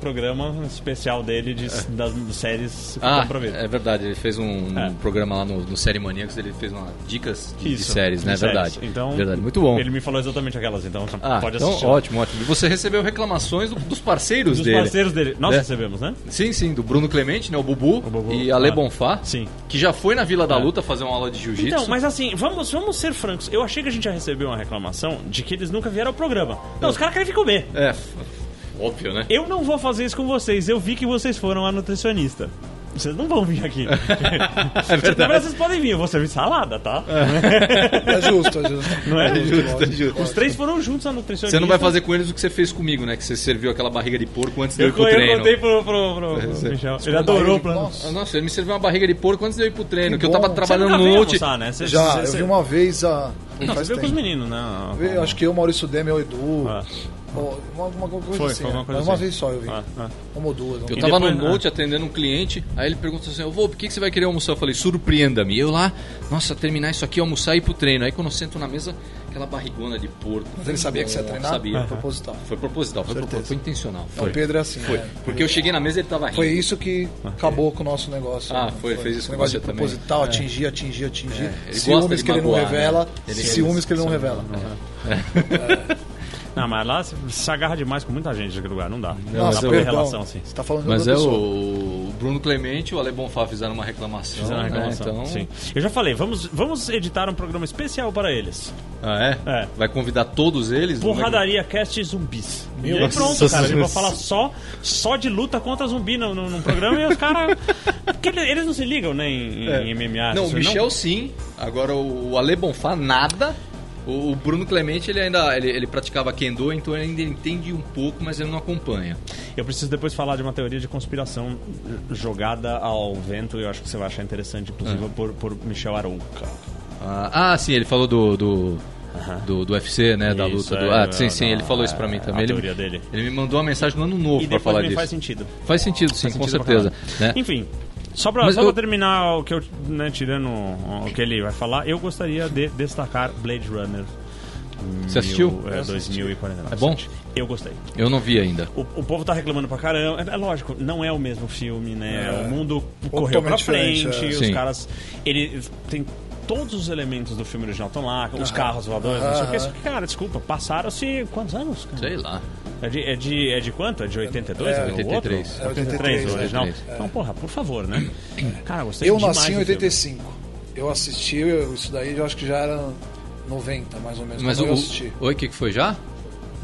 Speaker 2: programa especial dele de, das séries que
Speaker 5: Ah,
Speaker 2: dá pra ver.
Speaker 5: é verdade, ele fez um
Speaker 2: É.
Speaker 5: programa lá no, no Série Maníacos, ele fez uma dicas de, de
Speaker 2: Isso,
Speaker 5: séries,
Speaker 2: de
Speaker 5: né? É
Speaker 2: séries.
Speaker 5: Verdade.
Speaker 2: Então,
Speaker 5: verdade, muito bom.
Speaker 2: Ele me falou exatamente aquelas, então você
Speaker 5: Ah,
Speaker 2: pode
Speaker 5: então
Speaker 2: assistir. lá.
Speaker 5: ótimo, ótimo. E você recebeu reclamações do- dos parceiros
Speaker 2: Dos
Speaker 5: dele.
Speaker 2: parceiros dele. Nós
Speaker 5: É.
Speaker 2: recebemos, né?
Speaker 5: Sim, sim, do Bruno Clemente, né? O Bubu,
Speaker 2: Bubu, É.
Speaker 5: e Ale
Speaker 2: ah,
Speaker 5: Bonfá,
Speaker 2: sim.
Speaker 5: que já foi na Vila da Luta fazer uma aula de jiu-jitsu.
Speaker 2: Então, mas assim, vamos, vamos ser francos. Eu achei que a gente ia receber uma reclamação de que eles nunca vieram ao programa. Não, os caras querem vir comer.
Speaker 5: É, f- óbvio, né?
Speaker 2: Eu não vou fazer isso com vocês. Eu vi que vocês foram a nutricionista. Vocês não vão vir aqui.
Speaker 5: É
Speaker 2: Vocês- Na verdade,
Speaker 5: verdade.
Speaker 2: vocês podem vir. Eu vou servir salada, tá?
Speaker 3: É justo, é justo.
Speaker 2: Não é?
Speaker 5: Justo, justo.
Speaker 2: Os três foram juntos a nutricionista.
Speaker 5: Você não vai fazer com eles o que você fez comigo, né? Que você serviu aquela barriga de porco antes de eu
Speaker 2: Eu,
Speaker 5: ir pro
Speaker 2: co- eu
Speaker 5: treino.
Speaker 2: contei pro, pro, pro- pro Michel. Ele adorou o plano.
Speaker 3: Nossa.
Speaker 5: Ah, Nossa, ele me serviu uma barriga de porco antes de eu ir pro treino, que,
Speaker 3: Que
Speaker 5: eu tava
Speaker 3: bom.
Speaker 5: trabalhando
Speaker 2: você nunca
Speaker 5: no
Speaker 2: veio
Speaker 5: Note.
Speaker 2: almoçar, né? Você,
Speaker 3: Já,
Speaker 2: você-
Speaker 3: eu vi uma vez a.
Speaker 2: Não, você
Speaker 3: faz
Speaker 2: veio com os
Speaker 3: tempo.
Speaker 2: meninos, né?
Speaker 3: Eu Acho que eu, Maurício Demi ou Edu.
Speaker 2: Ah.
Speaker 3: Ou Uma, uma coisa
Speaker 2: Foi,
Speaker 3: assim.
Speaker 2: foi alguma
Speaker 3: né?
Speaker 2: coisa
Speaker 3: Mas uma
Speaker 2: assim.
Speaker 3: vez só eu vi.
Speaker 2: Ah, ah.
Speaker 3: Uma ou duas.
Speaker 5: Eu
Speaker 2: E
Speaker 5: tava
Speaker 2: depois-
Speaker 5: no Note atendendo um cliente, aí ele perguntou assim: Eu vou, por que, que você vai querer almoçar? Eu falei: Surpreenda-me. Eu lá, nossa, terminar isso aqui, almoçar e ir pro treino. Aí quando eu sento na mesa, aquela barrigona de porco.
Speaker 3: Mas ele sabia que você ia
Speaker 5: Nossa,
Speaker 3: treinar? Ah.
Speaker 5: Sabia.
Speaker 3: Foi proposital.
Speaker 5: Foi proposital, foi, propo- foi intencional.
Speaker 3: Não,
Speaker 5: Foi.
Speaker 3: O Pedro é assim.
Speaker 5: Foi.
Speaker 3: né?
Speaker 5: Porque eu cheguei na mesa e ele tava rindo.
Speaker 3: Foi isso que acabou com o nosso negócio.
Speaker 5: Ah,
Speaker 3: né?
Speaker 5: foi, fez isso
Speaker 3: Esse
Speaker 5: com
Speaker 3: negócio
Speaker 5: você
Speaker 3: de
Speaker 5: também. É.
Speaker 3: proposital, atingir, atingir, atingir.
Speaker 5: ele gosta
Speaker 3: ciúmes
Speaker 5: de
Speaker 3: que ele não
Speaker 5: magoar, né?
Speaker 3: revela.
Speaker 5: Ele-
Speaker 3: Ciúmes que ele não revela.
Speaker 2: Não, mas lá se, se agarra demais com muita gente naquele lugar, não dá. Não,
Speaker 3: Nossa,
Speaker 2: dá pra ter
Speaker 3: perdão.
Speaker 2: relação assim.
Speaker 3: Você tá falando de
Speaker 5: Mas
Speaker 3: outra
Speaker 5: é
Speaker 3: pessoa.
Speaker 5: o Bruno Clemente e o Ale Bonfá fizeram uma reclamação.
Speaker 2: Fizeram a
Speaker 5: né?
Speaker 2: reclamação.
Speaker 5: Então-
Speaker 2: Sim. Eu já falei, vamos, vamos editar um programa especial para eles.
Speaker 5: Ah, é?
Speaker 2: É.
Speaker 5: Vai convidar todos eles?
Speaker 2: Porradaria Cast e Zumbis.
Speaker 1: Meu
Speaker 2: e aí
Speaker 1: Deus.
Speaker 2: pronto,
Speaker 1: Nossa
Speaker 2: cara. Ele vai
Speaker 1: Senhora.
Speaker 2: falar só, só de luta contra zumbi no, no, num programa e os caras. Porque ele- eles não se ligam, né? Em, em MMA.
Speaker 5: É. Não, o
Speaker 2: isso
Speaker 5: Michel sim. Agora o Ale Bonfá, nada. O o Bruno Clemente, ele ainda ele, ele praticava Kendo, então ele ainda entende um pouco, mas ele não acompanha.
Speaker 2: Eu preciso depois falar de uma teoria de conspiração jogada ao vento e eu acho que você vai achar interessante,
Speaker 5: É.
Speaker 2: inclusive, por, por Michel Arouca.
Speaker 5: Ah, ah, sim, ele falou do. do... Do, do UFC, né? da
Speaker 2: Isso,
Speaker 5: luta. do...
Speaker 2: é,
Speaker 5: Ah, sim, sim,
Speaker 2: não,
Speaker 5: ele falou isso pra
Speaker 2: é,
Speaker 5: mim
Speaker 2: a
Speaker 5: também. ele,
Speaker 2: teoria dele.
Speaker 5: ele me mandou uma mensagem no ano novo
Speaker 2: E
Speaker 5: pra
Speaker 2: depois
Speaker 5: falar
Speaker 2: me
Speaker 5: disso.
Speaker 2: faz sentido.
Speaker 5: Faz sentido, sim,
Speaker 2: Faz
Speaker 5: com
Speaker 2: sentido pra
Speaker 5: certeza.
Speaker 2: caralho.
Speaker 5: né?
Speaker 2: (laughs) Enfim, só pra,
Speaker 5: Mas
Speaker 2: só pra
Speaker 5: eu-
Speaker 2: terminar o que eu, né, tirando o que ele vai falar, eu gostaria de destacar Blade Runner.
Speaker 5: Você assistiu?
Speaker 2: Mil, é, 2049.
Speaker 5: É bom?
Speaker 2: Eu gostei.
Speaker 5: Eu não vi ainda.
Speaker 2: O, o povo tá reclamando pra caramba. É, é lógico, não é o mesmo filme, né? O mundo correu pra
Speaker 3: É. diferente,
Speaker 2: frente,
Speaker 3: é.
Speaker 2: os
Speaker 5: Sim.
Speaker 2: caras. Ele tem todos os elementos do filme original estão lá,
Speaker 3: Ah.
Speaker 2: os carros voadores, não sei o que. Só que, cara, desculpa, passaram-se quantos anos? cara?
Speaker 5: Sei lá.
Speaker 2: É de, é, de, é de quanto? É de 82?
Speaker 3: É,
Speaker 2: É,
Speaker 5: 83.
Speaker 2: É
Speaker 3: É,
Speaker 2: 83,
Speaker 3: 83,
Speaker 2: o original.
Speaker 5: é.
Speaker 2: Então, porra, por favor, né? Cara, gostei
Speaker 3: Eu
Speaker 2: demais
Speaker 3: nasci em
Speaker 2: do filme.
Speaker 3: 85. Eu assisti, eu- isso daí eu acho que já era 90, mais ou menos.
Speaker 5: Mas
Speaker 3: quando
Speaker 5: o.
Speaker 3: eu assisti.
Speaker 5: Oi, o que, que foi já?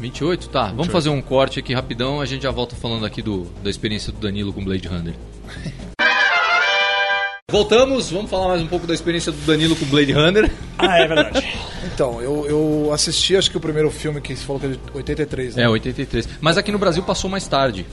Speaker 5: 28? Tá, vamos fazer um corte aqui rapidão, a gente já volta falando aqui do, da experiência do Danilo com Blade Runner. (laughs) Voltamos, vamos falar mais um pouco da experiência do Danilo com Blade Runner.
Speaker 2: Ah, é verdade.
Speaker 3: Então, eu, eu assisti, acho que o primeiro filme que você falou que é de 83, né?
Speaker 5: É, 83. Mas aqui no Brasil passou mais tarde.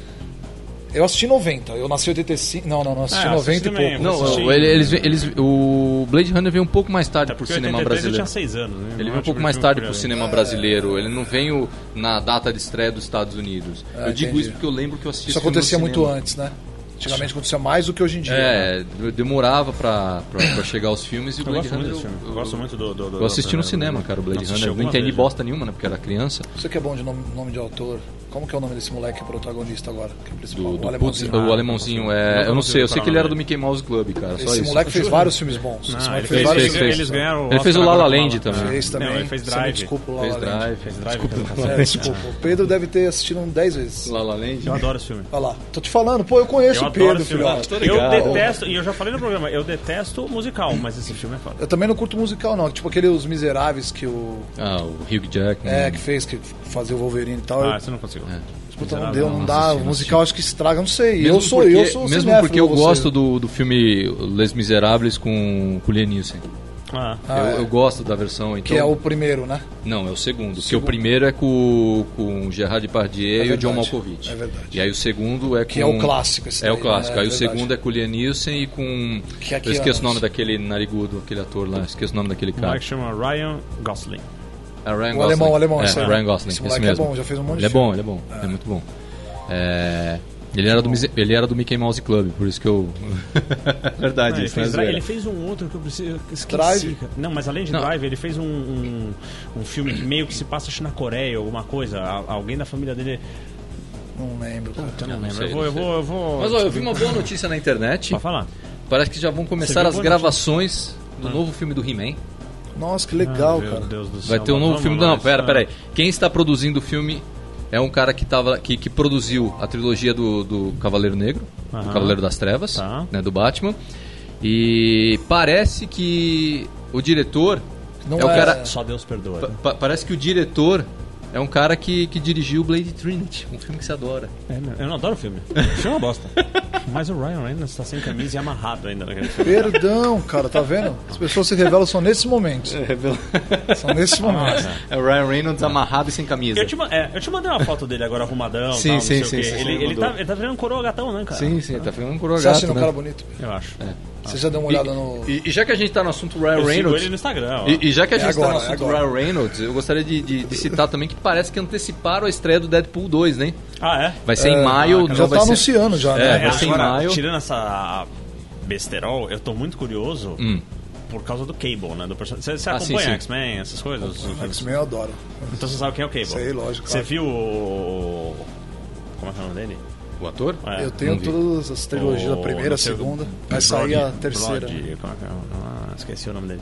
Speaker 3: Eu assisti 90, eu nasci em 85. Não, não, não, assisti
Speaker 2: Ah, eu
Speaker 3: 90
Speaker 2: assisti
Speaker 3: e
Speaker 2: também,
Speaker 3: pouco.
Speaker 2: eu
Speaker 5: Não,
Speaker 2: assisti.
Speaker 5: o- ele- eles, eles, o Blade Runner veio um pouco mais tarde
Speaker 2: É
Speaker 5: pro
Speaker 2: porque
Speaker 5: cinema
Speaker 2: 83 eu
Speaker 5: brasileiro.
Speaker 2: tinha 6 anos. Né?
Speaker 5: Ele
Speaker 2: Não é
Speaker 5: veio um
Speaker 2: o
Speaker 5: pouco
Speaker 2: tipo
Speaker 5: mais
Speaker 2: de
Speaker 5: tarde pro
Speaker 2: filme que eu-
Speaker 5: cinema brasileiro. Ele não veio na data de estreia dos Estados Unidos. eu digo
Speaker 3: É, entendi.
Speaker 5: isso porque eu lembro que eu assisti
Speaker 3: Isso
Speaker 5: esse filme no
Speaker 3: acontecia muito
Speaker 5: cinema.
Speaker 3: antes, né? Antigamente acontecia mais do que hoje em dia. né?
Speaker 5: É, demorava pra, pra, pra chegar aos filmes e o
Speaker 2: Eu
Speaker 5: Blade
Speaker 2: gosto muito
Speaker 5: Runner.
Speaker 2: desse filme. Eu
Speaker 5: eu-
Speaker 2: gosto muito do. do, do
Speaker 5: Eu assisti no cinema, cara, o Blade Runner. Não entendi
Speaker 2: bosta.
Speaker 5: bosta nenhuma, né? Porque era criança.
Speaker 3: Você que é bom de nome, nome de autor. Como que é o nome desse moleque protagonista agora? Que é o principal?
Speaker 5: Do,
Speaker 3: o
Speaker 5: do putz,
Speaker 3: alemãozinho. Ah,
Speaker 5: o alemãozinho é. Eu não sei, eu sei que ele era do Mickey Mouse Club, cara. Só
Speaker 3: Esse
Speaker 5: isso.
Speaker 3: moleque fez vários filmes bons. Esse
Speaker 2: Ah,
Speaker 3: moleque
Speaker 2: ele fez,
Speaker 5: vários
Speaker 2: fez,
Speaker 5: filmes.
Speaker 2: eles ganharam.
Speaker 5: Ele fez
Speaker 2: Oscar
Speaker 5: o La La
Speaker 2: agora
Speaker 5: Land
Speaker 2: com a La La
Speaker 5: também.
Speaker 2: Land.
Speaker 3: Fez também.
Speaker 2: Não, ele fez
Speaker 3: Você
Speaker 2: Drive.
Speaker 3: me Desculpa, o La La
Speaker 5: Fez
Speaker 3: Land.
Speaker 5: Drive.
Speaker 2: Fez Drive.
Speaker 3: É,
Speaker 2: Desculpa.
Speaker 3: desculpa. O Pedro deve ter assistido um 10 vezes.
Speaker 5: La La Land.
Speaker 3: né?
Speaker 2: Eu adoro esse filme.
Speaker 3: Olha lá. Tô te falando, pô, eu conheço
Speaker 2: Eu
Speaker 3: o Pedro,
Speaker 2: adoro esse filme.
Speaker 3: filhote.
Speaker 5: Tô
Speaker 2: Eu
Speaker 5: ligado.
Speaker 2: detesto, e eu já falei no programa, eu detesto musical, mas esse filme é foda.
Speaker 3: Eu também não curto musical, não. Tipo aquele Os Miseráveis que o.
Speaker 5: Ah, o Hugh Jackman.
Speaker 3: É, que fez, que fazia o Wolverine e tal.
Speaker 2: Ah,
Speaker 3: eu,
Speaker 2: você não conseguiu.
Speaker 3: puta, não
Speaker 2: miserável,
Speaker 3: deu,
Speaker 5: não
Speaker 3: não dá.
Speaker 5: assisti,
Speaker 3: O
Speaker 5: não
Speaker 3: musical acho que estraga, não sei.
Speaker 5: Mesmo
Speaker 3: eu sou,
Speaker 5: porque,
Speaker 3: eu sou
Speaker 5: Mesmo
Speaker 3: cinéfilo,
Speaker 5: porque eu
Speaker 3: você.
Speaker 5: gosto do, do filme Les Miseráveis com, com o Liam Neeson.
Speaker 2: Ah,
Speaker 5: eu, eu gosto da versão, então.
Speaker 3: é. Que é o primeiro, né?
Speaker 5: Não, é o segundo. Porque o primeiro é com, com o Gerard Depardieu e o
Speaker 3: verdade,
Speaker 5: John Malkovich.
Speaker 3: é verdade.
Speaker 5: E aí o segundo é com...
Speaker 3: Que é o clássico, esse
Speaker 5: É o
Speaker 3: daí,
Speaker 5: clássico.
Speaker 3: né?
Speaker 5: aí
Speaker 3: É
Speaker 5: o
Speaker 3: verdade.
Speaker 5: segundo é com o Liam Neeson e com...
Speaker 3: Que é
Speaker 5: eu esqueço
Speaker 3: Keanu.
Speaker 5: o nome daquele narigudo, aquele ator lá. Esqueço o nome daquele
Speaker 2: o
Speaker 5: cara.
Speaker 2: moleque chama Ryan Gosling.
Speaker 5: É Ryan
Speaker 3: O alemão, o alemão,
Speaker 5: É,
Speaker 3: esse aí.
Speaker 5: Ryan
Speaker 3: Esse
Speaker 5: Gosling. Esse,
Speaker 3: moleque é
Speaker 5: mesmo.
Speaker 3: bom, já fez um monte de
Speaker 5: Ele é
Speaker 3: filme.
Speaker 5: bom, ele é bom. É, muito bom. É, Ele era, do, Mise- ele era do Mickey Mouse Club, por isso que eu. Verdade,
Speaker 2: Ah, ele,
Speaker 5: isso não é
Speaker 2: fez Drive,
Speaker 5: zoeira.
Speaker 2: ele fez um outro que eu preciso eu esqueci.
Speaker 3: Drive?
Speaker 2: cara. Não, mas além de
Speaker 5: Não.
Speaker 2: Drive, ele fez um, um, um filme que meio que se passa acho, na Coreia, alguma coisa. A- alguém da família dele.
Speaker 5: é-
Speaker 3: Não lembro. cara.
Speaker 2: Eu não, lembro.
Speaker 5: sei,
Speaker 2: eu vou,
Speaker 5: não
Speaker 2: eu vou, eu vou.
Speaker 5: Mas ó, eu vi uma boa notícia na internet.
Speaker 2: Pra falar.
Speaker 5: Parece que já vão
Speaker 2: Você
Speaker 5: começar
Speaker 2: viu
Speaker 5: as
Speaker 2: boa Ah.
Speaker 5: gravações do novo filme do He-Man.
Speaker 3: Nossa, que legal,
Speaker 2: Meu
Speaker 3: cara.
Speaker 2: Deus do céu.
Speaker 5: Vai ter um
Speaker 2: mas
Speaker 5: novo
Speaker 2: vamos
Speaker 5: filme.
Speaker 2: lá,
Speaker 5: Não, pera,
Speaker 2: isso-
Speaker 5: pera aí. Quem está produzindo o filme é um cara que, tava, que, que produziu a trilogia do, do Cavaleiro Negro,
Speaker 2: Aham.
Speaker 5: do Cavaleiro das Trevas,
Speaker 2: Tá.
Speaker 5: né, do Batman. E parece que o diretor
Speaker 3: Não
Speaker 5: é o
Speaker 3: é-
Speaker 5: cara.
Speaker 2: Só Deus perdoa.
Speaker 5: Pa- pa- parece que o diretor é um cara que, que dirigiu Blade Trinity, um filme que você adora.
Speaker 2: É, não, eu não adoro o filme. O filme é uma
Speaker 5: (laughs)
Speaker 2: bosta. Mas o Ryan Reynolds tá sem camisa e amarrado ainda naquele filme.
Speaker 3: Perdão, cara, tá vendo? As pessoas se revelam só nesses momentos.
Speaker 2: É.
Speaker 3: Só nesses momentos.
Speaker 5: (laughs) É o Ryan Reynolds amarrado e sem camisa.
Speaker 2: Eu te, ma- é, eu te mandei uma foto dele agora arrumadão,
Speaker 5: Sim,
Speaker 2: tal, não
Speaker 5: sim,
Speaker 2: sei o
Speaker 5: sim,
Speaker 2: quê.
Speaker 5: sim, sim,
Speaker 2: ele,
Speaker 5: mandou.
Speaker 2: ele, tá, ele tá virando coroa gatão, né, cara?
Speaker 5: Sim, É. sim, tá ficando um
Speaker 3: Você acha
Speaker 5: corogato,
Speaker 3: ele um
Speaker 5: né?
Speaker 3: cara bonito?
Speaker 2: Eu acho.
Speaker 3: Você já deu uma olhada no.
Speaker 5: E, e já que a gente tá no assunto Ryan
Speaker 2: Eu sigo
Speaker 5: Reynolds...
Speaker 2: ele no Instagram, ó.
Speaker 5: E, e já que a
Speaker 3: É
Speaker 5: gente
Speaker 3: agora,
Speaker 5: tá no
Speaker 3: é
Speaker 5: assunto
Speaker 3: agora.
Speaker 5: Ryan Reynolds, eu gostaria de, de- de citar também que parece que anteciparam a estreia do Deadpool 2, né?
Speaker 2: Ah, é?
Speaker 5: Vai ser em maio, não
Speaker 3: Já
Speaker 5: vai
Speaker 3: tá
Speaker 5: ser...
Speaker 3: anunciando já,
Speaker 5: É,
Speaker 3: né?
Speaker 5: vai ser em
Speaker 2: agora,
Speaker 5: maio.
Speaker 2: Tirando essa besterol, eu tô muito curioso
Speaker 5: Hum.
Speaker 2: por causa do Cable, né? Do person... Você, você
Speaker 5: Ah, sim,
Speaker 2: acompanha
Speaker 5: sim.
Speaker 2: X-Men, essas coisas?
Speaker 3: X-Men eu adoro.
Speaker 2: Então você sabe quem é o Cable.
Speaker 3: Sei, lógico,
Speaker 2: Você
Speaker 3: claro.
Speaker 2: viu o... Como é que é o nome dele?
Speaker 5: O ator?
Speaker 2: É.
Speaker 3: eu
Speaker 5: não
Speaker 3: tenho
Speaker 5: vi.
Speaker 3: todas as trilogias,
Speaker 2: O-
Speaker 3: a primeira,
Speaker 2: não
Speaker 3: a
Speaker 2: sei, um
Speaker 3: segunda.
Speaker 2: o-
Speaker 3: Vai sair a
Speaker 2: Blood,
Speaker 3: terceira.
Speaker 2: Blood, como é que é? Ah, esqueci o nome dele.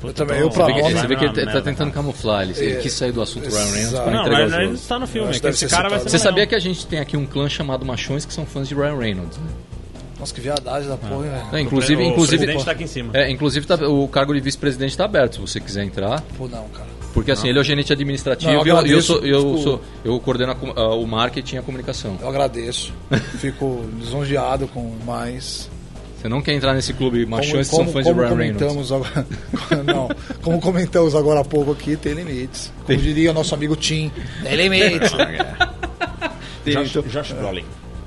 Speaker 2: Puta,
Speaker 3: Eu também,
Speaker 2: tô-
Speaker 3: eu pra
Speaker 2: Big
Speaker 3: nome- né?
Speaker 2: Slime
Speaker 5: Você vê que
Speaker 2: é
Speaker 5: ele
Speaker 2: uma
Speaker 5: tá
Speaker 2: merda,
Speaker 5: tentando
Speaker 2: cara.
Speaker 5: camuflar, ele, ele
Speaker 3: É.
Speaker 5: quis sair do assunto Ryan Reynolds
Speaker 3: Exato.
Speaker 5: pra
Speaker 2: Não,
Speaker 5: entregar
Speaker 2: Ryan
Speaker 5: os
Speaker 2: Reynolds
Speaker 5: outros.
Speaker 2: está no
Speaker 3: Eu
Speaker 2: filme.
Speaker 3: acho
Speaker 2: que
Speaker 3: que
Speaker 2: Esse
Speaker 3: deve ser
Speaker 2: cara vai ser
Speaker 3: citado.
Speaker 5: Você
Speaker 2: legal.
Speaker 5: sabia que a gente tem aqui um clã chamado Machões que são fãs de Ryan Reynolds, né?
Speaker 3: Nossa, que viadagem da porra, né? hein,
Speaker 1: É,
Speaker 3: velho.
Speaker 1: inclusive,
Speaker 2: O
Speaker 1: inclusive,
Speaker 2: presidente tá aqui em
Speaker 3: Uhum.
Speaker 2: cima.
Speaker 1: É, inclusive tá- o cargo de vice-presidente está
Speaker 5: tá
Speaker 1: aberto, se você quiser entrar.
Speaker 3: Pô, Tipo, não, cara.
Speaker 1: Porque assim, ele é o gerente administrativo
Speaker 3: Ah. Não, eu
Speaker 1: e eu, eu
Speaker 3: agradeço,
Speaker 1: sou, eu,
Speaker 3: tipo-
Speaker 1: sou, eu coordeno a com- a- o marketing e a comunicação.
Speaker 3: Eu
Speaker 5: (laughs)
Speaker 3: agradeço. Fico lisonjeado com mais.
Speaker 1: Você não quer entrar nesse clube machão, esses
Speaker 2: um
Speaker 1: são fãs de
Speaker 3: como
Speaker 1: Ryan Reynolds.
Speaker 3: comentamos agora, (laughs) não, como comentamos agora há pouco aqui, tem limites. Como diria nosso amigo Tim,
Speaker 5: é (laughs)
Speaker 3: tem limites.
Speaker 2: Josh, Josh Brolin.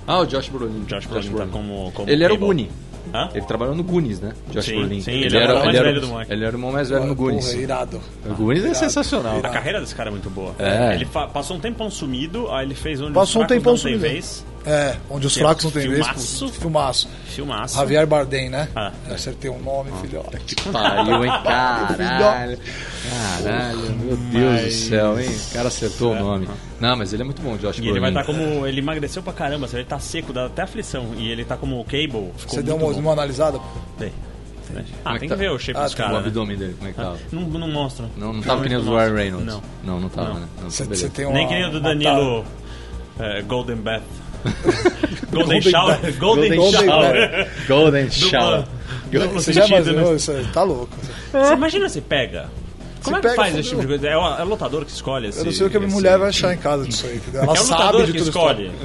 Speaker 1: Ah, o Josh Brolin.
Speaker 2: Josh Brolin tá como, como
Speaker 1: Ele era o
Speaker 2: Cable.
Speaker 1: Goonie.
Speaker 2: Hã?
Speaker 1: Ele trabalhou no Goonies, né? Josh
Speaker 2: Sim,
Speaker 1: Brolin.
Speaker 2: sim, ele era o mais velho do Mike.
Speaker 1: ele era o irmão mais velho no Goonies.
Speaker 3: Porra, é irado.
Speaker 1: o Goonies é sensacional.
Speaker 2: A carreira desse cara é muito boa.
Speaker 1: É.
Speaker 2: Ele fa- passou um tempão sumido, aí ele fez onde
Speaker 3: Passou um
Speaker 2: os fracos
Speaker 3: tempão
Speaker 2: não tem
Speaker 3: sumido.
Speaker 2: vez.
Speaker 3: É, onde os fracos não tem vez.
Speaker 2: Filmaço.
Speaker 3: pô, Filmaço.
Speaker 2: Filmaço.
Speaker 3: Javier Bardem, né?
Speaker 2: Ah.
Speaker 3: Eu Acertei o nome, filhote.
Speaker 1: Pariu, hein? Caralho. Caralho, (laughs) meu Deus do céu, hein? O cara acertou o nome. Não, mas ele é muito bom, Josh
Speaker 2: É. E
Speaker 1: Brolin.
Speaker 2: ele vai tá estar como. Ele emagreceu pra caramba, assim, ele tá seco, dá até aflição. E ele tá como o Cable. Ficou
Speaker 3: Você deu um uma,
Speaker 2: muito bom.
Speaker 3: uma analisada?
Speaker 2: Tem.
Speaker 1: Como é
Speaker 2: Ah,
Speaker 1: que
Speaker 2: tem
Speaker 1: tá?
Speaker 2: que ver o shape
Speaker 3: Ah,
Speaker 2: dos
Speaker 3: tem
Speaker 1: O
Speaker 2: caras. né?
Speaker 1: abdômen dele, como é que
Speaker 2: (laughs)
Speaker 1: tava?
Speaker 2: Não, não mostra.
Speaker 1: Não,
Speaker 3: tá
Speaker 1: não tava que nem o do
Speaker 2: mostra.
Speaker 1: Ryan Reynolds.
Speaker 2: Não.
Speaker 1: Não, não tava,
Speaker 2: Não.
Speaker 1: né? Não, tá
Speaker 3: Você,
Speaker 1: beleza.
Speaker 3: você tem uma,
Speaker 2: Nem que nem o do
Speaker 3: uma
Speaker 2: Danilo
Speaker 3: tá.
Speaker 2: eh, Golden
Speaker 3: (laughs)
Speaker 2: Bath. Golden Shower. Golden,
Speaker 1: Golden
Speaker 2: Shower.
Speaker 3: Shower.
Speaker 1: Golden
Speaker 2: Dupla-
Speaker 1: Shower.
Speaker 2: duplo
Speaker 3: Você já
Speaker 2: sentido, né?
Speaker 3: imaginou? Você tá louco.
Speaker 2: Você imagina se pega. Como
Speaker 3: Se
Speaker 2: é que
Speaker 3: pega,
Speaker 2: faz
Speaker 3: fudeu.
Speaker 2: esse tipo de coisa? É o, é o lotador que escolhe esse,
Speaker 3: Eu não sei o que a minha
Speaker 2: esse-
Speaker 3: mulher vai achar em casa disso aí. Ela
Speaker 2: É o
Speaker 3: sabe
Speaker 2: lutador
Speaker 3: de
Speaker 2: que
Speaker 3: tudo
Speaker 2: escolhe.
Speaker 3: isso.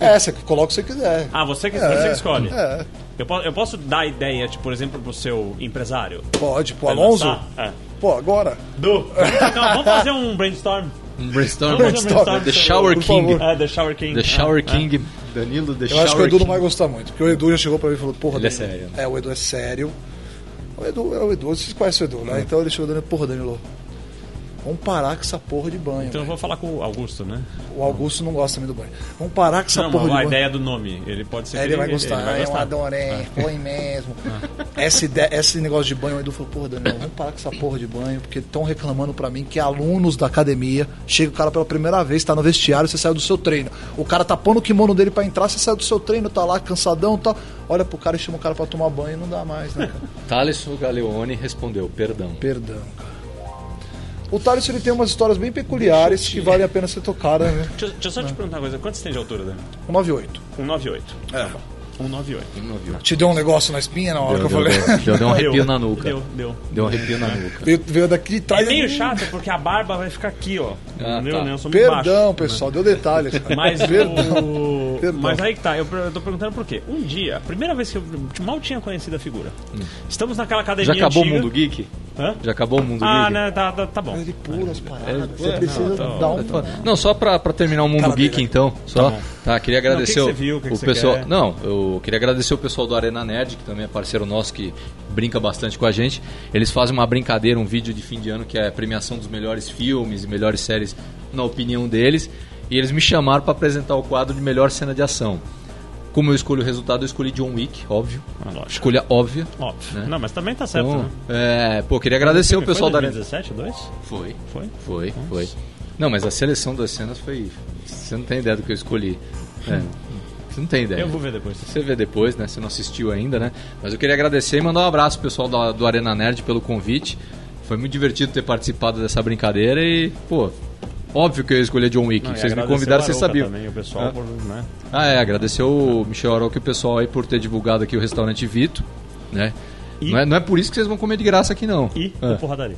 Speaker 3: É, você coloca o que você quiser.
Speaker 2: Ah, você que, você que escolhe.
Speaker 3: é.
Speaker 2: Eu, po- eu posso dar ideia, tipo, por exemplo, pro seu empresário?
Speaker 3: Pode, pô,
Speaker 2: Vai
Speaker 3: Alonso?
Speaker 2: lançar? É.
Speaker 3: Pô, agora.
Speaker 2: Du, então vamos fazer um
Speaker 3: (laughs)
Speaker 2: brainstorm.
Speaker 1: Um brainstorm.
Speaker 2: Vamos fazer um brainstorm.
Speaker 1: The Shower
Speaker 2: sobre-
Speaker 1: King.
Speaker 2: É, The Shower King.
Speaker 1: The Shower
Speaker 2: É,
Speaker 1: King. Danilo The
Speaker 3: Eu
Speaker 1: Shower
Speaker 3: acho que o Edu
Speaker 1: King.
Speaker 3: não vai gostar muito, porque o Edu já chegou pra mim e falou, porra,
Speaker 1: Ele é
Speaker 3: Danilo-
Speaker 1: sério,
Speaker 3: É, o Edu é sério. O Edu é o Edu, vocês conhecem o Edu,
Speaker 1: Uhum.
Speaker 3: né? Então ele chegou dando, porra, Danilo. Vamos parar com essa porra de banho.
Speaker 2: Então eu vou falar com o Augusto, né?
Speaker 3: velho. O Augusto não gosta muito do banho. Vamos parar com essa
Speaker 2: Não,
Speaker 3: porra
Speaker 2: mas
Speaker 3: de
Speaker 2: a
Speaker 3: banho.
Speaker 2: ideia é do nome. Ele pode ser
Speaker 3: Aí
Speaker 2: que
Speaker 3: ele vai gostar.
Speaker 2: vai
Speaker 3: Ah, eu
Speaker 2: gostar.
Speaker 3: adorei, foi mesmo. Esse, ide- esse negócio de banho, o Edu falou, porra, Daniel, vamos parar com essa porra de banho, porque estão reclamando pra mim que alunos da academia, chega o cara pela primeira vez, tá no vestiário, você saiu do seu treino. O cara tá pondo o kimono dele pra entrar, você saiu do seu treino, tá lá cansadão e tal. Olha pro cara e chama o cara pra tomar banho, não dá mais, né, cara?
Speaker 1: Thales Galeone respondeu, perdão.
Speaker 3: Perdão, cara. O Thales, ele tem umas histórias bem peculiares que valem a pena ser tocada, né?
Speaker 2: Deixa, eu- deixa eu só te perguntar uma coisa. Quanto você tem de altura, Dani?
Speaker 3: 198.
Speaker 2: 198. É. 198.
Speaker 1: Não viu.
Speaker 3: Te deu um negócio na espinha na hora
Speaker 1: Deu,
Speaker 3: que eu
Speaker 1: deu,
Speaker 3: falei?
Speaker 1: deu, deu, deu um arrepio
Speaker 2: Deu,
Speaker 1: na nuca.
Speaker 2: né? Deu, deu.
Speaker 1: Deu um arrepio na nuca.
Speaker 3: (laughs) Veio- Veio daqui de
Speaker 2: É
Speaker 3: trás.
Speaker 2: meio
Speaker 3: hum,
Speaker 2: chato, porque a barba vai ficar aqui, ó.
Speaker 1: Ah,
Speaker 2: Meu,
Speaker 1: tá.
Speaker 2: né? Eu sou muito baixo.
Speaker 3: Perdão, pessoal, deu detalhes. cara.
Speaker 2: Mas,
Speaker 3: Perdão.
Speaker 2: o...
Speaker 3: Perdão.
Speaker 2: Mas aí que tá, eu, per- eu tô perguntando por quê. Um dia, a primeira vez que eu mal tinha conhecido a figura, estamos naquela
Speaker 1: Hum. Já
Speaker 2: academia.
Speaker 1: acabou o
Speaker 2: antiga.
Speaker 1: mundo geek?
Speaker 2: Hã?
Speaker 1: Já acabou o mundo
Speaker 2: Ah,
Speaker 1: geek?
Speaker 2: né, tá, tá, tá bom.
Speaker 3: Ele pula as paradas.
Speaker 1: É,
Speaker 3: Você
Speaker 1: é,
Speaker 3: precisa
Speaker 2: não, tá,
Speaker 3: dar um.
Speaker 1: Olha, pô, Não, só pra, pra terminar o Mundo
Speaker 3: Cara,
Speaker 1: Geek,
Speaker 3: beleza.
Speaker 1: então. Só, tá, queria agradecer o,
Speaker 2: Não, o que que você viu, o que que você
Speaker 1: pessoal.
Speaker 2: quer?
Speaker 1: Não, eu queria agradecer o pessoal do Arena Nerd, que também é parceiro nosso, que brinca bastante com a gente. Eles fazem uma brincadeira, um vídeo de fim de ano, que é a premiação dos melhores filmes e melhores séries, na opinião deles. E eles me chamaram pra apresentar o quadro de melhor cena de ação. Como eu escolho o resultado, eu escolhi John Wick, óbvio.
Speaker 2: Ah, lógico.
Speaker 1: Escolha óbvia.
Speaker 2: Óbvio.
Speaker 1: Né?
Speaker 2: Não, mas também tá certo,
Speaker 1: Então,
Speaker 2: né?
Speaker 1: é, pô, queria agradecer o
Speaker 2: Foi
Speaker 1: pessoal da Arena.
Speaker 2: 2017, dois?
Speaker 1: Foi.
Speaker 2: Foi?
Speaker 1: Foi, foi. Não, mas a seleção das cenas foi. Você não tem ideia do que eu escolhi. É, Você não tem ideia.
Speaker 2: Eu vou ver depois.
Speaker 1: Você vê depois, né? Você não assistiu ainda, né? Mas eu queria agradecer e mandar um abraço pro pessoal da- do Arena Nerd pelo convite. Foi muito divertido ter participado dessa brincadeira e, pô, óbvio que eu ia escolher John Wick.
Speaker 2: Não, e
Speaker 1: vocês me
Speaker 2: agradecer
Speaker 1: convidaram,
Speaker 2: o
Speaker 1: vocês
Speaker 2: Arouca
Speaker 1: sabiam.
Speaker 2: Também, o pessoal,
Speaker 1: Ah.
Speaker 2: por, né?
Speaker 1: Ah, é, agradecer o Michel Aroca e o pessoal aí por ter divulgado aqui o restaurante Vito, né?
Speaker 2: E-
Speaker 1: Não, é, não é por isso que vocês vão comer de graça aqui, não.
Speaker 2: E
Speaker 1: Ah.
Speaker 2: o Porradaria.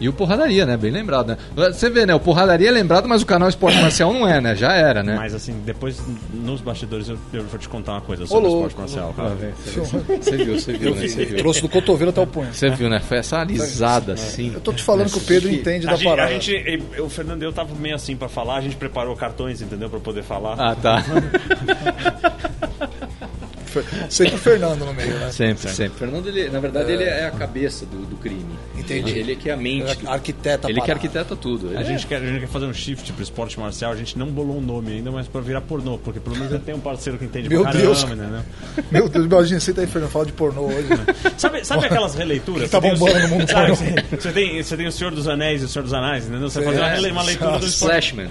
Speaker 1: E o Porradaria, né? Bem lembrado, né? Você vê, né? O Porradaria é lembrado, mas o canal Esporte Marcial não é, né? Já era, né?
Speaker 2: Mas assim, depois, nos bastidores, eu, eu vou te contar uma coisa sobre o
Speaker 3: louco.
Speaker 2: esporte marcial,
Speaker 1: Tá
Speaker 2: cara.
Speaker 1: Você viu, você viu, né? Você viu.
Speaker 3: Trouxe do cotovelo até o punho.
Speaker 1: Você viu, né? Foi essa
Speaker 5: É.
Speaker 1: alisada, assim.
Speaker 3: Eu tô te falando que o Pedro entende
Speaker 2: A
Speaker 1: Tá
Speaker 3: da
Speaker 2: gente, a
Speaker 3: parada.
Speaker 2: gente- eu, o Fernando e eu tava meio assim pra falar, a gente preparou cartões, entendeu? Pra poder falar.
Speaker 1: Ah, tá.
Speaker 3: Sempre o Fernando no meio, né?
Speaker 1: Sempre, sempre. Fernando, ele, na verdade, ele é a cabeça do, do crime.
Speaker 3: Entendi.
Speaker 1: Ele, ele é que é a mente. do-
Speaker 3: Arquiteta.
Speaker 5: é
Speaker 1: Ele que
Speaker 3: parada.
Speaker 1: arquiteta tudo. Ele
Speaker 2: A
Speaker 1: é-
Speaker 2: gente, quer, a gente quer fazer um shift pro esporte marcial, a gente não bolou um nome ainda, mas pra virar pornô, porque pelo menos eu tenho um parceiro que entende
Speaker 3: Meu
Speaker 2: pra caramba,
Speaker 3: Deus.
Speaker 2: entendeu?
Speaker 3: Meu Deus, imagina, senta aí, Fernando, fala de pornô hoje. né?
Speaker 5: (laughs)
Speaker 2: Sabe, sabe aquelas releituras?
Speaker 3: Tá
Speaker 2: Você tem o-
Speaker 3: bombando no
Speaker 2: (laughs)
Speaker 3: mundo
Speaker 2: sabe,
Speaker 3: pornô. É.
Speaker 2: você, você tem, você tem o Senhor dos Anéis e o Senhor dos Anéis, entendeu? Você faz uma, rele- uma leitura do esporte.
Speaker 1: Splashman.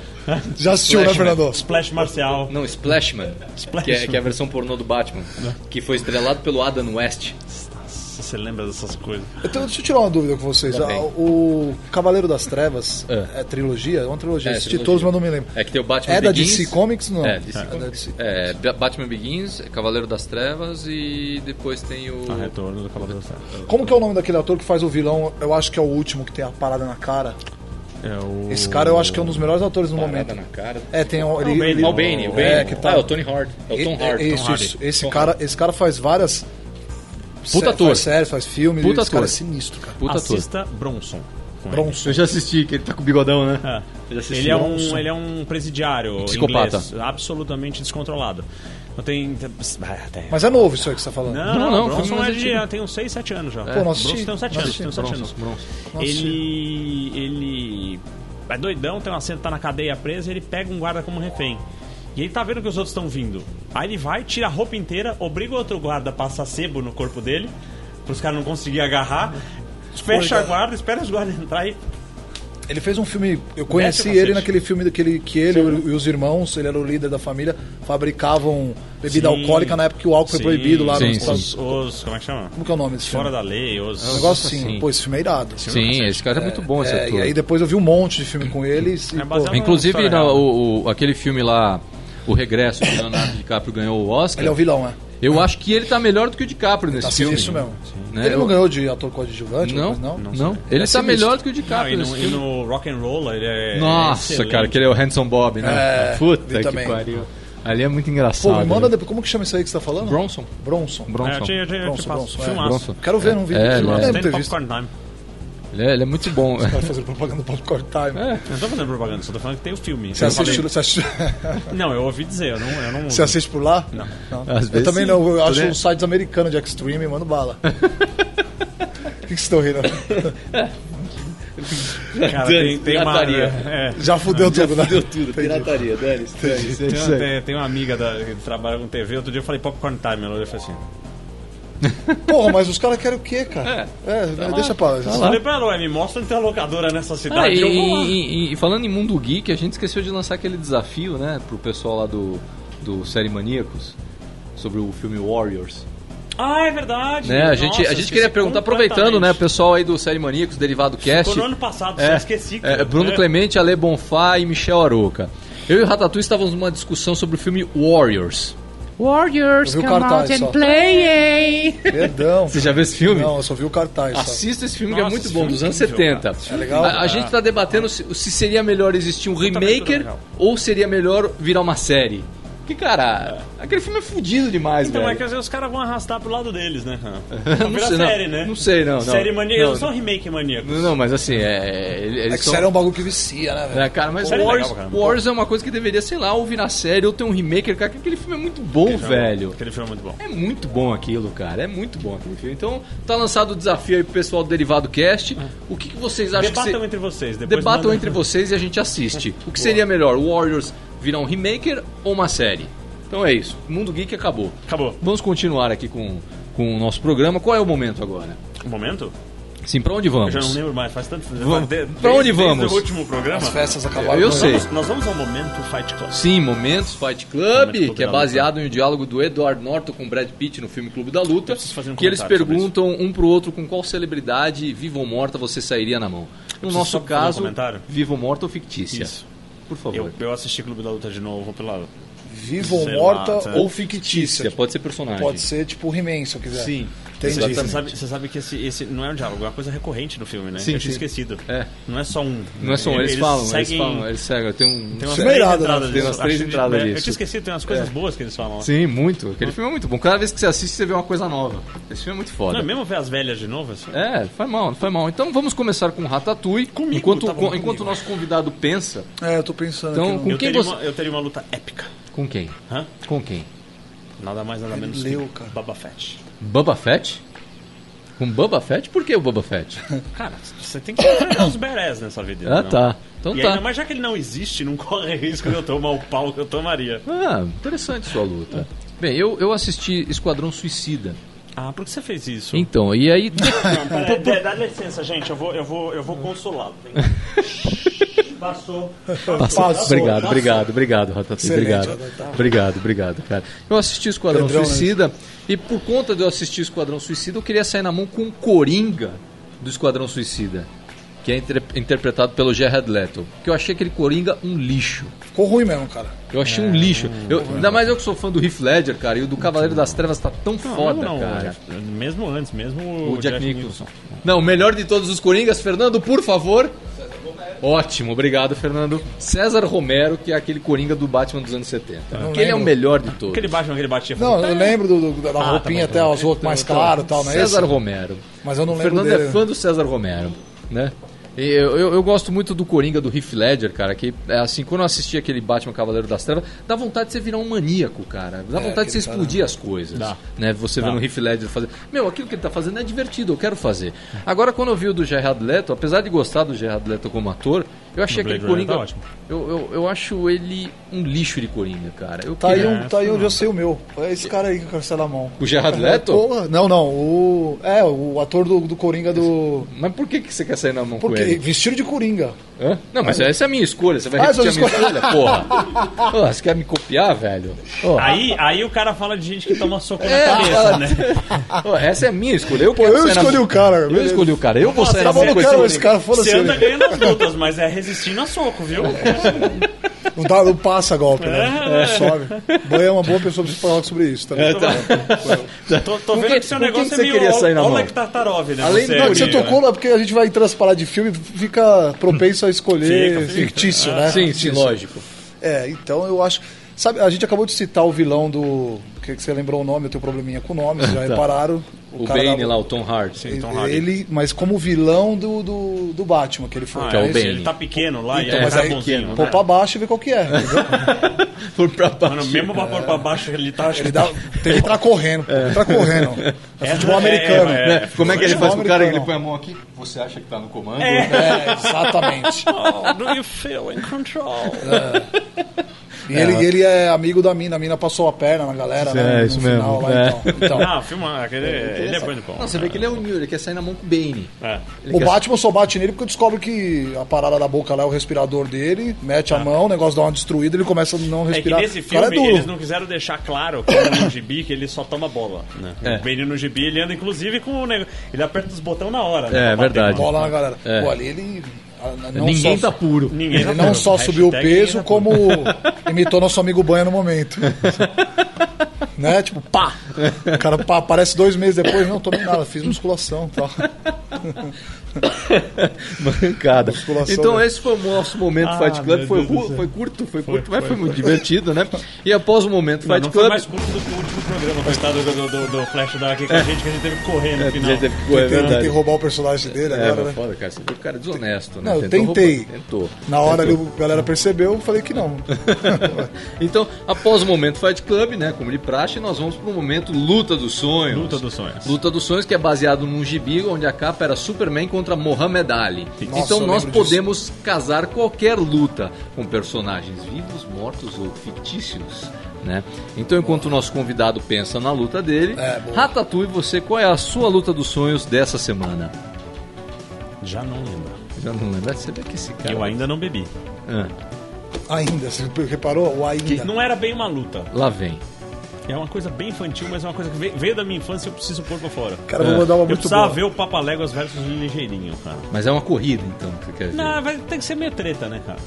Speaker 3: Já assistiu, né, Fernando?
Speaker 2: Splash marcial.
Speaker 1: Não,
Speaker 3: É.
Speaker 1: Splashman. Que, é, que é a versão pornô do Batman. Que foi estrelado pelo Adam West.
Speaker 2: Nossa, você lembra dessas coisas.
Speaker 3: Então, deixa eu tirar uma dúvida com vocês.
Speaker 5: Tá bem.
Speaker 3: Ah, O Cavaleiro das Trevas
Speaker 5: É.
Speaker 3: é, trilogia? É uma trilogia.
Speaker 5: É,
Speaker 3: Assisti
Speaker 5: trilogia.
Speaker 3: todos, mas não me lembro.
Speaker 5: É que tem o Batman
Speaker 3: É da
Speaker 5: Begins.
Speaker 3: DC Comics? Não.
Speaker 5: É, DC
Speaker 3: da DC.
Speaker 5: É, Ba- Batman Begins, Cavaleiro das Trevas e depois tem o.
Speaker 3: é.
Speaker 2: Ah, retorno do Cavaleiro das Trevas.
Speaker 3: Como que é o nome daquele ator que faz o vilão? Eu acho que é o último que tem a parada na cara.
Speaker 2: É o...
Speaker 3: Esse cara eu acho que é um dos melhores atores no
Speaker 5: Parada
Speaker 3: momento.
Speaker 5: na cara.
Speaker 3: É, tem o- ele,
Speaker 2: Bane.
Speaker 3: ele-
Speaker 5: Ah, o Bane, o Bane.
Speaker 3: É, que tá.
Speaker 5: Ah, é o Tony Hard. É o Tom
Speaker 3: e-
Speaker 5: Hard.
Speaker 3: e-
Speaker 5: Tom
Speaker 3: isso,
Speaker 5: Hardy.
Speaker 3: isso. Esse,
Speaker 5: Tom
Speaker 3: cara,
Speaker 5: Hardy.
Speaker 3: esse cara faz várias. sé-
Speaker 5: ator.
Speaker 3: Faz séries, faz filme.
Speaker 5: Puta
Speaker 3: esse cara
Speaker 5: ator.
Speaker 3: é sinistro, cara.
Speaker 5: Puta ator.
Speaker 2: Assista Bronson. com ele.
Speaker 3: Bronson.
Speaker 5: Eu já assisti, que ele tá com o bigodão, né?
Speaker 2: É.
Speaker 5: Eu já assisti
Speaker 2: Ele é, um,
Speaker 5: Bronson.
Speaker 2: ele é um presidiário
Speaker 5: Psicopata.
Speaker 2: inglês, absolutamente descontrolado. Não tem... Ah, tem-
Speaker 3: Mas é novo isso aí que você tá falando.
Speaker 2: Não,
Speaker 5: Não,
Speaker 2: não,
Speaker 5: não, filme
Speaker 2: Bronson
Speaker 5: mais
Speaker 2: é de,
Speaker 5: antigo.
Speaker 2: tem uns 6, 7 anos
Speaker 5: É.
Speaker 2: já.
Speaker 3: não
Speaker 2: Bronson
Speaker 3: assisti,
Speaker 2: tem uns 7
Speaker 3: não
Speaker 2: anos. Tem uns
Speaker 5: Bronson,
Speaker 2: sete anos.
Speaker 5: Bronson.
Speaker 3: Não
Speaker 2: Ele. Ele. É doidão, tem uma cena, tá na cadeia preso e ele pega um guarda como refém. E ele tá vendo que os outros estão vindo. Aí ele vai, tira a roupa inteira, obriga o outro guarda a passar sebo no corpo dele, pros caras não conseguirem agarrar. Fecha a guarda, espera os guardas entrar e.
Speaker 3: Ele fez um filme. Eu conheci
Speaker 2: cacete.
Speaker 3: ele naquele filme daquele que ele e os irmãos, ele era o líder da família, fabricavam bebida
Speaker 2: Sim.
Speaker 3: alcoólica na época que o álcool
Speaker 2: Sim,
Speaker 3: foi proibido lá
Speaker 5: sim,
Speaker 3: nos
Speaker 5: sim.
Speaker 3: Estados
Speaker 2: Os, os- Como é que chama?
Speaker 3: Como que é o nome desse filme?
Speaker 2: Fora da lei, os.
Speaker 3: Um negócio
Speaker 5: Nossa,
Speaker 3: assim.
Speaker 5: sim.
Speaker 3: Pô, esse filme é irado.
Speaker 5: Sim, esse cara é muito bom, esse
Speaker 3: É,
Speaker 5: ator.
Speaker 3: e aí depois eu vi um monte de filme com ele. E,
Speaker 2: É baseado-
Speaker 3: pô,
Speaker 5: Inclusive,
Speaker 2: História
Speaker 5: na-
Speaker 2: real.
Speaker 5: o, o- aquele filme lá, O Regresso, que o Leonardo DiCaprio ganhou o Oscar,
Speaker 3: ele é o vilão, é.
Speaker 5: eu acho que ele tá melhor do que o DiCaprio nesse
Speaker 3: Tá
Speaker 5: filme.
Speaker 3: sinistro mesmo.
Speaker 5: Né,
Speaker 3: Ele
Speaker 5: eu-
Speaker 3: não ganhou de ator coadjuvante?
Speaker 5: Não,
Speaker 3: mas
Speaker 5: não,
Speaker 3: não?
Speaker 5: Ele
Speaker 3: É
Speaker 5: tá
Speaker 3: sinistro.
Speaker 5: melhor do que o
Speaker 2: Não, Ah, e,
Speaker 5: DiCaprio nesse
Speaker 2: no, e
Speaker 3: assim.
Speaker 5: filme.
Speaker 2: no rock and roll ele é.
Speaker 5: Nossa,
Speaker 2: excelente.
Speaker 5: cara, que ele é o Handsome
Speaker 2: (laughs)
Speaker 5: Bob, né?
Speaker 3: É, vi
Speaker 5: Puta que
Speaker 3: também.
Speaker 5: pariu. Ali é muito
Speaker 3: Pô,
Speaker 5: engraçado.
Speaker 3: me manda
Speaker 5: né?
Speaker 3: depois. Como que chama isso aí que você tá falando?
Speaker 5: Bronson.
Speaker 3: Bronson.
Speaker 2: É, eu
Speaker 5: Bronson.
Speaker 2: te, eu te, eu te
Speaker 3: Bronson,
Speaker 2: passo.
Speaker 3: Bronson, é.
Speaker 2: Filmaço.
Speaker 5: Bronson.
Speaker 3: Quero ver num vídeo.
Speaker 5: É,
Speaker 3: eu não
Speaker 5: ele é.
Speaker 2: Tem
Speaker 3: lembro
Speaker 2: no
Speaker 3: ter visto.
Speaker 2: Popcorn Time.
Speaker 5: Ele é, ele é muito
Speaker 2: (laughs)
Speaker 5: bom.
Speaker 3: Vai fazer propaganda do Popcorn Time.
Speaker 2: Eu
Speaker 5: É.
Speaker 2: Não tô fazendo propaganda, só tô falando que tem o filme.
Speaker 3: Você
Speaker 2: Eu falei-
Speaker 3: assiste, você assiste-
Speaker 2: Não, eu ouvi dizer, eu não. Eu não
Speaker 3: você assiste por lá?
Speaker 2: Não.
Speaker 5: Às
Speaker 3: Eu
Speaker 5: vezes
Speaker 3: também
Speaker 5: sim.
Speaker 3: não, eu acho
Speaker 5: Tudo
Speaker 3: os sites americanos de Xtreme, mano
Speaker 5: (laughs)
Speaker 3: bala. O que que vocês estão rindo?
Speaker 2: Cara, tem, tem uma.
Speaker 5: Pirataria.
Speaker 2: É,
Speaker 3: Já fudeu tudo, né?
Speaker 5: Pirataria, Dani.
Speaker 2: tem, uma- tem- tem uma amiga da, que trabalha com TV, outro dia eu falei Popcorn Time, ela olhou e falou assim.
Speaker 3: Porra, mas os caras querem o quê, cara? É,
Speaker 5: Tá
Speaker 3: né, deixa pra lá.
Speaker 2: Eu falei pra ela, "Ué, me mostra onde tem uma locadora nessa
Speaker 5: Ah,
Speaker 2: cidade.
Speaker 5: e,
Speaker 2: eu vou lá."
Speaker 5: e- e- e falando em mundo geek, a gente esqueceu de lançar aquele desafio, né, pro pessoal lá do, do Série Maníacos sobre o filme Warriors.
Speaker 2: Ah, é verdade.
Speaker 5: Né, a gente,
Speaker 2: Nossa,
Speaker 5: a gente
Speaker 2: esqueci
Speaker 5: queria perguntar, aproveitando, né, o
Speaker 2: completamente.
Speaker 5: pessoal aí do Série Maníacos, Derivado Cast.
Speaker 2: Ficou no ano passado, só esqueci.
Speaker 5: é,
Speaker 2: cara.
Speaker 5: Bruno
Speaker 2: É.
Speaker 5: Clemente, Ale Bonfá e Michel Aroca. Eu e o Ratatouille estávamos numa discussão sobre o filme Warriors.
Speaker 1: Warriors,
Speaker 3: Eu vi o
Speaker 1: come out
Speaker 3: cartaz
Speaker 1: and
Speaker 3: só.
Speaker 1: play, eh?
Speaker 3: Perdão.
Speaker 5: Você já viu esse filme?
Speaker 3: Não, eu só vi o cartaz. só.
Speaker 5: Assista esse filme
Speaker 2: Nossa,
Speaker 5: que é muito
Speaker 2: esse
Speaker 5: bom,
Speaker 2: filme
Speaker 5: dos
Speaker 2: é
Speaker 5: anos
Speaker 2: incrível,
Speaker 5: 70.
Speaker 3: É legal?
Speaker 2: Ah.
Speaker 5: A, a gente tá debatendo se, se seria melhor existir um
Speaker 2: também tô né?
Speaker 5: remake
Speaker 2: legal.
Speaker 5: ou seria melhor virar uma série. Que cara, aquele filme é fudido demais,
Speaker 2: Então é
Speaker 5: velho.
Speaker 2: que às vezes os caras vão arrastar pro lado deles, né?
Speaker 5: (laughs)
Speaker 2: cara?
Speaker 5: Não
Speaker 2: Vira
Speaker 5: sei, não.
Speaker 2: série, né?
Speaker 5: Não sei, não, não.
Speaker 2: Série maníaca,
Speaker 5: Não.
Speaker 2: não são remake maníaco.
Speaker 5: Não, não, mas assim, é. ele-
Speaker 3: É
Speaker 5: Eles
Speaker 3: que
Speaker 5: são-
Speaker 3: sério é um bagulho que vicia, né, velho?
Speaker 5: É, cara, mas
Speaker 2: Série é
Speaker 5: Wars,
Speaker 2: legal pra caramba.
Speaker 5: Wars é uma coisa que deveria, sei lá, ou virar série ou ter um remake. Cara, que aquele filme é muito bom, velho.
Speaker 2: Aquele filme é muito bom.
Speaker 5: É muito bom aquilo, cara. É muito bom aquele filme. Então, tá lançado o desafio aí pro pessoal do Derivado Cast.
Speaker 2: Ah.
Speaker 5: O que, que vocês acham que.
Speaker 2: Debatam
Speaker 5: se-
Speaker 2: entre vocês. Depois
Speaker 5: Debatam
Speaker 2: manda-
Speaker 5: entre vocês e a gente assiste. O que seria melhor, Warriors virar um remaker ou uma série? Então é isso. Mundo Geek acabou.
Speaker 2: Acabou.
Speaker 5: Vamos continuar aqui com, com o nosso programa. Qual é o momento agora?
Speaker 2: Um momento?
Speaker 5: Sim, pra onde vamos?
Speaker 2: Eu já não lembro mais, faz tanto tempo.
Speaker 5: Vamos.
Speaker 2: De-
Speaker 5: Pra onde
Speaker 2: desde-
Speaker 5: vamos?
Speaker 2: Desde o último programa.
Speaker 3: As festas acabaram.
Speaker 5: Eu
Speaker 3: né?
Speaker 5: sei.
Speaker 2: Vamos- nós vamos ao momento Fight Club.
Speaker 5: Sim, Momentos Fight Club,
Speaker 2: Momento Clube
Speaker 5: que é
Speaker 2: da Luta.
Speaker 5: baseado em um diálogo do Edward Norton com Brad Pitt no filme Clube da Luta,
Speaker 2: preciso fazer um
Speaker 5: que eles
Speaker 2: comentário sobre
Speaker 5: perguntam um pro outro com qual celebridade, viva ou morta, você sairia na mão. No
Speaker 2: preciso
Speaker 5: nosso
Speaker 2: só fazer um
Speaker 5: caso,
Speaker 2: comentário.
Speaker 5: viva ou morta ou fictícia.
Speaker 2: Isso.
Speaker 5: Por favor.
Speaker 2: Eu, eu assisti Clube da Luta de novo pela.
Speaker 3: Viva ou
Speaker 2: Sei
Speaker 3: morta
Speaker 2: lá, tá.
Speaker 3: ou fictícia.
Speaker 5: Fictícia, pode ser personagem.
Speaker 3: Pode ser tipo o He-Man, se eu quiser.
Speaker 5: Sim.
Speaker 3: Entendi.
Speaker 2: Você sabe, você sabe que esse, esse não é um diálogo, é uma coisa recorrente no filme, né?
Speaker 5: Sim,
Speaker 2: eu tinha
Speaker 5: sim.
Speaker 2: esquecido.
Speaker 5: É.
Speaker 2: Não é só um.
Speaker 5: Não é só um, eles, falam,
Speaker 2: seguem-
Speaker 5: eles falam, eles seguem. Tem um.
Speaker 2: Tem umas
Speaker 3: Isso é
Speaker 2: três
Speaker 3: irado, né?
Speaker 2: entradas
Speaker 5: Tem umas
Speaker 2: disso.
Speaker 5: três
Speaker 2: Acho que-
Speaker 5: entradas
Speaker 2: é, Eu
Speaker 5: disso. É.
Speaker 2: tinha esquecido, tem umas coisas boas que eles falam. lá.
Speaker 5: Sim, muito. Aquele filme é muito bom. Cada vez que você assiste, você vê uma coisa nova. Esse filme é muito
Speaker 2: Não
Speaker 5: foda.
Speaker 2: é mesmo ver as velhas de novo? assim?
Speaker 5: É, foi mal, não foi mal. Então vamos começar com o Ratatouille.
Speaker 2: Comigo,
Speaker 5: enquanto,
Speaker 2: tá bom,
Speaker 5: co-
Speaker 2: comigo.
Speaker 5: enquanto o nosso convidado pensa.
Speaker 3: É, eu tô pensando
Speaker 5: Então,
Speaker 3: aqui.
Speaker 5: com
Speaker 2: Eu,
Speaker 5: quem
Speaker 2: teria
Speaker 5: você-
Speaker 2: uma, eu teria uma luta épica.
Speaker 5: Com quem?
Speaker 2: Hã?
Speaker 5: Com quem?
Speaker 2: Nada mais, nada menos.
Speaker 3: leu,
Speaker 2: que
Speaker 3: cara.
Speaker 2: Baba Fett.
Speaker 5: Bubba Fett? Com Bubba Fett? Por que o
Speaker 2: (laughs)
Speaker 5: Bubba Fett?
Speaker 2: Cara, você tem que enfrentar os berés nessa vida.
Speaker 5: ah,
Speaker 2: não?
Speaker 5: tá. Então
Speaker 2: e
Speaker 5: tá.
Speaker 2: ainda mais já que ele não existe, não corre (laughs) risco de eu tomar o pau que eu tomaria.
Speaker 5: Ah, interessante sua luta. Bem, eu, eu assisti Esquadrão Suicida.
Speaker 2: Ah, por que você fez isso?
Speaker 5: Então, e aí.
Speaker 1: então,
Speaker 2: Não, pera, dá, dá licença, gente. Eu vou, eu vou, eu vou consolá-lo. então, Passou.
Speaker 3: (laughs) Passou.
Speaker 1: (laughs) Obrigado, obrigado, obrigado, Ratatouille.
Speaker 3: Excelente, tá.
Speaker 1: Obrigado. Obrigado, obrigado, cara. Eu assisti Esquadrão
Speaker 3: Pedrão, né?
Speaker 1: Suicida e por conta de eu assistir Esquadrão Suicida, eu queria sair na mão com o Coringa do Esquadrão Suicida, que é inter- interpretado pelo Jared Leto. Que eu achei aquele Coringa um lixo.
Speaker 3: Ficou ruim mesmo, cara.
Speaker 1: Eu achei
Speaker 5: É.
Speaker 1: um lixo. Eu, ainda mais eu que sou fã do Heath Ledger, cara, e o do Cavaleiro das Trevas tá tão foda,
Speaker 2: não,
Speaker 1: cara.
Speaker 2: é, Mesmo antes, mesmo
Speaker 1: O Jack, Nicholson. Não, o melhor de todos os Coringas, Fernando, por favor. Ótimo, obrigado, Fernando. César Romero, que é aquele Coringa do Batman dos anos 70. Aquele é o
Speaker 3: lembro.
Speaker 1: melhor de todos.
Speaker 2: Aquele Batman, aquele batia.
Speaker 3: Não, eu lembro do- do- da
Speaker 2: tá
Speaker 3: roupinha
Speaker 2: bom,
Speaker 3: até
Speaker 2: tá bom.
Speaker 3: as roupas mais claras e tal, não é
Speaker 1: César
Speaker 3: isso?
Speaker 1: Romero.
Speaker 3: Mas eu não
Speaker 1: O
Speaker 3: lembro
Speaker 1: Fernando
Speaker 3: dele.
Speaker 1: é fã do César Romero, né? E Eu, eu, eu gosto muito do Coringa do Heath Ledger, cara, que é assim, quando eu assisti aquele Batman Cavaleiro das Trevas, dá vontade de você virar um maníaco, cara.
Speaker 2: É,
Speaker 1: Dá vontade de você explodir as coisas.
Speaker 2: Dá.
Speaker 1: Né? Você vendo o Heath Ledger fazer. Meu, aquilo que ele tá fazendo é divertido, eu quero fazer. Agora, quando eu vi o do Gerard Leto, apesar de gostar do Gerard Leto como ator, eu achei
Speaker 2: No
Speaker 1: aquele
Speaker 2: Blade Runner
Speaker 1: Coringa.
Speaker 2: tá ótimo.
Speaker 1: eu, eu, eu acho ele um lixo de Coringa, cara. Eu
Speaker 3: Tá aí,
Speaker 1: queria-
Speaker 3: um, tá aí onde eu sei o meu. É esse cara aí que eu quero ser na mão. É,
Speaker 1: O Gerard Leto?
Speaker 3: Porra, não, não. O, é, o ator do, do Coringa do.
Speaker 1: Mas por que, que você quer sair na mão com
Speaker 3: Porque
Speaker 1: ele?
Speaker 3: vestido de Coringa.
Speaker 1: Hã? Não, mas essa é a minha escolha. Você vai
Speaker 3: Ah,
Speaker 1: repetir a minha
Speaker 3: sua
Speaker 1: escolha, porra. Ô, você quer me copiar, velho? Ô,
Speaker 2: Aí, aí o cara fala de gente que toma soco na
Speaker 1: É,
Speaker 2: cabeça,
Speaker 1: fala-
Speaker 2: né?
Speaker 3: tipo,
Speaker 1: ô, essa é a minha escolha. Eu,
Speaker 3: Pô,
Speaker 1: quero
Speaker 3: eu
Speaker 1: sair na
Speaker 3: escolhi
Speaker 1: mão-
Speaker 3: o cara,
Speaker 1: Eu
Speaker 3: beleza.
Speaker 1: escolhi o cara. Eu vou sair na
Speaker 3: Tá bom,
Speaker 1: mão
Speaker 3: não
Speaker 1: com esse
Speaker 3: quero esse
Speaker 1: Coringa.
Speaker 3: cara, foda-se.
Speaker 2: assim, Você anda
Speaker 3: ele.
Speaker 2: ganhando as lutas, mas é resistindo a soco,
Speaker 3: (laughs)
Speaker 2: viu?
Speaker 3: Não, dá- não passa golpe, né? Sobe. Banha é uma boa pessoa pra você falar sobre isso, tá ligado?
Speaker 2: Tô, tô
Speaker 1: Com
Speaker 2: vendo
Speaker 1: quem-
Speaker 2: que seu
Speaker 1: com quem
Speaker 2: negócio
Speaker 1: que
Speaker 2: é
Speaker 1: você
Speaker 2: meio
Speaker 1: queria sair na
Speaker 2: Ol-
Speaker 1: mão?
Speaker 2: Oleg Tartarov, né?
Speaker 1: Além
Speaker 2: você,
Speaker 1: do-
Speaker 3: Não, que você
Speaker 2: Coringa.
Speaker 3: tocou lá, porque a gente vai transparar de filme, fica propenso a escolher
Speaker 2: Fica, fica.
Speaker 3: fictício, né?
Speaker 1: Ah, Sim, sim,
Speaker 3: Fictício.
Speaker 1: lógico.
Speaker 3: É, então eu acho. Sabe, a gente acabou de citar o vilão do. Que, que você lembrou o nome, eu tenho um probleminha com o
Speaker 1: (laughs)
Speaker 3: nome, vocês já repararam.
Speaker 1: Tá. O,
Speaker 3: cara
Speaker 1: Bane
Speaker 3: da-
Speaker 1: lá, o Tom Hardy.
Speaker 2: Tom Hardy.
Speaker 3: Ele, mas como vilão do, do, do Batman, que ele foi.
Speaker 2: Ah,
Speaker 1: Que é o
Speaker 2: esse,
Speaker 1: Bane.
Speaker 2: Ele tá pequeno lá
Speaker 1: Então,
Speaker 2: e é
Speaker 1: mas
Speaker 3: aí-
Speaker 2: bonzinho, né?
Speaker 3: Pôr pra baixo e ver qual que é. entendeu?
Speaker 1: Por pra baixo.
Speaker 2: Mano, mesmo pra pôr pra baixo, ele tá...
Speaker 3: Ele dá, tem que entrar correndo, pô, entrar correndo. É, futebol americano.
Speaker 2: é,
Speaker 1: Né? Como é que ele faz com o cara?
Speaker 3: americano.
Speaker 1: Ele põe a mão aqui. Você acha que tá no comando?
Speaker 3: É, exatamente.
Speaker 2: (laughs) Oh, do you feel in control?
Speaker 3: E ele, ele é amigo da mina, a mina passou a perna na galera, né?
Speaker 1: É,
Speaker 3: no
Speaker 1: isso
Speaker 3: final
Speaker 1: mesmo,
Speaker 3: lá,
Speaker 1: é.
Speaker 3: então. Então,
Speaker 2: Ah, filma, aquele, ele é muito bom.
Speaker 1: Não, você vê que ele é o New, ele quer sair na mão com o Bane.
Speaker 2: É.
Speaker 1: Ele
Speaker 3: O
Speaker 1: quer-
Speaker 3: Batman só bate nele porque descobre que a parada da boca lá é o respirador dele, mete a mão, o negócio dá uma destruída, ele começa a
Speaker 2: Ah.
Speaker 3: não
Speaker 2: É que
Speaker 3: respirar.
Speaker 2: nesse
Speaker 3: o cara é
Speaker 2: filme
Speaker 3: duro.
Speaker 2: eles não quiseram deixar claro que no gibi que ele só toma bola. Né?
Speaker 1: É.
Speaker 2: O Bane no gibi ele anda inclusive com o negócio. Ele aperta os botões na hora.
Speaker 1: É,
Speaker 2: né, pra bater
Speaker 1: verdade.
Speaker 2: mal.
Speaker 3: Bola na galera.
Speaker 1: É.
Speaker 3: Pô, ali ele. a- a- Não
Speaker 1: Ninguém
Speaker 3: só,
Speaker 1: tá puro.
Speaker 2: Ninguém
Speaker 3: Ele
Speaker 2: tá
Speaker 3: não
Speaker 2: puro.
Speaker 3: só subiu o
Speaker 2: Hashtag
Speaker 3: peso,
Speaker 2: ninguém tá
Speaker 3: como imitou nosso amigo Banha
Speaker 2: (laughs)
Speaker 3: no momento. né? Tipo, pá! O cara pá, aparece dois meses depois, não, tomei nada, fiz musculação e tal.
Speaker 1: Mancada.
Speaker 3: Musculação,
Speaker 1: Então
Speaker 3: né?
Speaker 1: esse foi o nosso momento
Speaker 2: Ah,
Speaker 1: Fight Club.
Speaker 2: meu
Speaker 1: Foi,
Speaker 2: Deus do
Speaker 1: ru-
Speaker 2: céu.
Speaker 1: foi curto, foi curto, mas foi (laughs) muito divertido, né? E após o momento
Speaker 2: Não,
Speaker 1: Fight
Speaker 2: não
Speaker 1: Club...
Speaker 2: foi mais curto do que o último programa, coitado do, do, do, do Flash da aqui com a gente, que a gente teve que correr no
Speaker 1: É,
Speaker 2: final.
Speaker 1: já teve que correr, é
Speaker 3: Tentei
Speaker 1: verdade.
Speaker 3: roubar o personagem dele
Speaker 1: É,
Speaker 3: agora,
Speaker 1: mas
Speaker 3: né?
Speaker 1: foda, cara. Você viu o cara desonesto, né?
Speaker 3: Não, eu
Speaker 1: Tentou
Speaker 3: tentei.
Speaker 1: roubar- Tentou.
Speaker 3: Na hora ali, a galera percebeu, eu falei que não.
Speaker 1: Então, após o momento Fight Club, né? Como de praxe, nós vamos pro momento Luta dos Sonhos.
Speaker 2: Luta dos Sonhos.
Speaker 1: Luta dos Sonhos, que é baseado num gibi onde a capa era Superman contra Mohamed Ali.
Speaker 3: Nossa,
Speaker 1: então
Speaker 3: eu
Speaker 1: nós
Speaker 3: lembro disso.
Speaker 1: podemos casar qualquer luta com personagens vivos, mortos ou fictícios. Né? Então, enquanto o nosso convidado pensa na luta dele,
Speaker 3: É, boa.
Speaker 1: Ratatouille, você, qual é a sua luta dos sonhos dessa semana?
Speaker 2: Já não lembro.
Speaker 1: Já não lembro. Você vê que esse cara.
Speaker 2: Eu ainda não bebi.
Speaker 1: Ah,
Speaker 3: Ainda, você reparou? O ainda.
Speaker 2: Não era bem uma luta.
Speaker 1: lá vem.
Speaker 2: É uma coisa bem infantil, mas é uma coisa que veio, veio da minha infância e eu preciso pôr pra fora.
Speaker 3: Cara, eu vou mandar uma
Speaker 2: É. Eu
Speaker 3: muito
Speaker 2: precisava
Speaker 3: boa.
Speaker 2: ver o Papa Léguas versus Ligeirinho, cara.
Speaker 1: Mas é uma corrida, então, que você quer ver.
Speaker 2: Não, vai tem que ser meio treta, né, cara?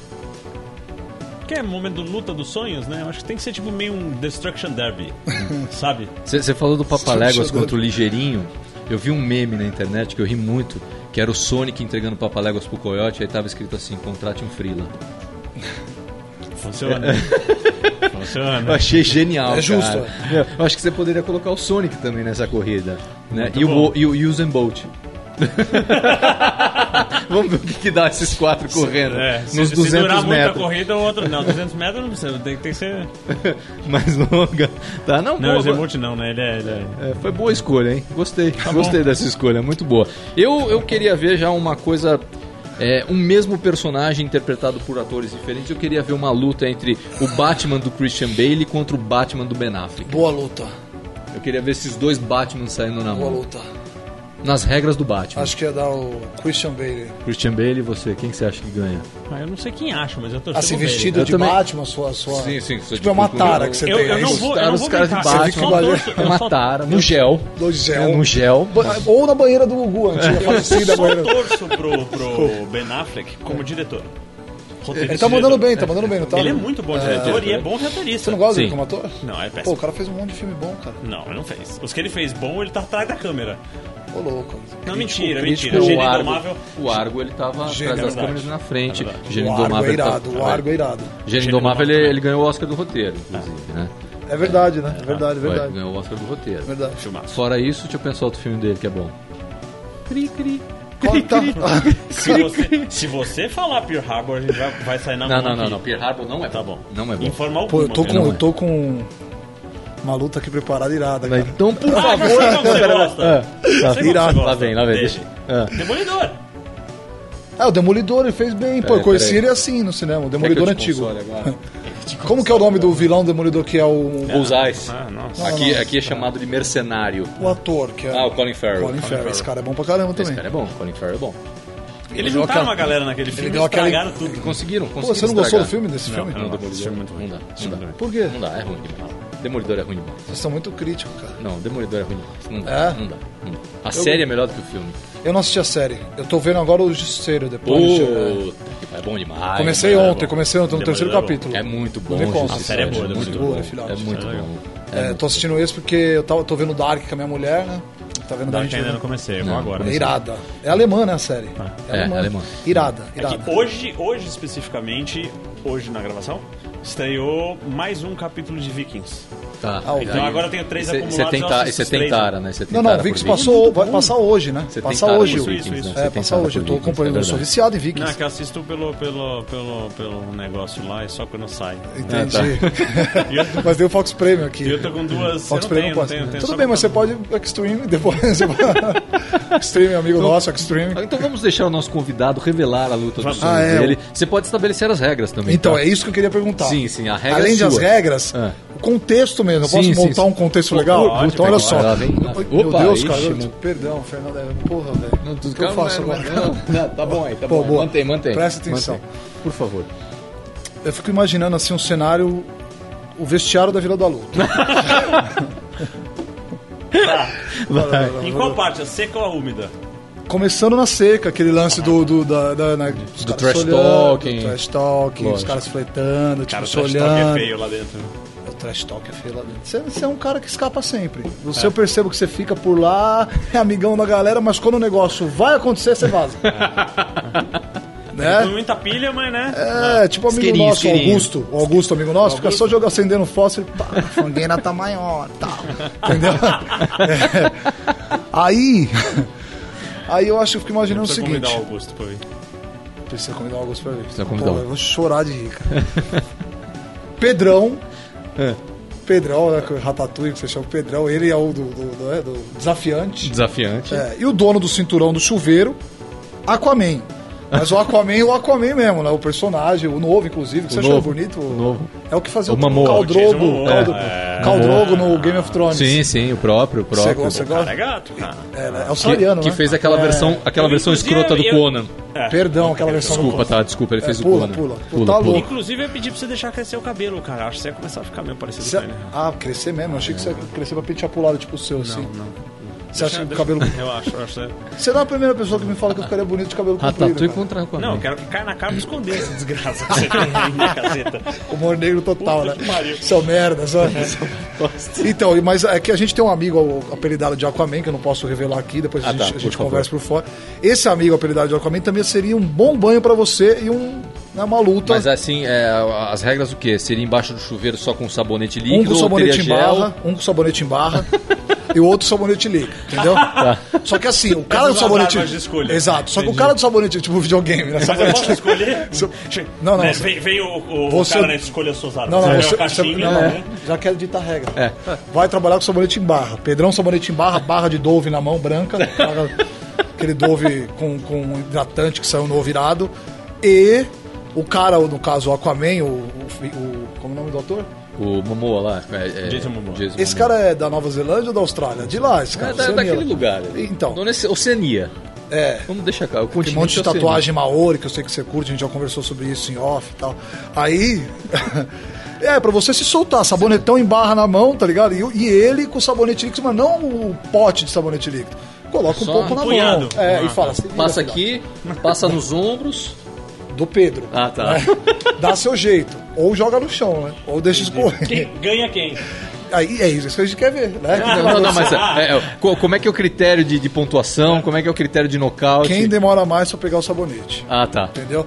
Speaker 2: Porque é momento de luta dos sonhos, né? Eu acho que tem que ser tipo meio um Destruction (laughs) Derby, sabe?
Speaker 1: Você você falou do Papaléguas contra o Ligeirinho. Eu vi um meme na internet que eu ri muito, que era o Sonic entregando Papaléguas pro Coyote, aí tava escrito assim, contrate um Freela.
Speaker 2: Funciona.
Speaker 1: (laughs)
Speaker 2: É.
Speaker 1: Eu
Speaker 2: Funciona.
Speaker 1: achei genial,
Speaker 3: É justo,
Speaker 1: cara. Eu acho que você poderia colocar o Sonic também nessa corrida. Né?
Speaker 2: Muito
Speaker 1: E, o,
Speaker 2: bom.
Speaker 1: Bo- e o Usain Bolt. Vamos ver o que, que dá esses quatro correndo
Speaker 2: É,
Speaker 1: nos
Speaker 2: se,
Speaker 1: 200
Speaker 2: se durar muita
Speaker 1: metros.
Speaker 2: corrida, o outro. Não, 200 metros não precisa, tem, tem que ser.
Speaker 1: Mais longa. Tá, não,
Speaker 2: Não,
Speaker 1: boa,
Speaker 2: o Zemult não, né? Ele é. Ele é...
Speaker 1: É, foi boa escolha, hein? Gostei, gostei dessa escolha, muito boa. Eu, eu queria ver já uma coisa. É, um mesmo personagem interpretado por atores diferentes. Eu queria ver uma luta entre o Batman do Christian Bale contra o Batman do Ben Affleck.
Speaker 3: Boa luta,
Speaker 1: Eu queria ver esses dois Batman saindo na
Speaker 3: boa
Speaker 1: mão.
Speaker 3: luta.
Speaker 1: Nas regras do Batman.
Speaker 3: Acho que ia dar o Christian Bale.
Speaker 1: Christian Bale e você, quem que você acha que ganha?
Speaker 2: Ah, eu não sei quem acha, mas eu
Speaker 1: Ah,
Speaker 2: tô
Speaker 3: Assim, vestido
Speaker 1: Eu
Speaker 3: de
Speaker 1: também-
Speaker 3: Batman, a sua, a sua...
Speaker 1: Sim, sim, sou
Speaker 3: Tipo,
Speaker 1: de
Speaker 3: é uma
Speaker 1: cultura.
Speaker 3: tara que você
Speaker 2: Eu,
Speaker 3: tem.
Speaker 2: eu
Speaker 3: é
Speaker 2: não
Speaker 3: isso?
Speaker 2: vou, eu
Speaker 1: Cara,
Speaker 2: não
Speaker 1: os
Speaker 2: vou
Speaker 1: caras de
Speaker 2: brincar.
Speaker 1: Batman,
Speaker 2: eu só
Speaker 3: eu
Speaker 1: É
Speaker 2: torço- eu só-
Speaker 1: Mataram, no gel.
Speaker 3: No gel.
Speaker 1: No gel.
Speaker 3: Ba- Ou na banheira do Gugu, a
Speaker 2: É.
Speaker 3: antiga falecida
Speaker 2: Eu só
Speaker 3: banheira.
Speaker 2: (laughs) torço pro, pro Ben Affleck como diretor. Roteirista
Speaker 3: Ele tá mandando
Speaker 2: diretor.
Speaker 3: bem, tá mandando bem, não tá?
Speaker 2: Ele é muito bom diretor e é bom roteirista.
Speaker 3: Você não gosta
Speaker 1: Sim.
Speaker 3: dele como ator?
Speaker 2: Não, é péssimo.
Speaker 3: Pô, o cara fez um monte de filme bom, cara.
Speaker 2: Não, ele não fez. Os que ele fez bom, ele tá atrás da câmera.
Speaker 3: Ô, louco.
Speaker 2: Não,
Speaker 3: Crítico,
Speaker 2: mentira,
Speaker 3: crítico,
Speaker 2: mentira. Gênio
Speaker 1: o, Argo,
Speaker 2: Indomável.
Speaker 1: o Argo, ele tava
Speaker 3: Gênio,
Speaker 1: atrás das
Speaker 2: é verdade.
Speaker 1: câmeras na frente.
Speaker 2: É verdade.
Speaker 1: Gênio
Speaker 3: O Argo é
Speaker 1: Indomável.
Speaker 3: irado,
Speaker 1: tá-
Speaker 3: o Argo é irado.
Speaker 1: Gênio
Speaker 2: Gênio
Speaker 1: Indomável,
Speaker 2: Indomável.
Speaker 1: ele, ele ganhou o Oscar do roteiro, inclusive, né?
Speaker 3: É verdade, né? É verdade,
Speaker 1: Foi,
Speaker 3: verdade.
Speaker 1: ganhou o Oscar do roteiro.
Speaker 3: Verdade.
Speaker 2: Filmaço.
Speaker 1: Fora isso, deixa eu pensar outro filme dele que é bom. Cri, cri.
Speaker 3: Corta.
Speaker 2: Se você, se você falar Pearl Harbor, a gente vai, vai sair na
Speaker 1: Não,
Speaker 2: mão
Speaker 1: não, não,
Speaker 2: aqui.
Speaker 1: não. Pearl Harbor não é
Speaker 2: Tá bom.
Speaker 1: Não é bom.
Speaker 2: Informal
Speaker 3: Pô, eu tô com,
Speaker 1: Não é.
Speaker 3: eu tô com uma luta aqui preparada irada, cara.
Speaker 1: Então, por
Speaker 3: um
Speaker 2: Ah,
Speaker 1: favor.
Speaker 2: eu sei qual que você
Speaker 3: (laughs)
Speaker 2: gosta. Eu sei qual que você
Speaker 3: É, tá Irado.
Speaker 2: gosta
Speaker 1: Lá vem, lá vem.
Speaker 2: dele.
Speaker 1: Deixa. Ah.
Speaker 2: Demolidor.
Speaker 3: Ah, o Demolidor, ele fez bem. Pô,
Speaker 1: Peraí,
Speaker 3: eu conheci
Speaker 1: É, peraí.
Speaker 3: ele assim no cinema,
Speaker 1: Quer
Speaker 3: o
Speaker 1: que eu
Speaker 3: Demolidor
Speaker 1: te
Speaker 3: antigo.
Speaker 1: console agora?
Speaker 3: Como que é o nome do vilão do Demolidor que é o,
Speaker 1: Bullseyes.
Speaker 2: Ah, nossa.
Speaker 1: Aqui,
Speaker 3: não.
Speaker 1: aqui é chamado de mercenário.
Speaker 3: o ator? Que é
Speaker 1: Ah, o Colin Farrell.
Speaker 3: Colin Farrell. Esse cara é bom pra caramba
Speaker 1: Esse
Speaker 3: também.
Speaker 1: cara é bom, Colin Farrell é bom.
Speaker 2: Eles
Speaker 3: deu
Speaker 2: juntaram
Speaker 3: aquela-
Speaker 2: uma galera naquele filme e
Speaker 3: deu aquela-
Speaker 2: estragaram tudo.
Speaker 1: Conseguiram, conseguiram.
Speaker 3: Pô, você não gostou
Speaker 1: estragar.
Speaker 3: do filme, desse filme?
Speaker 2: eu
Speaker 1: Não,
Speaker 2: Não,
Speaker 1: Demolidor.
Speaker 2: esse filme é muito
Speaker 1: não dá, não dá.
Speaker 3: Por quê?
Speaker 1: Não dá, é ruim demais. Demolidor é ruim demais.
Speaker 3: Vocês são muito críticos, cara.
Speaker 1: Não, Demolidor é ruim demais. Não dá,
Speaker 3: É?
Speaker 1: não dá. não dá. A série é melhor do que o filme.
Speaker 3: Eu não assisti a série. Eu tô vendo agora o Justiceiro depois. É.
Speaker 1: Puta que pariu, é bom demais.
Speaker 3: Comecei
Speaker 1: Demolidor é
Speaker 3: ontem,
Speaker 1: bom.
Speaker 3: comecei ontem, no terceiro
Speaker 2: Demolidor é bom.
Speaker 3: capítulo.
Speaker 1: É muito bom.
Speaker 3: Não me conta.
Speaker 1: gente,
Speaker 3: A
Speaker 2: série é boa,
Speaker 1: muito
Speaker 2: Demolidor.
Speaker 1: bom.
Speaker 3: Filhote.
Speaker 1: É muito
Speaker 2: Isso é legal.
Speaker 1: bom.
Speaker 3: É, tô assistindo esse porque eu, tava, tô vendo Dark com a minha mulher, né? Tá vendo Dark?
Speaker 2: Dark ainda não comecei, eu vou agora.
Speaker 3: É irada. É alemã, né, a série?
Speaker 1: É, alemã.
Speaker 3: Irada,
Speaker 2: É que
Speaker 3: irada.
Speaker 2: hoje, hoje especificamente, hoje na gravação, estreou mais um capítulo de Vikings.
Speaker 1: Tá.
Speaker 3: Ah,
Speaker 2: Então
Speaker 3: Aí,
Speaker 2: agora eu tenho três
Speaker 1: Cê-
Speaker 2: acumulados.
Speaker 1: cê tem
Speaker 2: eu
Speaker 1: ta-
Speaker 2: assisto
Speaker 1: cê
Speaker 2: os
Speaker 1: tem
Speaker 2: três.
Speaker 1: tara, né? Cê tem
Speaker 3: Não, não,
Speaker 1: tara
Speaker 3: o Vix
Speaker 1: por Vikings.
Speaker 3: passou, vai passar hoje, né?
Speaker 1: Cê tem
Speaker 3: Passar
Speaker 1: tara
Speaker 3: hoje.
Speaker 1: por
Speaker 2: o- Isso,
Speaker 3: eu-
Speaker 1: Vikings,
Speaker 2: isso,
Speaker 1: né? Cê
Speaker 2: isso.
Speaker 3: É,
Speaker 1: tem
Speaker 3: passar
Speaker 1: tara por
Speaker 3: hoje. Eu tô
Speaker 1: Vikings,
Speaker 3: acompanhando,
Speaker 1: é
Speaker 3: eu sou
Speaker 1: verdade.
Speaker 3: viciado em
Speaker 2: Não, é
Speaker 3: Vikings.
Speaker 2: que eu assisto pelo, pelo, pelo, pelo negócio lá, é só quando sai.
Speaker 3: Entendi.
Speaker 2: E
Speaker 1: Ah, tá.
Speaker 2: eu,
Speaker 3: (laughs) Mas deu o Fox Premium aqui.
Speaker 2: e eu tô com duas. Eu
Speaker 3: Fox
Speaker 2: não
Speaker 3: Premium
Speaker 2: tenho, não
Speaker 3: eu posso.
Speaker 2: tenho, não tenho,
Speaker 3: Tudo
Speaker 2: só
Speaker 3: bem, mas você
Speaker 2: pra-
Speaker 3: pode Extreme depois. você pode- (laughs) Extreme, amigo nosso,
Speaker 1: Ah,
Speaker 3: Extreme.
Speaker 1: Então vamos deixar o nosso convidado revelar a luta dos sonhos
Speaker 3: Ah, é.
Speaker 1: dele. Você pode estabelecer as regras também.
Speaker 3: Então,
Speaker 1: tá?
Speaker 3: é isso que eu queria perguntar.
Speaker 1: Sim, sim, a regra
Speaker 3: Além
Speaker 1: é
Speaker 3: das
Speaker 1: sua.
Speaker 3: regras,
Speaker 1: Ah.
Speaker 3: o contexto mesmo. Eu
Speaker 1: Sim,
Speaker 3: posso
Speaker 1: sim,
Speaker 3: montar
Speaker 1: sim.
Speaker 3: um contexto legal?
Speaker 1: pode,
Speaker 3: então, olha
Speaker 1: pode.
Speaker 3: só.
Speaker 1: Lá vem.
Speaker 3: Meu
Speaker 1: Opa,
Speaker 3: Deus,
Speaker 1: ixi,
Speaker 3: cara. eu-
Speaker 1: mano.
Speaker 3: Perdão, Fernando. é, Porra, velho. O que eu faço agora?
Speaker 1: Tá bom aí, tá
Speaker 3: Pô,
Speaker 1: bom.
Speaker 3: boa.
Speaker 1: Mantém, mantém.
Speaker 3: Presta atenção.
Speaker 1: Mantém. Por favor.
Speaker 3: Eu fico imaginando assim um cenário. O vestiário da Vila da Luta.
Speaker 2: Em qual parte? A seca ou a úmida?
Speaker 3: Começando na seca, aquele lance do. Do, da, da- né, os caras
Speaker 1: trash
Speaker 3: se olhando,
Speaker 1: talking.
Speaker 3: Do trash talking, os
Speaker 1: Lógico.
Speaker 3: caras se flertando, tipo,
Speaker 2: Cara, o
Speaker 3: se
Speaker 2: trash talk é
Speaker 3: olhando.
Speaker 2: feio lá dentro.
Speaker 3: O trash talk é feio lá dentro. Você, você é um cara que escapa sempre.
Speaker 1: É.
Speaker 3: Você eu percebo que você fica por lá, é amigão da galera, mas quando o negócio vai acontecer, você
Speaker 1: (laughs)
Speaker 3: vaza.
Speaker 2: Tem
Speaker 3: né?
Speaker 2: muita pilha, mas né?
Speaker 3: É, tipo amigo
Speaker 1: Isqueirinho,
Speaker 3: nosso,
Speaker 1: isqueirinho.
Speaker 3: Augusto. O Augusto, amigo nosso, fica só jogando acendendo fósforo e pá, a fangueira tá maior, tal. (laughs) Entendeu? É. Aí. Aí eu acho que eu fico imaginando o
Speaker 2: Precisa convidar o
Speaker 3: seguinte.
Speaker 2: Augusto pra vir.
Speaker 3: Precisa convidar o Augusto pra ver. Precisa
Speaker 1: convidar o-
Speaker 3: eu vou chorar de rir, cara. (laughs) Pedrão. É. Pedrão, né, que é o Ratatouille, que você chama o Pedrão, ele é o do, do- do- é, do desafiante.
Speaker 1: Desafiante.
Speaker 3: É, e o dono do cinturão do chuveiro, Aquaman.
Speaker 1: (laughs)
Speaker 3: Mas o Aquaman é o Aquaman mesmo, né? O personagem, o novo, inclusive, que você achou
Speaker 1: novo,
Speaker 3: bonito.
Speaker 1: o novo.
Speaker 3: É o que fazia
Speaker 1: O Momoa,
Speaker 2: o Jason
Speaker 3: Caldrogo,
Speaker 2: Momoa,
Speaker 3: Caldo-
Speaker 2: é.
Speaker 3: Caldrogo no Game of Thrones.
Speaker 1: Sim, sim, o próprio, o
Speaker 3: Você
Speaker 1: próprio.
Speaker 3: gosta? Você
Speaker 2: Cara, é
Speaker 3: gosta?
Speaker 2: gato, cara.
Speaker 3: É, né? é
Speaker 1: que,
Speaker 3: australiano,
Speaker 1: que
Speaker 3: né?
Speaker 1: fez aquela
Speaker 3: É,
Speaker 1: versão, aquela
Speaker 2: Eu,
Speaker 1: versão
Speaker 2: inclusive,
Speaker 1: escrota do
Speaker 2: eu-
Speaker 1: Conan.
Speaker 3: Perdão, aquela versão do
Speaker 1: Desculpa, tá, desculpa, ele fez o
Speaker 3: pula,
Speaker 1: Conan.
Speaker 3: pula. Pula, tá louco.
Speaker 2: Inclusive, eu ia pedir pra você deixar crescer o cabelo, cara. Acho que você ia começar a ficar meio parecido
Speaker 3: Você-
Speaker 2: com ele.
Speaker 3: Ah, crescer mesmo? Eu achei que você ia crescer pra pentear pro lado, tipo o seu, assim.
Speaker 2: não.
Speaker 3: Você acha que o
Speaker 2: Deixa-
Speaker 3: cabelo.
Speaker 2: (laughs) Eu acho, eu acho.
Speaker 3: Você não é a primeira pessoa que me fala que eu ficaria bonito de cabelo comprido.
Speaker 1: Ratatouille
Speaker 3: Cara.
Speaker 1: contra Aquaman.
Speaker 2: Não, eu quero que caia na cara pra esconder essa desgraça que você tem aí na caseta.
Speaker 3: Humor negro total,
Speaker 2: Puta que
Speaker 3: né? (laughs)
Speaker 2: pariu.
Speaker 3: Seu merda,
Speaker 1: É,
Speaker 3: só. então, mas é que a gente tem um amigo o- apelidado de Aquaman, que eu não posso revelar aqui, depois a
Speaker 1: Ah,
Speaker 3: gente,
Speaker 1: tá,
Speaker 3: a
Speaker 1: por
Speaker 3: gente
Speaker 1: favor.
Speaker 3: conversa por fora. Esse amigo apelidado de Aquaman também seria um bom banho pra você e um. né, uma luta.
Speaker 1: Mas assim, é, as regras o quê? Seria embaixo do chuveiro só com sabonete líquido
Speaker 3: um com
Speaker 1: ou teria
Speaker 3: sabonete em
Speaker 1: gel?
Speaker 3: barra, um com sabonete em barra (laughs) e o outro sabonete líquido, entendeu?
Speaker 1: Tá.
Speaker 3: Só que assim, o cara do
Speaker 2: Essas
Speaker 3: sabonete.
Speaker 2: armas de escolha.
Speaker 3: Exato, só que o cara do sabonete, tipo videogame, né?
Speaker 2: Mas eu
Speaker 3: Sabonete-
Speaker 2: posso escolher?
Speaker 3: Seu- Não, não,
Speaker 2: Né,
Speaker 3: você-
Speaker 2: Vem, vem o, o
Speaker 3: Você-
Speaker 2: cara, né? Escolha as suas armas.
Speaker 3: Não, não,
Speaker 2: Você
Speaker 3: você-
Speaker 2: vê a
Speaker 3: você-
Speaker 2: caixinha,
Speaker 3: não,
Speaker 2: né?
Speaker 3: não, já quero ditar regra.
Speaker 1: É.
Speaker 3: Vai trabalhar com sabonete em barra. Pedrão, sabonete em barra, barra de Dove na mão branca. barra- aquele Dove com, com um hidratante que saiu no virado. E o cara, ou no caso o Aquaman, o, o, fi- o- Como é o nome do ator?
Speaker 1: O Momoa lá. É, é,
Speaker 2: Jason Momoa.
Speaker 3: Esse cara é da Nova Zelândia ou da Austrália? De lá, esse cara.
Speaker 1: É da,
Speaker 3: Oceania.
Speaker 1: daquele lugar. ali.
Speaker 3: Então.
Speaker 1: Não nesse- Oceania.
Speaker 3: É.
Speaker 1: Vamos deixar cá. O
Speaker 3: Tem
Speaker 1: continente
Speaker 3: um monte de
Speaker 1: Oceania.
Speaker 3: tatuagem maori que eu sei que você curte, a gente já conversou sobre isso em off e tal. Aí. (laughs) É, pra você se soltar, sabonetão em barra na mão, tá ligado? E, e ele com o sabonete líquido, mas não o pote de sabonete líquido. Coloca um
Speaker 1: Só
Speaker 3: pouco
Speaker 1: um
Speaker 3: na
Speaker 2: punhado.
Speaker 3: mão. É,
Speaker 2: Ah,
Speaker 3: e fala.
Speaker 1: Passa
Speaker 3: "Vira,
Speaker 1: aqui, passa nos ombros.
Speaker 3: filhão", Do Pedro. É.
Speaker 1: Ah, tá.
Speaker 3: (laughs) Dá seu jeito. Ou joga no chão, né? Ou deixa escorrer.
Speaker 2: Quem ganha quem?
Speaker 3: Aí é isso, isso que a gente quer ver, né?
Speaker 1: (laughs)
Speaker 3: Que
Speaker 1: Não, não,
Speaker 3: negócio-
Speaker 1: mas é, é, co- como é que é o critério de, de pontuação? Como é que é o critério de nocaute?
Speaker 3: Quem demora mais pra pegar o sabonete,
Speaker 1: Ah, tá.
Speaker 3: entendeu?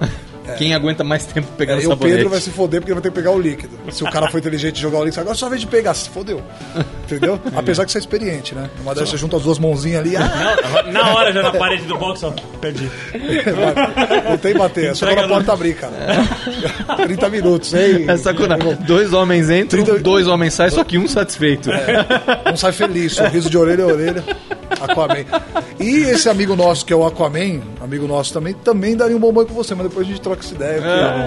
Speaker 1: Quem aguenta mais tempo pegando
Speaker 3: Aí o
Speaker 1: sabonete?
Speaker 3: É. Pedro vai se foder porque ele vai ter que pegar o líquido. Se o cara foi inteligente e jogar o líquido, agora só vez de pegar, se fodeu. Entendeu? Apesar que você é experiente, né? Uma dessas você junta as duas mãozinhas ali, ah,
Speaker 2: Na, na hora já na parede do box, ó. Perdi.
Speaker 3: não tem bater, é só
Speaker 2: Entrega
Speaker 3: quando a porta
Speaker 2: no-
Speaker 3: abrir, cara. 30 minutos, hein?
Speaker 1: É sacanagem. Dois homens entram,
Speaker 3: 30
Speaker 1: dois homens saem, só que um satisfeito.
Speaker 3: É. Não sai feliz, sorriso de orelha a orelha. Aquaman. E esse amigo nosso que é o Aquaman, amigo nosso também, também daria um bombom com você, mas depois a gente troca essa ideia.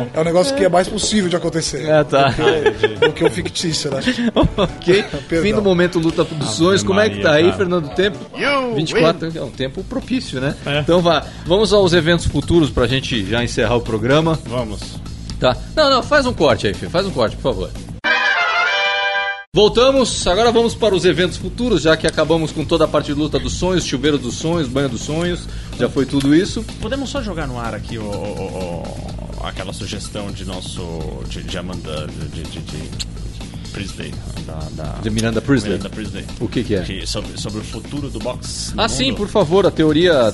Speaker 3: porque É, um negócio que é mais possível de acontecer
Speaker 1: Ah,
Speaker 3: (laughs)
Speaker 1: tá.
Speaker 3: do que o fictício, né?
Speaker 1: ok.
Speaker 3: Perdão.
Speaker 1: Fim do momento Luta dos Sonhos. Como é que
Speaker 2: Maria,
Speaker 1: tá aí,
Speaker 2: cara.
Speaker 1: Fernando? Tempo? 24 é um tempo propício, né?
Speaker 2: É.
Speaker 1: Então vá. Vamos aos eventos futuros pra gente já encerrar o programa.
Speaker 2: Vamos.
Speaker 1: Tá. Não, não, faz um corte aí, filho. Faz um corte, por favor. Voltamos, agora vamos para os eventos futuros, já que acabamos com toda a parte de luta dos sonhos, chuveiro dos sonhos, banho dos sonhos, já foi tudo isso.
Speaker 2: Podemos só jogar no ar aqui o, o- o- aquela sugestão de nosso. de, de Amanda. de. de, de, de Priestley. Da, da-
Speaker 1: De Miranda Priestley.
Speaker 2: Miranda Priestley.
Speaker 1: O que que é?
Speaker 2: sobre, sobre o futuro do box. no
Speaker 1: Ah, sim,
Speaker 2: mundo.
Speaker 1: por favor, a teoria.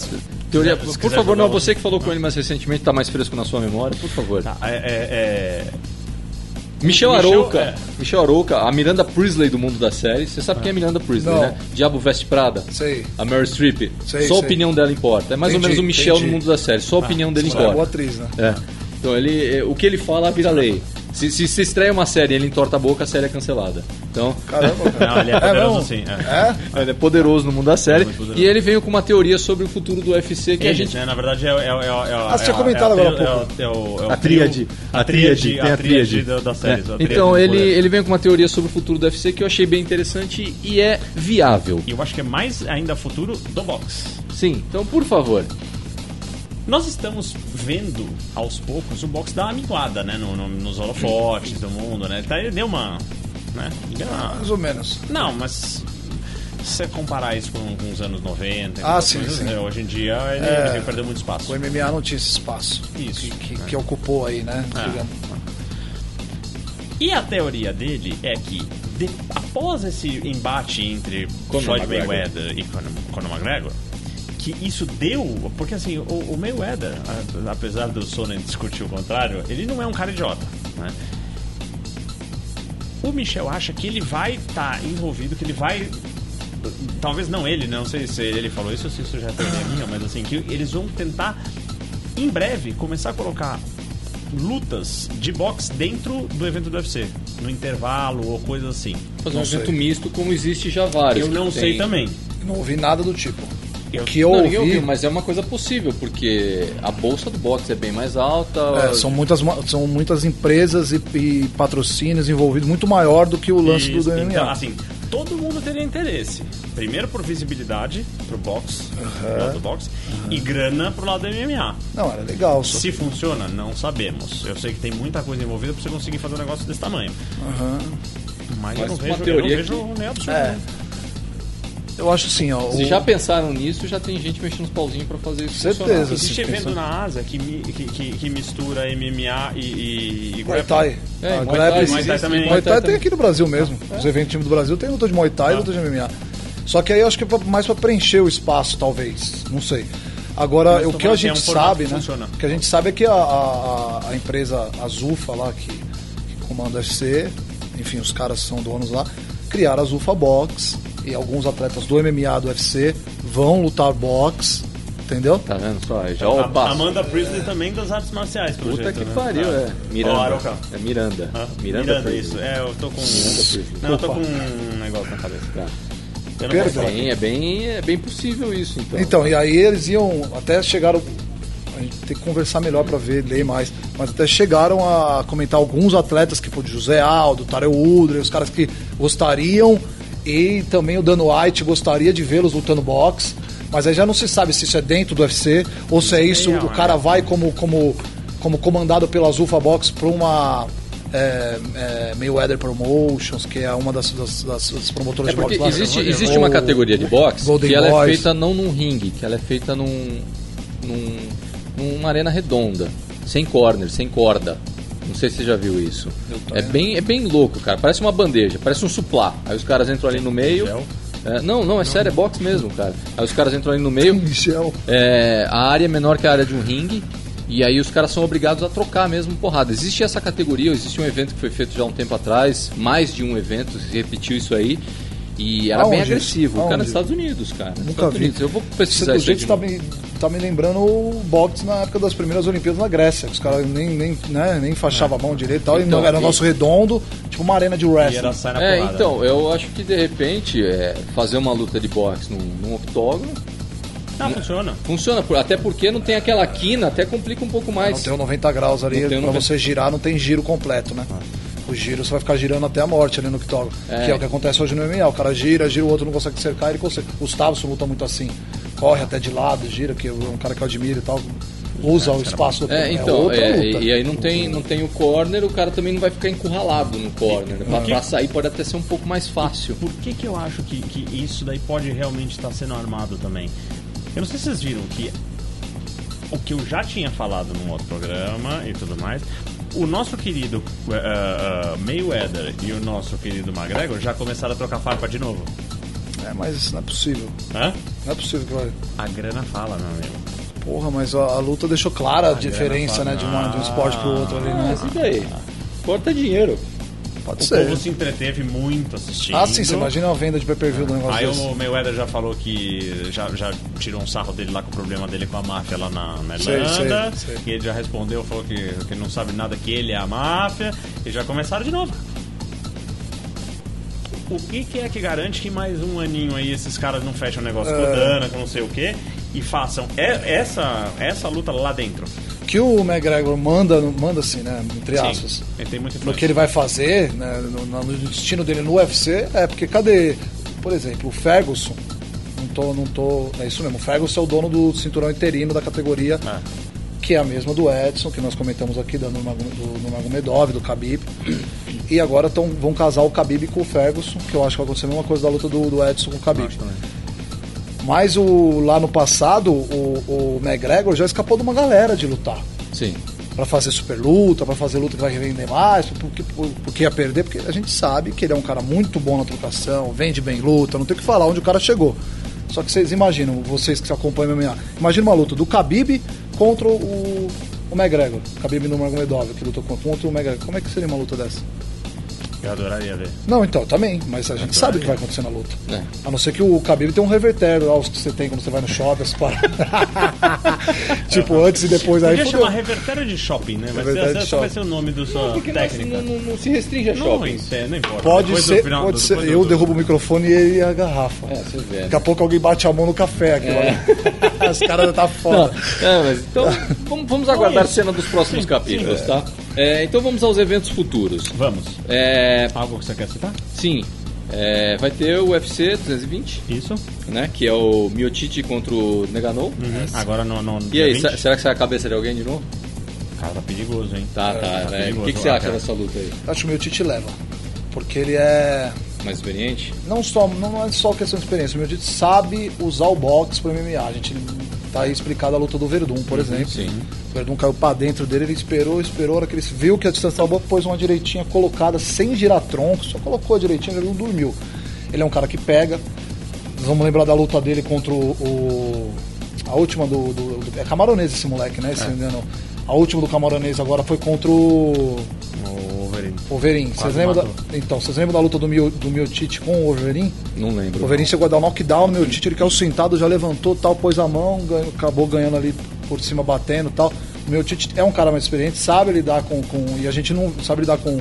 Speaker 1: teoria
Speaker 2: quiser- se
Speaker 1: por
Speaker 2: quiser
Speaker 1: favor,
Speaker 2: jogar
Speaker 1: não,
Speaker 2: o-
Speaker 1: você que falou com ele mais recentemente, tá mais fresco na sua memória, por favor.
Speaker 2: Tá, é- é- é-
Speaker 1: Michel
Speaker 2: Michel,
Speaker 1: Arouca.
Speaker 2: é.
Speaker 1: Michel Arouca, a Miranda Priestley do mundo da série. Você sabe quem é a Miranda Priestley,
Speaker 3: Não.
Speaker 1: né? Diabo Veste Prada.
Speaker 3: Sei.
Speaker 1: A Meryl Streep.
Speaker 3: Sei,
Speaker 1: Só a
Speaker 3: sei.
Speaker 1: opinião dela importa. É mais ou
Speaker 3: Entendi,
Speaker 1: menos o Michel
Speaker 3: entendi.
Speaker 1: no mundo da série. Ah, Só a opinião dele
Speaker 3: É uma boa
Speaker 1: importa.
Speaker 3: atriz, né?
Speaker 1: É. Então ele, é, o que ele fala vira lei. Se, se se estreia uma série e ele entorta a boca, a série é cancelada. Então,
Speaker 3: Caramba, cara.
Speaker 2: Não, ele é poderoso
Speaker 3: mesmo?
Speaker 2: sim. é.
Speaker 3: É?
Speaker 1: ele é poderoso no mundo da série.
Speaker 2: Muito poderoso.
Speaker 1: E ele veio com uma teoria sobre o futuro do UFC que a
Speaker 2: Eles,
Speaker 1: gente
Speaker 2: né? Na verdade, é, o- é, o- é, o- é,
Speaker 3: Ah, você tinha comentado
Speaker 2: é,
Speaker 3: agora há
Speaker 2: É, o- é, o- é o
Speaker 1: A tríade.
Speaker 2: trio- A tríade.
Speaker 1: tem
Speaker 2: A tríade da, da série.
Speaker 1: É.
Speaker 2: a tríade
Speaker 1: Então,
Speaker 2: do
Speaker 1: ele,
Speaker 2: poder.
Speaker 1: ele vem com uma teoria sobre o futuro do UFC que eu achei bem interessante e é viável.
Speaker 2: E eu acho que é mais ainda futuro do box.
Speaker 1: Sim, então, por favor.
Speaker 2: Nós estamos vendo aos poucos o box dar uma minguada, né? No, no- nos holofotes do mundo, né? Tá, ele deu uma. Né? Deu uma-
Speaker 3: Mais ou menos.
Speaker 2: Não, mas. Se você comparar isso com, com os anos 90,
Speaker 3: Ah,
Speaker 2: com
Speaker 3: sim,
Speaker 2: coisas,
Speaker 3: sim.
Speaker 2: né, hoje em dia ele, ele perdeu muito espaço.
Speaker 3: O MMA não tinha esse espaço
Speaker 2: Isso.
Speaker 3: que, que- que ocupou aí, né?
Speaker 1: É.
Speaker 3: Digamos.
Speaker 2: E a teoria dele é que de- após esse embate entre
Speaker 1: Conor
Speaker 2: Floyd
Speaker 1: McGregor.
Speaker 2: Mayweather e Conor, Conor McGregor, que isso deu, porque assim, o, o Mayweather, a- apesar do Sonnen discutir o contrário, ele não é um cara idiota, né? O Michel acha que ele vai estar envolvido, que ele vai talvez não ele, né? não sei se ele falou isso ou se isso já tem a minha, mas assim, que eles vão tentar em breve começar a colocar lutas de boxe dentro do evento do UFC, no intervalo ou coisa assim.
Speaker 1: Fazer um
Speaker 3: Não
Speaker 1: evento
Speaker 3: sei.
Speaker 1: misto, como existe já vários.
Speaker 2: Eu não
Speaker 1: que
Speaker 2: sei
Speaker 1: tem.
Speaker 2: também.
Speaker 3: Não ouvi nada do tipo.
Speaker 2: Eu-
Speaker 3: que eu
Speaker 1: Não,
Speaker 3: ouvi,
Speaker 1: ninguém ouviu, mas é uma coisa possível, porque a bolsa do boxe é bem mais alta.
Speaker 3: é, são, muitas, ma- são muitas empresas e, e patrocínios envolvidos, muito maior do que o lance
Speaker 2: Isso,
Speaker 3: do MMA.
Speaker 2: Então, assim, todo mundo teria interesse. Primeiro por visibilidade pro box, lado do box, e grana pro lado do MMA.
Speaker 3: não, era legal. Só.
Speaker 2: Se funciona, não sabemos. Eu sei que tem muita coisa envolvida pra você conseguir fazer um negócio desse tamanho. Mas,
Speaker 1: Mas
Speaker 2: eu não
Speaker 1: uma
Speaker 2: vejo,
Speaker 1: teoria
Speaker 2: eu não vejo nem absurdo.
Speaker 3: É. Eu acho assim, ó.
Speaker 1: Se
Speaker 3: o-
Speaker 1: já pensaram nisso, já tem gente mexendo os pauzinhos pra fazer isso
Speaker 3: Certeza.
Speaker 1: funcionar.
Speaker 2: Existe
Speaker 3: Assim,
Speaker 2: evento
Speaker 3: pensando-
Speaker 2: na Ásia que, mi- que, que- que mistura MMA e, e, e
Speaker 3: Muay
Speaker 2: grappling.
Speaker 3: Thai.
Speaker 1: É,
Speaker 3: Ah,
Speaker 1: Muay
Speaker 3: grappling
Speaker 1: Thai,
Speaker 3: existe.
Speaker 1: Muay Thai também.
Speaker 3: Muay Thai tem
Speaker 1: também.
Speaker 3: aqui no Brasil mesmo. Os eventos time do Brasil tem luta de Muay Thai e luta de MMA. Só que aí eu acho que é pra- mais pra preencher o espaço, talvez. Não sei. Agora,
Speaker 2: Mas tomara
Speaker 3: o que a
Speaker 2: que tenha
Speaker 3: gente
Speaker 2: um formato
Speaker 3: sabe,
Speaker 2: que
Speaker 3: né?
Speaker 2: funciona.
Speaker 3: O que a gente sabe é que a, a, a- a empresa Azufa lá, que, que comanda a FC, enfim, os caras são donos lá, criaram a Azufa Box e alguns atletas do MMA, do UFC, vão lutar box, entendeu?
Speaker 1: Tá vendo só? Aí Já o
Speaker 2: A-
Speaker 1: passo.
Speaker 2: Amanda Priestley também das artes marciais, pelo
Speaker 1: Puta
Speaker 2: jeito,
Speaker 1: que
Speaker 2: né?
Speaker 1: pariu,
Speaker 2: Ah.
Speaker 1: é. Miranda.
Speaker 2: Ó, Aroca.
Speaker 1: é Miranda.
Speaker 2: Ah,
Speaker 1: Miranda, Priestley.
Speaker 2: isso. É, eu tô com.
Speaker 1: Priestley.
Speaker 2: não, eu tô com um negócio na cabeça.
Speaker 1: Tá.
Speaker 2: Eu não
Speaker 3: Perdão.
Speaker 2: posso falar.
Speaker 1: Bem, é, bem, é bem possível isso, então.
Speaker 3: Então, e aí eles iam até chegaram. a gente tem que conversar melhor pra ver, ler mais. Mas até chegaram a comentar alguns atletas, que foi o José Aldo, Tarel Udre, os caras que gostariam. E também o Dan White gostaria de vê-los lutando boxe. Mas aí já não se sabe se isso é dentro do UFC ou se é isso, o cara vai como, como, como comandado pela Zulfa Box pra uma. É, é, Mayweather Promotions, que é uma das, das, das- das promotoras
Speaker 5: É porque
Speaker 3: de boxe lá,
Speaker 5: existe,
Speaker 3: né?
Speaker 5: existe uma
Speaker 3: Ou-
Speaker 5: categoria de boxe
Speaker 3: Golden
Speaker 5: que ela é
Speaker 3: Boys.
Speaker 5: feita não num ringue, que ela é feita num, num- numa arena redonda, sem corner, sem corda. Não sei se você já viu isso. É bem, é bem louco, cara. Parece uma bandeja, parece um suplá. Aí os caras entram ali no meio. É, não, não, é sério, é boxe mesmo, cara. Aí os caras entram ali no meio.
Speaker 3: Michel.
Speaker 5: É, a área é menor que a área de um ringue. E aí os caras são obrigados a trocar mesmo porrada. Existe essa categoria, existe um evento que foi feito já há um tempo atrás, mais de um evento, se repetiu isso aí. E era bem
Speaker 3: Aonde isso?
Speaker 5: agressivo. O cara
Speaker 3: Aonde?
Speaker 5: nos Estados Unidos, cara. nos
Speaker 3: Nunca
Speaker 5: Estados
Speaker 3: vi.
Speaker 5: Unidos. Eu vou
Speaker 3: Você,
Speaker 5: pesquisar
Speaker 3: do
Speaker 5: isso aí
Speaker 3: jeito
Speaker 5: de
Speaker 3: tá
Speaker 5: novo.
Speaker 3: me, tá me lembrando o boxe na época das primeiras Olimpíadas na Grécia. que Os caras nem, nem, né, nem faixavam a mão direito e tal.
Speaker 5: Então,
Speaker 3: e era um
Speaker 5: e-
Speaker 3: negócio redondo, tipo uma arena de
Speaker 2: E
Speaker 3: wrestling.
Speaker 2: era sai na
Speaker 5: É,
Speaker 2: porrada.
Speaker 5: então, eu acho que de repente é, fazer uma luta de boxe num, num octógono
Speaker 2: Não, Ah, funciona.
Speaker 5: funciona. por- Até porque não tem aquela quina, até complica um pouco
Speaker 3: Não
Speaker 5: mais.
Speaker 3: tem o 90 graus ali,
Speaker 5: Não
Speaker 3: pra
Speaker 5: tem o 90.
Speaker 3: você girar não tem giro completo, né? O giro você vai ficar girando até a morte ali no octógono.
Speaker 5: É.
Speaker 3: Que é o que acontece hoje no MMA. O cara gira, gira, o outro não consegue cercar, ele consegue. O Gustavo luta muito assim. Corre até de lado, gira, que é um cara que eu admiro e tal. Usa o espaço do né?
Speaker 5: É, então,
Speaker 3: outra
Speaker 5: é,
Speaker 3: luta.
Speaker 5: e, e aí não tem, não tem o corner, o cara também não vai ficar encurralado no corner. né? Pra, pra sair pode até ser um pouco mais fácil.
Speaker 2: Por que, que eu acho que, que isso daí pode realmente estar sendo armado também? Eu não sei se vocês viram que o que eu já tinha falado num outro programa e tudo mais. O nosso querido eh, eh, Mayweather e o nosso querido McGregor já começaram a trocar farpa de novo.
Speaker 3: É, mas isso não é possível.
Speaker 2: Hã?
Speaker 3: Não é possível que vai.
Speaker 2: A grana fala, meu amigo.
Speaker 3: Porra, mas a, a luta deixou clara a diferença,
Speaker 2: Ah, é, fala, "Ah,
Speaker 3: né? De, uma- de um esporte pro outro ali, né?
Speaker 5: Mas e daí? Corta dinheiro.
Speaker 3: Pode
Speaker 2: O
Speaker 3: ser.
Speaker 2: povo se entreteve muito assistindo.
Speaker 3: Ah, sim, você imagina a venda de pay-per-view do negócio
Speaker 2: Aí
Speaker 3: desse.
Speaker 2: o Mayweather já falou que já, já tirou um sarro dele lá com o problema dele com a máfia lá na, na
Speaker 3: Sei,
Speaker 2: Irlanda.
Speaker 3: sei, sei.
Speaker 2: E ele já respondeu, falou que, que não sabe nada que ele é a máfia. E já começaram de novo. O que, que é que garante que mais um aninho aí esses caras não fecham o negócio
Speaker 3: É.
Speaker 2: com a Dana, com não sei o quê, e façam e- essa, essa luta lá dentro?
Speaker 3: que o McGregor manda, manda assim, né? Entre aspas.
Speaker 2: Sim, ele tem muita
Speaker 3: No que ele
Speaker 2: influência.
Speaker 3: vai fazer, né, no, no destino dele no UFC, é porque cadê, por exemplo, o Ferguson? Não tô, não tô. É isso mesmo, o Ferguson é o dono do cinturão interino da categoria,
Speaker 2: Ah.
Speaker 3: que é a mesma do Edson, que nós comentamos aqui, da Nurmagom- do Nurmagomedov, do Khabib. E agora tão, vão casar o Khabib com o Ferguson, que eu acho que vai acontecer a mesma coisa da luta do, do Edson com o Khabib. Mas o, lá no passado, o, o McGregor já escapou de uma galera de lutar.
Speaker 5: Sim.
Speaker 3: Pra fazer super luta, pra fazer luta que vai revender mais, porque, porque ia perder, porque a gente sabe que ele é um cara muito bom na trocação, vende bem luta, não tem o que falar onde o cara chegou. Só que vocês imaginam, vocês que acompanham o MMA, imagina uma luta do Khabib contra o, o McGregor, Khabib no Magomedov, que lutou contra, contra o McGregor. Como é que seria uma luta dessa?
Speaker 2: Eu adoraria ver.
Speaker 3: Não, então, também, mas a gente sabe o que vai acontecer na luta.
Speaker 5: É.
Speaker 3: A não ser que o Khabib tem um reverter lá, os que você tem quando você vai no shopping, as paradas. tipo, antes e depois, aí
Speaker 2: Podia
Speaker 3: fudeu.
Speaker 2: chamar revertério de shopping, né? Vai ser,
Speaker 3: Revertério de
Speaker 2: essa vai
Speaker 3: shopping.
Speaker 2: ser o nome do sua técnica.
Speaker 5: Não, é assim, não- não se restringe a shoppings.
Speaker 2: Não, não importa.
Speaker 3: Pode
Speaker 2: Depois do
Speaker 3: ser,
Speaker 2: final-
Speaker 3: pode
Speaker 2: depois
Speaker 3: ser.
Speaker 2: do-
Speaker 3: Eu
Speaker 2: do-
Speaker 3: derrubo o microfone e ele a garrafa.
Speaker 5: É, você vê.
Speaker 3: Daqui a pouco alguém bate a mão no café aqui, olha. (laughs) Os caras já tá foda.
Speaker 5: É, mas então vamos, vamos aguardar a cena dos próximos capítulos, tá? É, então vamos aos eventos futuros.
Speaker 2: Vamos.
Speaker 5: É,
Speaker 2: Algo que você quer citar?
Speaker 5: sim, é, vai ter o UFC 220,
Speaker 2: Isso.
Speaker 5: né? Que é o Miotiti contra o Neganou.
Speaker 2: Agora no, no
Speaker 5: E
Speaker 2: Uhum. dia
Speaker 5: aí,
Speaker 2: 20.
Speaker 5: se- será que sai a cabeça de alguém de novo?
Speaker 2: Cara, tá perigoso, hein?
Speaker 5: Tá, tá.
Speaker 2: tá
Speaker 5: né? O
Speaker 2: perigoso.
Speaker 5: que, que você
Speaker 2: Ah,
Speaker 5: acha
Speaker 2: cara.
Speaker 5: dessa luta aí?
Speaker 3: Acho que o meu Tite leva. Porque ele é.
Speaker 5: Mais experiente?
Speaker 3: Não, só, não é só questão de experiência. O meu Tite sabe usar o boxe pro MMA. A gente tá aí explicado a luta do Verdun,
Speaker 2: Uhum,
Speaker 3: por exemplo.
Speaker 5: sim.
Speaker 3: O Verdun caiu pra dentro dele, ele esperou, esperou. A hora que ele viu que a distância tava boa, pôs uma direitinha colocada, sem girar tronco, só colocou direitinho, ele não dormiu. Ele é um cara que pega. Nós Vamos lembrar da luta dele contra o. o- a última do, do- do- É camaronês esse moleque,
Speaker 2: É.
Speaker 3: né? Se não me engano. A última do camaronês agora foi contra o.
Speaker 2: O Wolverine.
Speaker 3: Wolverine. Vocês
Speaker 2: Quase
Speaker 3: lembram da,
Speaker 2: matou.
Speaker 3: então, vocês lembram da luta do meu, do meu Tite com o Wolverine?
Speaker 5: Não
Speaker 3: O
Speaker 5: lembro.
Speaker 3: Wolverine chegou a dar um knockdown no meu Tite, ele caiu sentado, já levantou tal, pôs a mão, ganhou- acabou ganhando ali por cima, batendo tal. O meu Tite é um cara mais experiente, sabe lidar com. com- e a gente não sabe lidar com,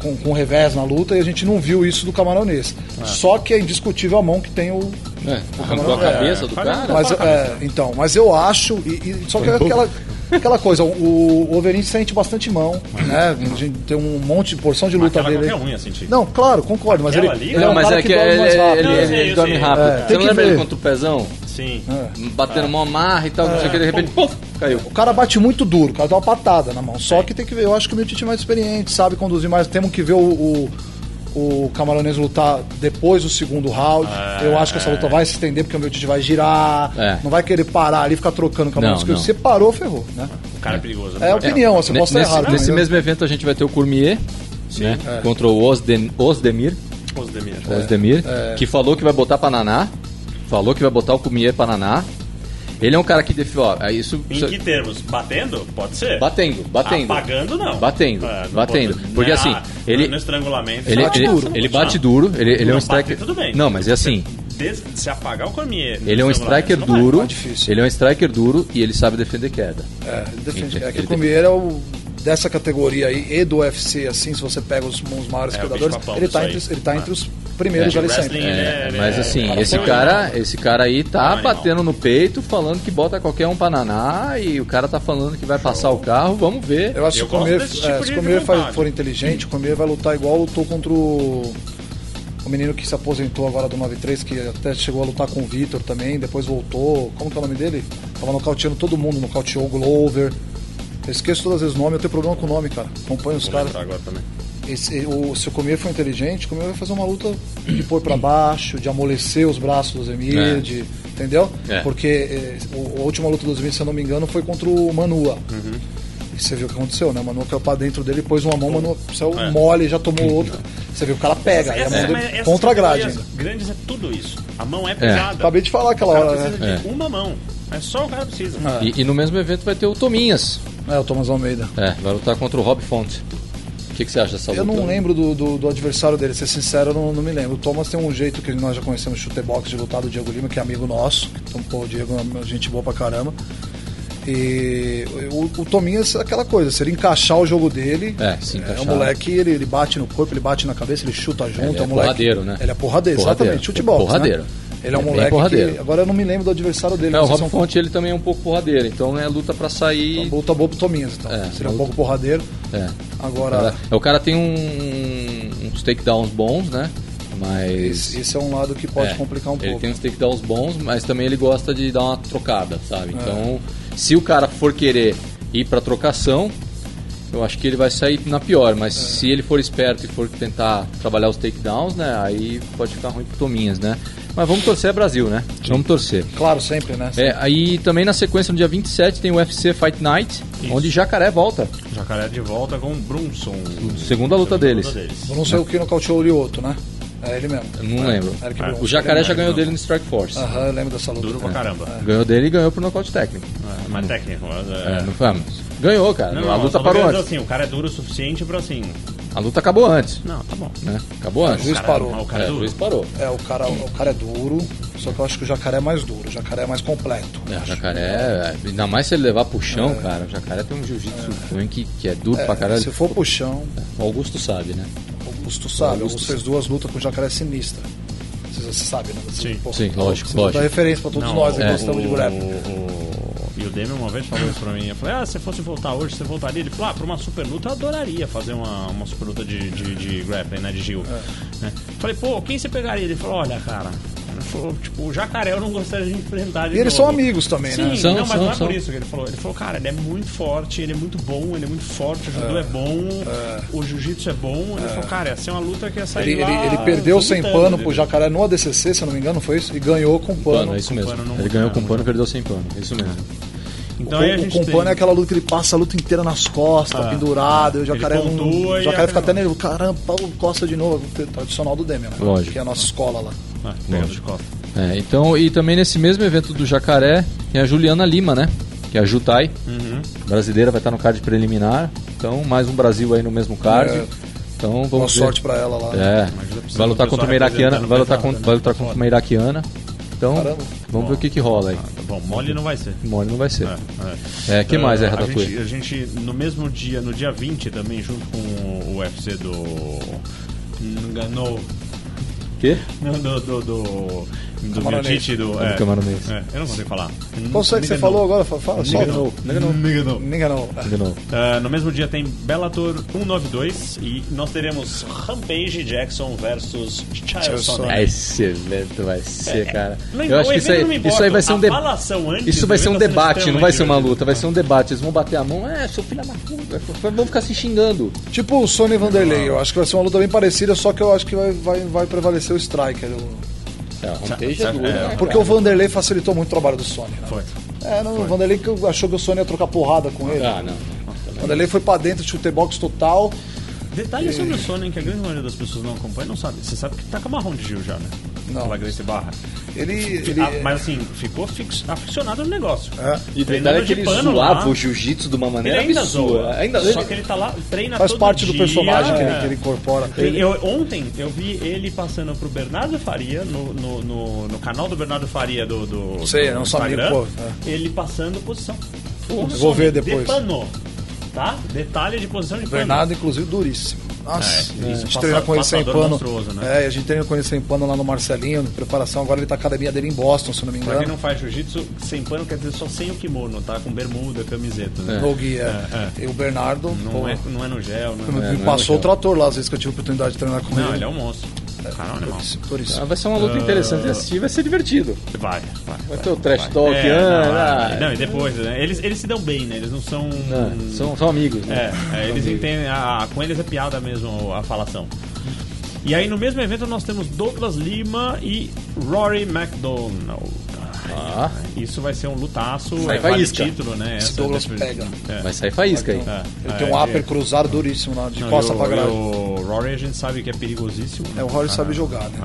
Speaker 3: com, com revés na luta e é a gente não viu isso do camaronês. Só que é indiscutível a mão que tem o,
Speaker 5: É, arrancou a cabeça do cara?
Speaker 3: Mas, é, então, mas eu acho, e, e- só que é aquela, aquela coisa, o, o Overin sente bastante mão, né? A gente tem um monte de porção de luta
Speaker 2: Aquela
Speaker 3: dele.
Speaker 2: qualquer um ia sentir.
Speaker 3: Não, claro, concordo, mas ele,
Speaker 2: Aquela ali?
Speaker 3: ele é
Speaker 5: Não,
Speaker 3: um
Speaker 5: mas
Speaker 3: cara
Speaker 5: é
Speaker 3: que,
Speaker 5: que
Speaker 3: dorme
Speaker 5: ele,
Speaker 3: mais rápido.
Speaker 5: ele-
Speaker 2: Eu
Speaker 5: ele
Speaker 2: sei, eu
Speaker 5: dorme
Speaker 2: sei.
Speaker 5: rápido.
Speaker 3: É,
Speaker 5: Você
Speaker 3: tem
Speaker 5: não
Speaker 3: que
Speaker 5: lembra ele
Speaker 3: ver.
Speaker 5: contra o pezão?
Speaker 2: Sim.
Speaker 3: É.
Speaker 5: Batendo mó marra e tal, não sei o que, de repente, puf, caiu.
Speaker 3: O cara bate muito duro, o cara dá uma patada na mão. Só que tem que ver, eu acho que o meu Tite é mais experiente, sabe conduzir mais. Temos que ver o, o, o camaronês lutar depois do segundo round.
Speaker 2: É,
Speaker 3: eu acho que essa luta vai se estender, porque o meu Tite vai girar,
Speaker 5: É.
Speaker 3: não vai querer parar ali e ficar trocando camaronês.
Speaker 5: Não,
Speaker 3: Porque
Speaker 5: não.
Speaker 3: você parou, ferrou, né?
Speaker 2: O cara é perigoso. né?
Speaker 3: É a opinião, você
Speaker 5: Ne-
Speaker 3: pode estar
Speaker 5: nesse,
Speaker 3: errado. né? é.
Speaker 5: nesse
Speaker 3: mas eu-
Speaker 5: mesmo evento a gente vai ter o Cormier né, contra o Osden, Osdemir,
Speaker 2: É. Ozdemir.
Speaker 3: É.
Speaker 5: Osdemir que falou que vai botar pra Naná. Falou que vai botar o Cormier pra Naná. Ele é um cara que def... ó, é isso.
Speaker 2: Em que termos? Batendo? Pode ser.
Speaker 5: Batendo, batendo.
Speaker 2: Apagando, não.
Speaker 5: Batendo,
Speaker 2: É, não
Speaker 5: batendo.
Speaker 2: pode-
Speaker 5: Porque
Speaker 2: né,
Speaker 5: assim,
Speaker 2: ah,
Speaker 5: ele-
Speaker 2: No estrangulamento.
Speaker 5: Ele,
Speaker 3: bate
Speaker 5: ele,
Speaker 3: duro.
Speaker 5: ele bate duro, ele, ele é um
Speaker 2: Ah. Não,
Speaker 5: striker.
Speaker 2: bater, tudo bem.
Speaker 5: Não, mas é assim.
Speaker 2: Des- se apagar o Cormier. no
Speaker 5: Ele é um
Speaker 2: estrangulamento,
Speaker 5: striker
Speaker 2: não vai.
Speaker 5: duro.
Speaker 3: tá difícil.
Speaker 5: Ele é um striker duro e ele sabe defender queda.
Speaker 3: É, ele defende.
Speaker 5: Ele-
Speaker 3: É que
Speaker 5: ele
Speaker 3: o Cormier é o dessa categoria aí e do UFC, assim, se você pega os, os maiores
Speaker 2: É, o
Speaker 3: cuidadores,
Speaker 2: bicho papão
Speaker 3: ele
Speaker 2: disso
Speaker 3: tá, entre,
Speaker 2: aí.
Speaker 3: os- ele tá entre os primeiros
Speaker 5: É,
Speaker 3: ali
Speaker 2: wrestling,
Speaker 3: sempre.
Speaker 2: ele
Speaker 5: É,
Speaker 2: é-
Speaker 5: mas
Speaker 2: é-
Speaker 5: assim,
Speaker 2: cara
Speaker 5: esse
Speaker 2: foi-
Speaker 5: cara, esse cara aí tá
Speaker 2: Não, irmão.
Speaker 5: batendo no peito, falando que bota qualquer um pra naná e o cara tá falando que vai passar o carro, vamos ver.
Speaker 3: Eu acho
Speaker 2: Eu
Speaker 3: que se o Cormier,
Speaker 2: gosto desse tipo
Speaker 3: é,
Speaker 2: de
Speaker 3: se o Cormier fa-
Speaker 2: rivalidade.
Speaker 3: for inteligente, o Cormier vai lutar igual lutou contra o, o menino que se aposentou agora do 93, que até chegou a lutar com o Vitor também, depois voltou. Como que é o nome dele? Tava nocauteando todo mundo, nocauteou o Glover. Eu esqueço todas as vezes o nome, eu tenho problema com o nome, cara. Acompanho os
Speaker 2: Vou
Speaker 3: caras.
Speaker 2: lembrar agora também.
Speaker 3: Esse- o, se o Comier for inteligente, o Comier vai fazer uma luta de pôr pra baixo, de amolecer os braços do Zemir,
Speaker 5: É.
Speaker 3: de- entendeu?
Speaker 5: É.
Speaker 3: Porque eh, o, a última luta do Zemir, se eu não me engano, foi contra o Manua.
Speaker 5: Uhum.
Speaker 3: E você viu o que aconteceu, né? O Manua caiu pra dentro dele, pôs uma mão, o Manua saiu
Speaker 2: É.
Speaker 3: mole, já tomou outra. Você viu, o É, cara pega, e a
Speaker 2: Essa-
Speaker 3: mão
Speaker 2: mas
Speaker 3: dele
Speaker 2: essas
Speaker 3: contra a grade
Speaker 2: categorias
Speaker 3: ainda.
Speaker 2: grandes é tudo isso. A mão é pesada.
Speaker 3: Acabei de falar Ah. aquela
Speaker 2: O cara
Speaker 3: hora, né?
Speaker 2: precisa de uma mão. É só o cara precisa.
Speaker 5: E, e no mesmo evento vai ter o Tominhas.
Speaker 3: É, o Thomas Almeida.
Speaker 5: É, vai lutar contra o Rob Font. O que, que você acha dessa luta?
Speaker 3: Eu não lembro do, do, do adversário dele, ser sincero, eu não, não me lembro. O Thomas tem um jeito que nós já conhecemos chutebox de lutar do Diego Lima, que é amigo nosso. Então, pô, o Diego é uma gente boa pra caramba. E o, o Tominhas é aquela coisa, se ele encaixar o jogo dele.
Speaker 5: É, se encaixar.
Speaker 3: É um moleque, ele, ele bate no corpo, ele bate na cabeça, ele chuta junto.
Speaker 5: Ele é
Speaker 3: um moleque,
Speaker 5: porradeiro, né?
Speaker 3: Ele é porradeiro,
Speaker 5: Porradeiro.
Speaker 3: exatamente. Chutebox.
Speaker 5: Porradeiro.
Speaker 3: Né? Ele é um
Speaker 5: É bem
Speaker 3: moleque.
Speaker 5: porradeiro.
Speaker 3: Que, agora eu não me lembro do adversário dele.
Speaker 5: É, o
Speaker 3: mas
Speaker 5: Rob
Speaker 3: são- Tá
Speaker 5: Font ele também é um pouco porradeiro, então é luta pra
Speaker 3: Uma
Speaker 5: sair.
Speaker 3: luta boa pro Tominhas, então.
Speaker 5: É,
Speaker 3: Seria
Speaker 5: uma
Speaker 3: um
Speaker 5: luta-
Speaker 3: pouco porradeiro.
Speaker 5: É.
Speaker 3: Agora.
Speaker 5: É, O cara tem um, uns takedowns bons, né? Mas.
Speaker 3: Esse, esse é um lado que pode
Speaker 5: É,
Speaker 3: complicar um
Speaker 5: Ele
Speaker 3: pouco.
Speaker 5: tem uns takedowns bons, mas também ele gosta de dar uma trocada, sabe? Então, se o cara for querer ir pra trocação, eu acho que ele vai sair na pior. Mas se ele for esperto e for tentar trabalhar os takedowns, né? Aí pode ficar ruim pro Tominhas, né? Mas vamos torcer é Brasil, né? Vamos torcer.
Speaker 3: Claro, sempre, né?
Speaker 5: É, aí também na sequência, no dia 27, tem o UFC Fight Night, onde Jacaré volta.
Speaker 2: O Jacaré de volta com o Brunson.
Speaker 5: Segunda luta deles.
Speaker 3: Eu não sei o que nocauteou o Lioto, né? É ele mesmo.
Speaker 5: Eu Não lembro.
Speaker 3: Era que bom.
Speaker 5: Ah, O Jacaré já
Speaker 2: Não.
Speaker 5: ganhou dele no Strike Force.
Speaker 3: Aham, eu lembro dessa luta. É.
Speaker 2: Duro
Speaker 5: É.
Speaker 2: pra caramba.
Speaker 5: Ganhou dele e ganhou pro nocaute técnico.
Speaker 2: É, Mas técnico. mas, é-
Speaker 5: É, não foi, mas Ganhou, cara.
Speaker 2: Não, não,
Speaker 5: a
Speaker 2: não,
Speaker 5: luta
Speaker 2: só tô
Speaker 5: parou
Speaker 2: querendo
Speaker 5: antes.
Speaker 2: dizer Assim, o cara é duro o suficiente pra assim.
Speaker 5: A luta acabou antes,
Speaker 2: Não, tá bom.
Speaker 5: né? Acabou
Speaker 3: O
Speaker 5: antes.
Speaker 3: juiz
Speaker 2: Cara,
Speaker 3: parou.
Speaker 2: não, o cara
Speaker 5: É,
Speaker 2: é
Speaker 5: o
Speaker 2: duro.
Speaker 5: juiz parou.
Speaker 3: É, o cara, o cara é duro, só que eu acho que o jacaré é mais duro, o jacaré é mais completo.
Speaker 5: É, o jacaré, é, ainda mais se ele levar pro chão, cara. O jacaré tem um jiu-jitsu ruim que, que é duro pra
Speaker 3: É,
Speaker 5: caralho.
Speaker 3: se for pro chão,
Speaker 5: O Augusto sabe, né?
Speaker 3: Augusto sabe, Augusto fez duas lutas com o jacaré sinistra. Vocês já sabem, né? Vocês,
Speaker 2: Sim.
Speaker 5: Sim, lógico,
Speaker 3: vocês vão
Speaker 5: lógico.
Speaker 3: dar referência pra todos
Speaker 2: Não,
Speaker 3: nós que
Speaker 5: é.
Speaker 3: gostamos de grappling.
Speaker 2: o- E o Demian uma vez falou isso pra mim. Eu falei, ah, se fosse voltar hoje, você voltaria? Ele falou, ah, pra uma super luta eu adoraria fazer uma, uma super luta de, de, de grappling, né? De Gil.
Speaker 3: É.
Speaker 2: Né? Falei, pô, quem você pegaria? Ele falou, olha, cara. Ele falou, tipo, o jacaré eu não gostaria de enfrentar. de
Speaker 3: E
Speaker 2: novo."
Speaker 3: eles são amigos também,
Speaker 2: Sim,
Speaker 3: né?
Speaker 5: São,
Speaker 2: não, mas
Speaker 5: são,
Speaker 2: não é
Speaker 5: são.
Speaker 2: por isso que ele falou. Ele falou, cara, ele é muito forte, ele é muito bom, ele é muito forte, o judô é, bom, o jiu-jitsu é bom. Ele falou, cara, ia ser uma luta que ia sair
Speaker 3: Ele, ele,
Speaker 2: lá
Speaker 3: ele perdeu sem
Speaker 2: vomitando,
Speaker 3: pano
Speaker 2: né?
Speaker 3: pro jacaré no ADCC, se eu não me engano, foi isso? E ganhou com
Speaker 5: Pano,
Speaker 3: pano.
Speaker 5: é isso
Speaker 2: com
Speaker 5: mesmo.
Speaker 2: pano não né?
Speaker 5: Ele ganhou
Speaker 2: dá,
Speaker 5: com
Speaker 2: não
Speaker 5: pano, perdeu sem pano. É isso mesmo.
Speaker 2: Então
Speaker 3: o,
Speaker 2: aí a
Speaker 3: o
Speaker 2: gente
Speaker 3: com
Speaker 2: tem-
Speaker 3: pano é aquela luta que ele passa a luta inteira nas costas,
Speaker 2: Ah,
Speaker 3: pendurado, e o
Speaker 2: ele
Speaker 3: jacaré não-
Speaker 2: pontua
Speaker 3: O
Speaker 2: e é
Speaker 3: jacaré fica
Speaker 2: acabou.
Speaker 3: até nervoso. Caramba, o Costa de novo, é o tradicional do Demian, né?
Speaker 5: Lógico.
Speaker 3: Que é a nossa escola lá.
Speaker 2: Ah, pegando de costa.
Speaker 5: É, então, e também nesse mesmo evento do Jacaré, tem a Juliana Lima, né? Que é a Jutai. Brasileira, vai estar no card preliminar. Então, mais um Brasil aí no mesmo card.
Speaker 3: É.
Speaker 5: Então, vamos
Speaker 3: Boa
Speaker 5: ver.
Speaker 3: sorte pra ela lá.
Speaker 5: É,
Speaker 2: precisa
Speaker 5: vai lutar
Speaker 2: do pessoal
Speaker 5: contra uma iraquiana,
Speaker 2: representando
Speaker 5: vai lutar,
Speaker 2: pesado,
Speaker 5: contra,
Speaker 2: né?
Speaker 5: vai lutar contra uma iraquiana. Então,
Speaker 3: Caramba.
Speaker 5: vamos ver o que que rola aí.
Speaker 2: Tá Bom, mole não vai ser.
Speaker 5: Mole não vai ser.
Speaker 2: É,
Speaker 5: É, que mais é,
Speaker 2: a
Speaker 5: Ratatouille?
Speaker 2: gente, a gente, no mesmo dia, no dia 20 também, junto com o UFC do... Enganou.
Speaker 5: Quê?
Speaker 2: Não, do, do, do Do
Speaker 3: Camaronês.
Speaker 2: Miltite do. É,
Speaker 5: camaronês.
Speaker 2: é, eu não consigo falar.
Speaker 3: Qual site que você
Speaker 2: Nigga
Speaker 3: falou
Speaker 2: no.
Speaker 3: agora? Fa- Fala só.
Speaker 2: Nigga no. Nigga no. Nigga no.
Speaker 3: Ninguém não.
Speaker 5: De novo.
Speaker 2: Ah, no mesmo dia tem Bellator 192 e nós teremos Rampage Jackson versus Charleston.
Speaker 3: Chael
Speaker 5: Ah, Esse evento vai ser, cara.
Speaker 2: Não,
Speaker 5: Eu acho
Speaker 2: o
Speaker 5: que isso
Speaker 2: evento
Speaker 5: aí,
Speaker 2: não me importa,
Speaker 5: isso aí vai ser
Speaker 2: a
Speaker 5: um debate.
Speaker 2: falação antes
Speaker 5: Isso
Speaker 2: do
Speaker 5: vai ser um
Speaker 2: evento tá sendo
Speaker 5: debate, não vai
Speaker 2: extremamente
Speaker 5: ser uma
Speaker 2: divertida.
Speaker 5: luta, vai ser um debate. Eles vão bater a mão, é, seu filho da puta. Vão ficar se xingando.
Speaker 3: Tipo o Sony Vanderlei, eu acho que vai ser uma luta bem parecida, só que eu acho que vai, vai, vai prevalecer o Striker. o-
Speaker 5: É, homepage é
Speaker 2: certo,
Speaker 5: duro,
Speaker 2: é,
Speaker 5: né,
Speaker 3: Porque
Speaker 5: cara?
Speaker 3: o Vanderlei facilitou muito o trabalho do Sony. Né?
Speaker 2: Foi. É.
Speaker 3: É, não, o Vanderlei que achou que o Sony ia trocar porrada com ele.
Speaker 5: Ah, não.
Speaker 3: O Vanderlei foi pra dentro, chute box total.
Speaker 2: Detalhe é sobre o Sonic que a grande maioria das pessoas não acompanha não sabe. Você sabe que tá com marrom de Gil já, né?
Speaker 3: Não.
Speaker 2: Pela Grace Barra.
Speaker 3: Ele. ele
Speaker 2: Ah, mas assim, ficou fix- aficionado no negócio.
Speaker 5: E o
Speaker 2: Treinando
Speaker 5: detalhe é que
Speaker 2: de
Speaker 5: ele
Speaker 2: pano
Speaker 5: zoava
Speaker 2: lá.
Speaker 5: o jiu-jitsu de uma
Speaker 3: né?
Speaker 2: Ele
Speaker 5: maneira
Speaker 2: ainda
Speaker 5: absurda.
Speaker 2: zoa.
Speaker 5: Ainda,
Speaker 2: Só
Speaker 5: ele-
Speaker 2: que ele tá lá, treina
Speaker 3: faz
Speaker 2: todo
Speaker 3: parte do
Speaker 2: dia.
Speaker 3: personagem que ele, que ele
Speaker 2: É.
Speaker 3: incorpora.
Speaker 2: Tem- eu- ontem eu vi ele passando pro Bernardo Faria, no, no, no- no canal do Bernardo Faria do, do,
Speaker 3: Sei,
Speaker 2: do
Speaker 3: é nosso amigo,
Speaker 2: Instagram,
Speaker 3: pô,
Speaker 2: ele passando posição.
Speaker 3: eu vou ver depois.
Speaker 2: Depanou, tá? Detalhe de posição de
Speaker 3: O
Speaker 2: pano.
Speaker 3: Bernardo, inclusive, duríssimo. Nossa,
Speaker 2: É,
Speaker 3: a
Speaker 2: isso,
Speaker 3: gente
Speaker 2: passa-
Speaker 3: treina com ele sem
Speaker 2: passador
Speaker 3: pano.
Speaker 2: monstruoso, né?
Speaker 3: É, a gente treina com ele sem pano lá no Marcelinho, na preparação. Agora ele tá na academia dele em Boston, se eu não me
Speaker 2: Pra quem
Speaker 3: engano.
Speaker 2: não faz jiu-jitsu, sem pano quer dizer só sem o kimono, tá? Com bermuda, camiseta. né?
Speaker 3: No guia. é. E o Bernardo,
Speaker 2: Não,
Speaker 3: pô,
Speaker 2: é, não é no gel, não é...
Speaker 3: me
Speaker 5: É, não é
Speaker 3: passou o
Speaker 5: legal.
Speaker 3: trator lá, às vezes que eu tive a oportunidade de treinar com
Speaker 2: Não,
Speaker 3: ele.
Speaker 2: ele é um monstro. Cara, é um animal.
Speaker 3: Duríssimo, duríssimo.
Speaker 5: Ah, vai ser uma luta interessante de assistir, vai ser divertido.
Speaker 2: Vai, vai.
Speaker 5: Vai ter o trash talk,
Speaker 2: É, não,
Speaker 5: ah,
Speaker 2: não, e depois, né? Eles, eles se dão bem, né? Eles não são.
Speaker 5: ah, são, são amigos, né?
Speaker 2: É, é, eles entendem. a- a- com eles é piada mesmo a falação. E aí no mesmo evento nós temos Douglas Lima e Rory McDonald.
Speaker 5: Ah,
Speaker 2: Isso vai ser um lutaço,
Speaker 5: Vai
Speaker 2: é,
Speaker 5: pra
Speaker 2: vale
Speaker 5: isca.
Speaker 2: título, né?
Speaker 3: Esse
Speaker 2: Essa
Speaker 3: Douglas
Speaker 2: defesa-
Speaker 3: pega.
Speaker 2: É.
Speaker 5: vai sair faísca aí.
Speaker 2: É,
Speaker 3: Ele
Speaker 2: é,
Speaker 3: tem um
Speaker 2: e-
Speaker 3: upper cruzado duríssimo lá, de
Speaker 2: não,
Speaker 3: costa
Speaker 2: e o-
Speaker 3: pra
Speaker 2: e
Speaker 3: grade.
Speaker 2: O Rory a gente sabe que é perigosíssimo. né?
Speaker 3: É, o Rory
Speaker 2: Cara,
Speaker 3: sabe jogar, né?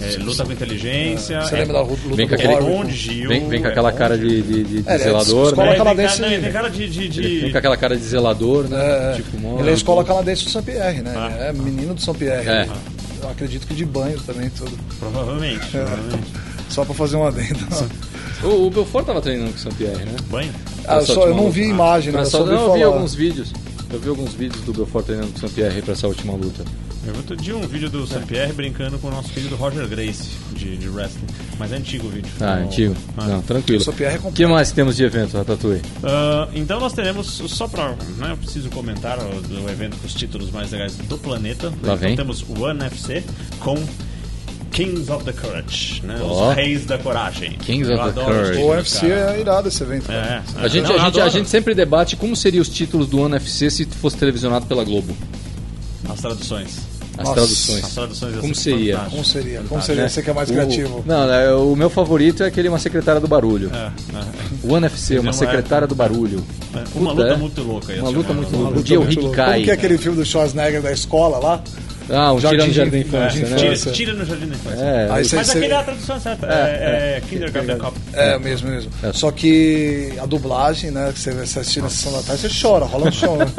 Speaker 2: é, luta com inteligência.
Speaker 3: Você
Speaker 2: é,
Speaker 3: lembra da luta luta
Speaker 5: Vem com
Speaker 3: do
Speaker 2: é
Speaker 5: aquele-
Speaker 3: Rory?
Speaker 2: bom de Gil.
Speaker 5: Vem, vem com
Speaker 2: é
Speaker 5: aquela
Speaker 2: bom
Speaker 5: cara de, de, de- de
Speaker 3: É, ele é escola
Speaker 5: zelador,
Speaker 2: É,
Speaker 5: né?
Speaker 2: tem cara-
Speaker 3: canadense-
Speaker 2: não, ele tem cara de. de, de-
Speaker 5: Ele vem com aquela cara de zelador, né?
Speaker 3: É,
Speaker 5: Tipo,
Speaker 3: é.
Speaker 5: mano,
Speaker 3: ele é escola canadense do Saint-Pierre, né?
Speaker 2: Ah.
Speaker 3: Ele é menino do Saint-Pierre.
Speaker 5: É.
Speaker 3: Eu acredito que de banho também, tudo.
Speaker 2: Provavelmente.
Speaker 3: É.
Speaker 2: provavelmente.
Speaker 3: Só pra fazer um adendo.
Speaker 5: O, o Belfort tava treinando com o Saint-Pierre, né?
Speaker 2: Banho?
Speaker 3: Ah, eu,
Speaker 5: Pra
Speaker 3: só, eu
Speaker 5: última
Speaker 3: não vi
Speaker 5: luta.
Speaker 3: imagem, né?
Speaker 5: Pra
Speaker 3: Eu
Speaker 5: essa-
Speaker 3: só vi
Speaker 5: não, eu vi
Speaker 3: falar.
Speaker 5: alguns vídeos. Eu vi alguns vídeos do Belfort treinando com o Saint-Pierre pra essa última luta.
Speaker 2: Eu vi outro dia um vídeo
Speaker 3: É.
Speaker 2: do Sam Pierre brincando com o nosso filho do Roger Grace de, de wrestling. Mas é antigo o vídeo.
Speaker 5: Ah,
Speaker 2: Não-
Speaker 5: antigo.
Speaker 2: Ah.
Speaker 5: Não, tranquilo.
Speaker 3: O Saint-Pierre é
Speaker 5: O que mais temos de evento, Ratatouille?
Speaker 2: Ah, então nós teremos, só pra. Né, eu preciso comentar o, o evento com os títulos mais legais do planeta. então
Speaker 5: vem.
Speaker 2: temos o One FC com. Kings of the Courage, né?
Speaker 5: Ó.
Speaker 2: Os reis da coragem.
Speaker 5: Kings
Speaker 2: Eu
Speaker 5: of the
Speaker 2: adoro os
Speaker 5: Courage.
Speaker 2: títulos,
Speaker 3: O UFC
Speaker 2: cara.
Speaker 3: é irado esse evento. cara.
Speaker 2: É,
Speaker 5: A gente,
Speaker 2: Não, eu
Speaker 5: a, gente, a
Speaker 2: adoro.
Speaker 5: gente sempre debate como seriam os títulos do ano FC se fosse televisionado pela Globo.
Speaker 2: As traduções.
Speaker 5: As
Speaker 3: Nossa.
Speaker 2: As
Speaker 5: traduções.
Speaker 2: traduções é assim, iam
Speaker 5: Como
Speaker 2: ser
Speaker 5: seria?
Speaker 2: fantásticas.
Speaker 3: Como seria? Como seria? Você que é mais
Speaker 5: O-
Speaker 3: criativo.
Speaker 5: Não, é, o meu favorito é aquele Uma Secretária do Barulho.
Speaker 2: É, é.
Speaker 5: O One FC, Uma
Speaker 2: Uma-
Speaker 5: Secretária do Barulho.
Speaker 2: Uma
Speaker 5: Puta,
Speaker 2: luta
Speaker 5: é.
Speaker 2: muito louca. ia
Speaker 5: Uma luta
Speaker 2: chamar.
Speaker 5: muito
Speaker 3: Uma
Speaker 5: louca.
Speaker 3: luta
Speaker 5: Um dia o
Speaker 3: muito
Speaker 5: Rick
Speaker 3: louca. Como
Speaker 5: cai.
Speaker 3: que é aquele filme do Schwarzenegger da escola lá?
Speaker 5: Ah, um tira no
Speaker 3: Jardim-
Speaker 5: Jardim da
Speaker 3: Jardim
Speaker 5: Infância,
Speaker 3: de
Speaker 5: né?
Speaker 2: Tira,
Speaker 3: Infância.
Speaker 2: tira no jardim da infância.
Speaker 5: É,
Speaker 3: Aí você-
Speaker 2: Mas
Speaker 3: você-
Speaker 2: aquele é a tradução certa. É, é, Kindergarten Cop.
Speaker 3: É, mesmo, mesmo. Só que a dublagem, né? Que você você assiste na sessão da tarde, você chora, rola no
Speaker 5: (laughs)
Speaker 3: chão, né?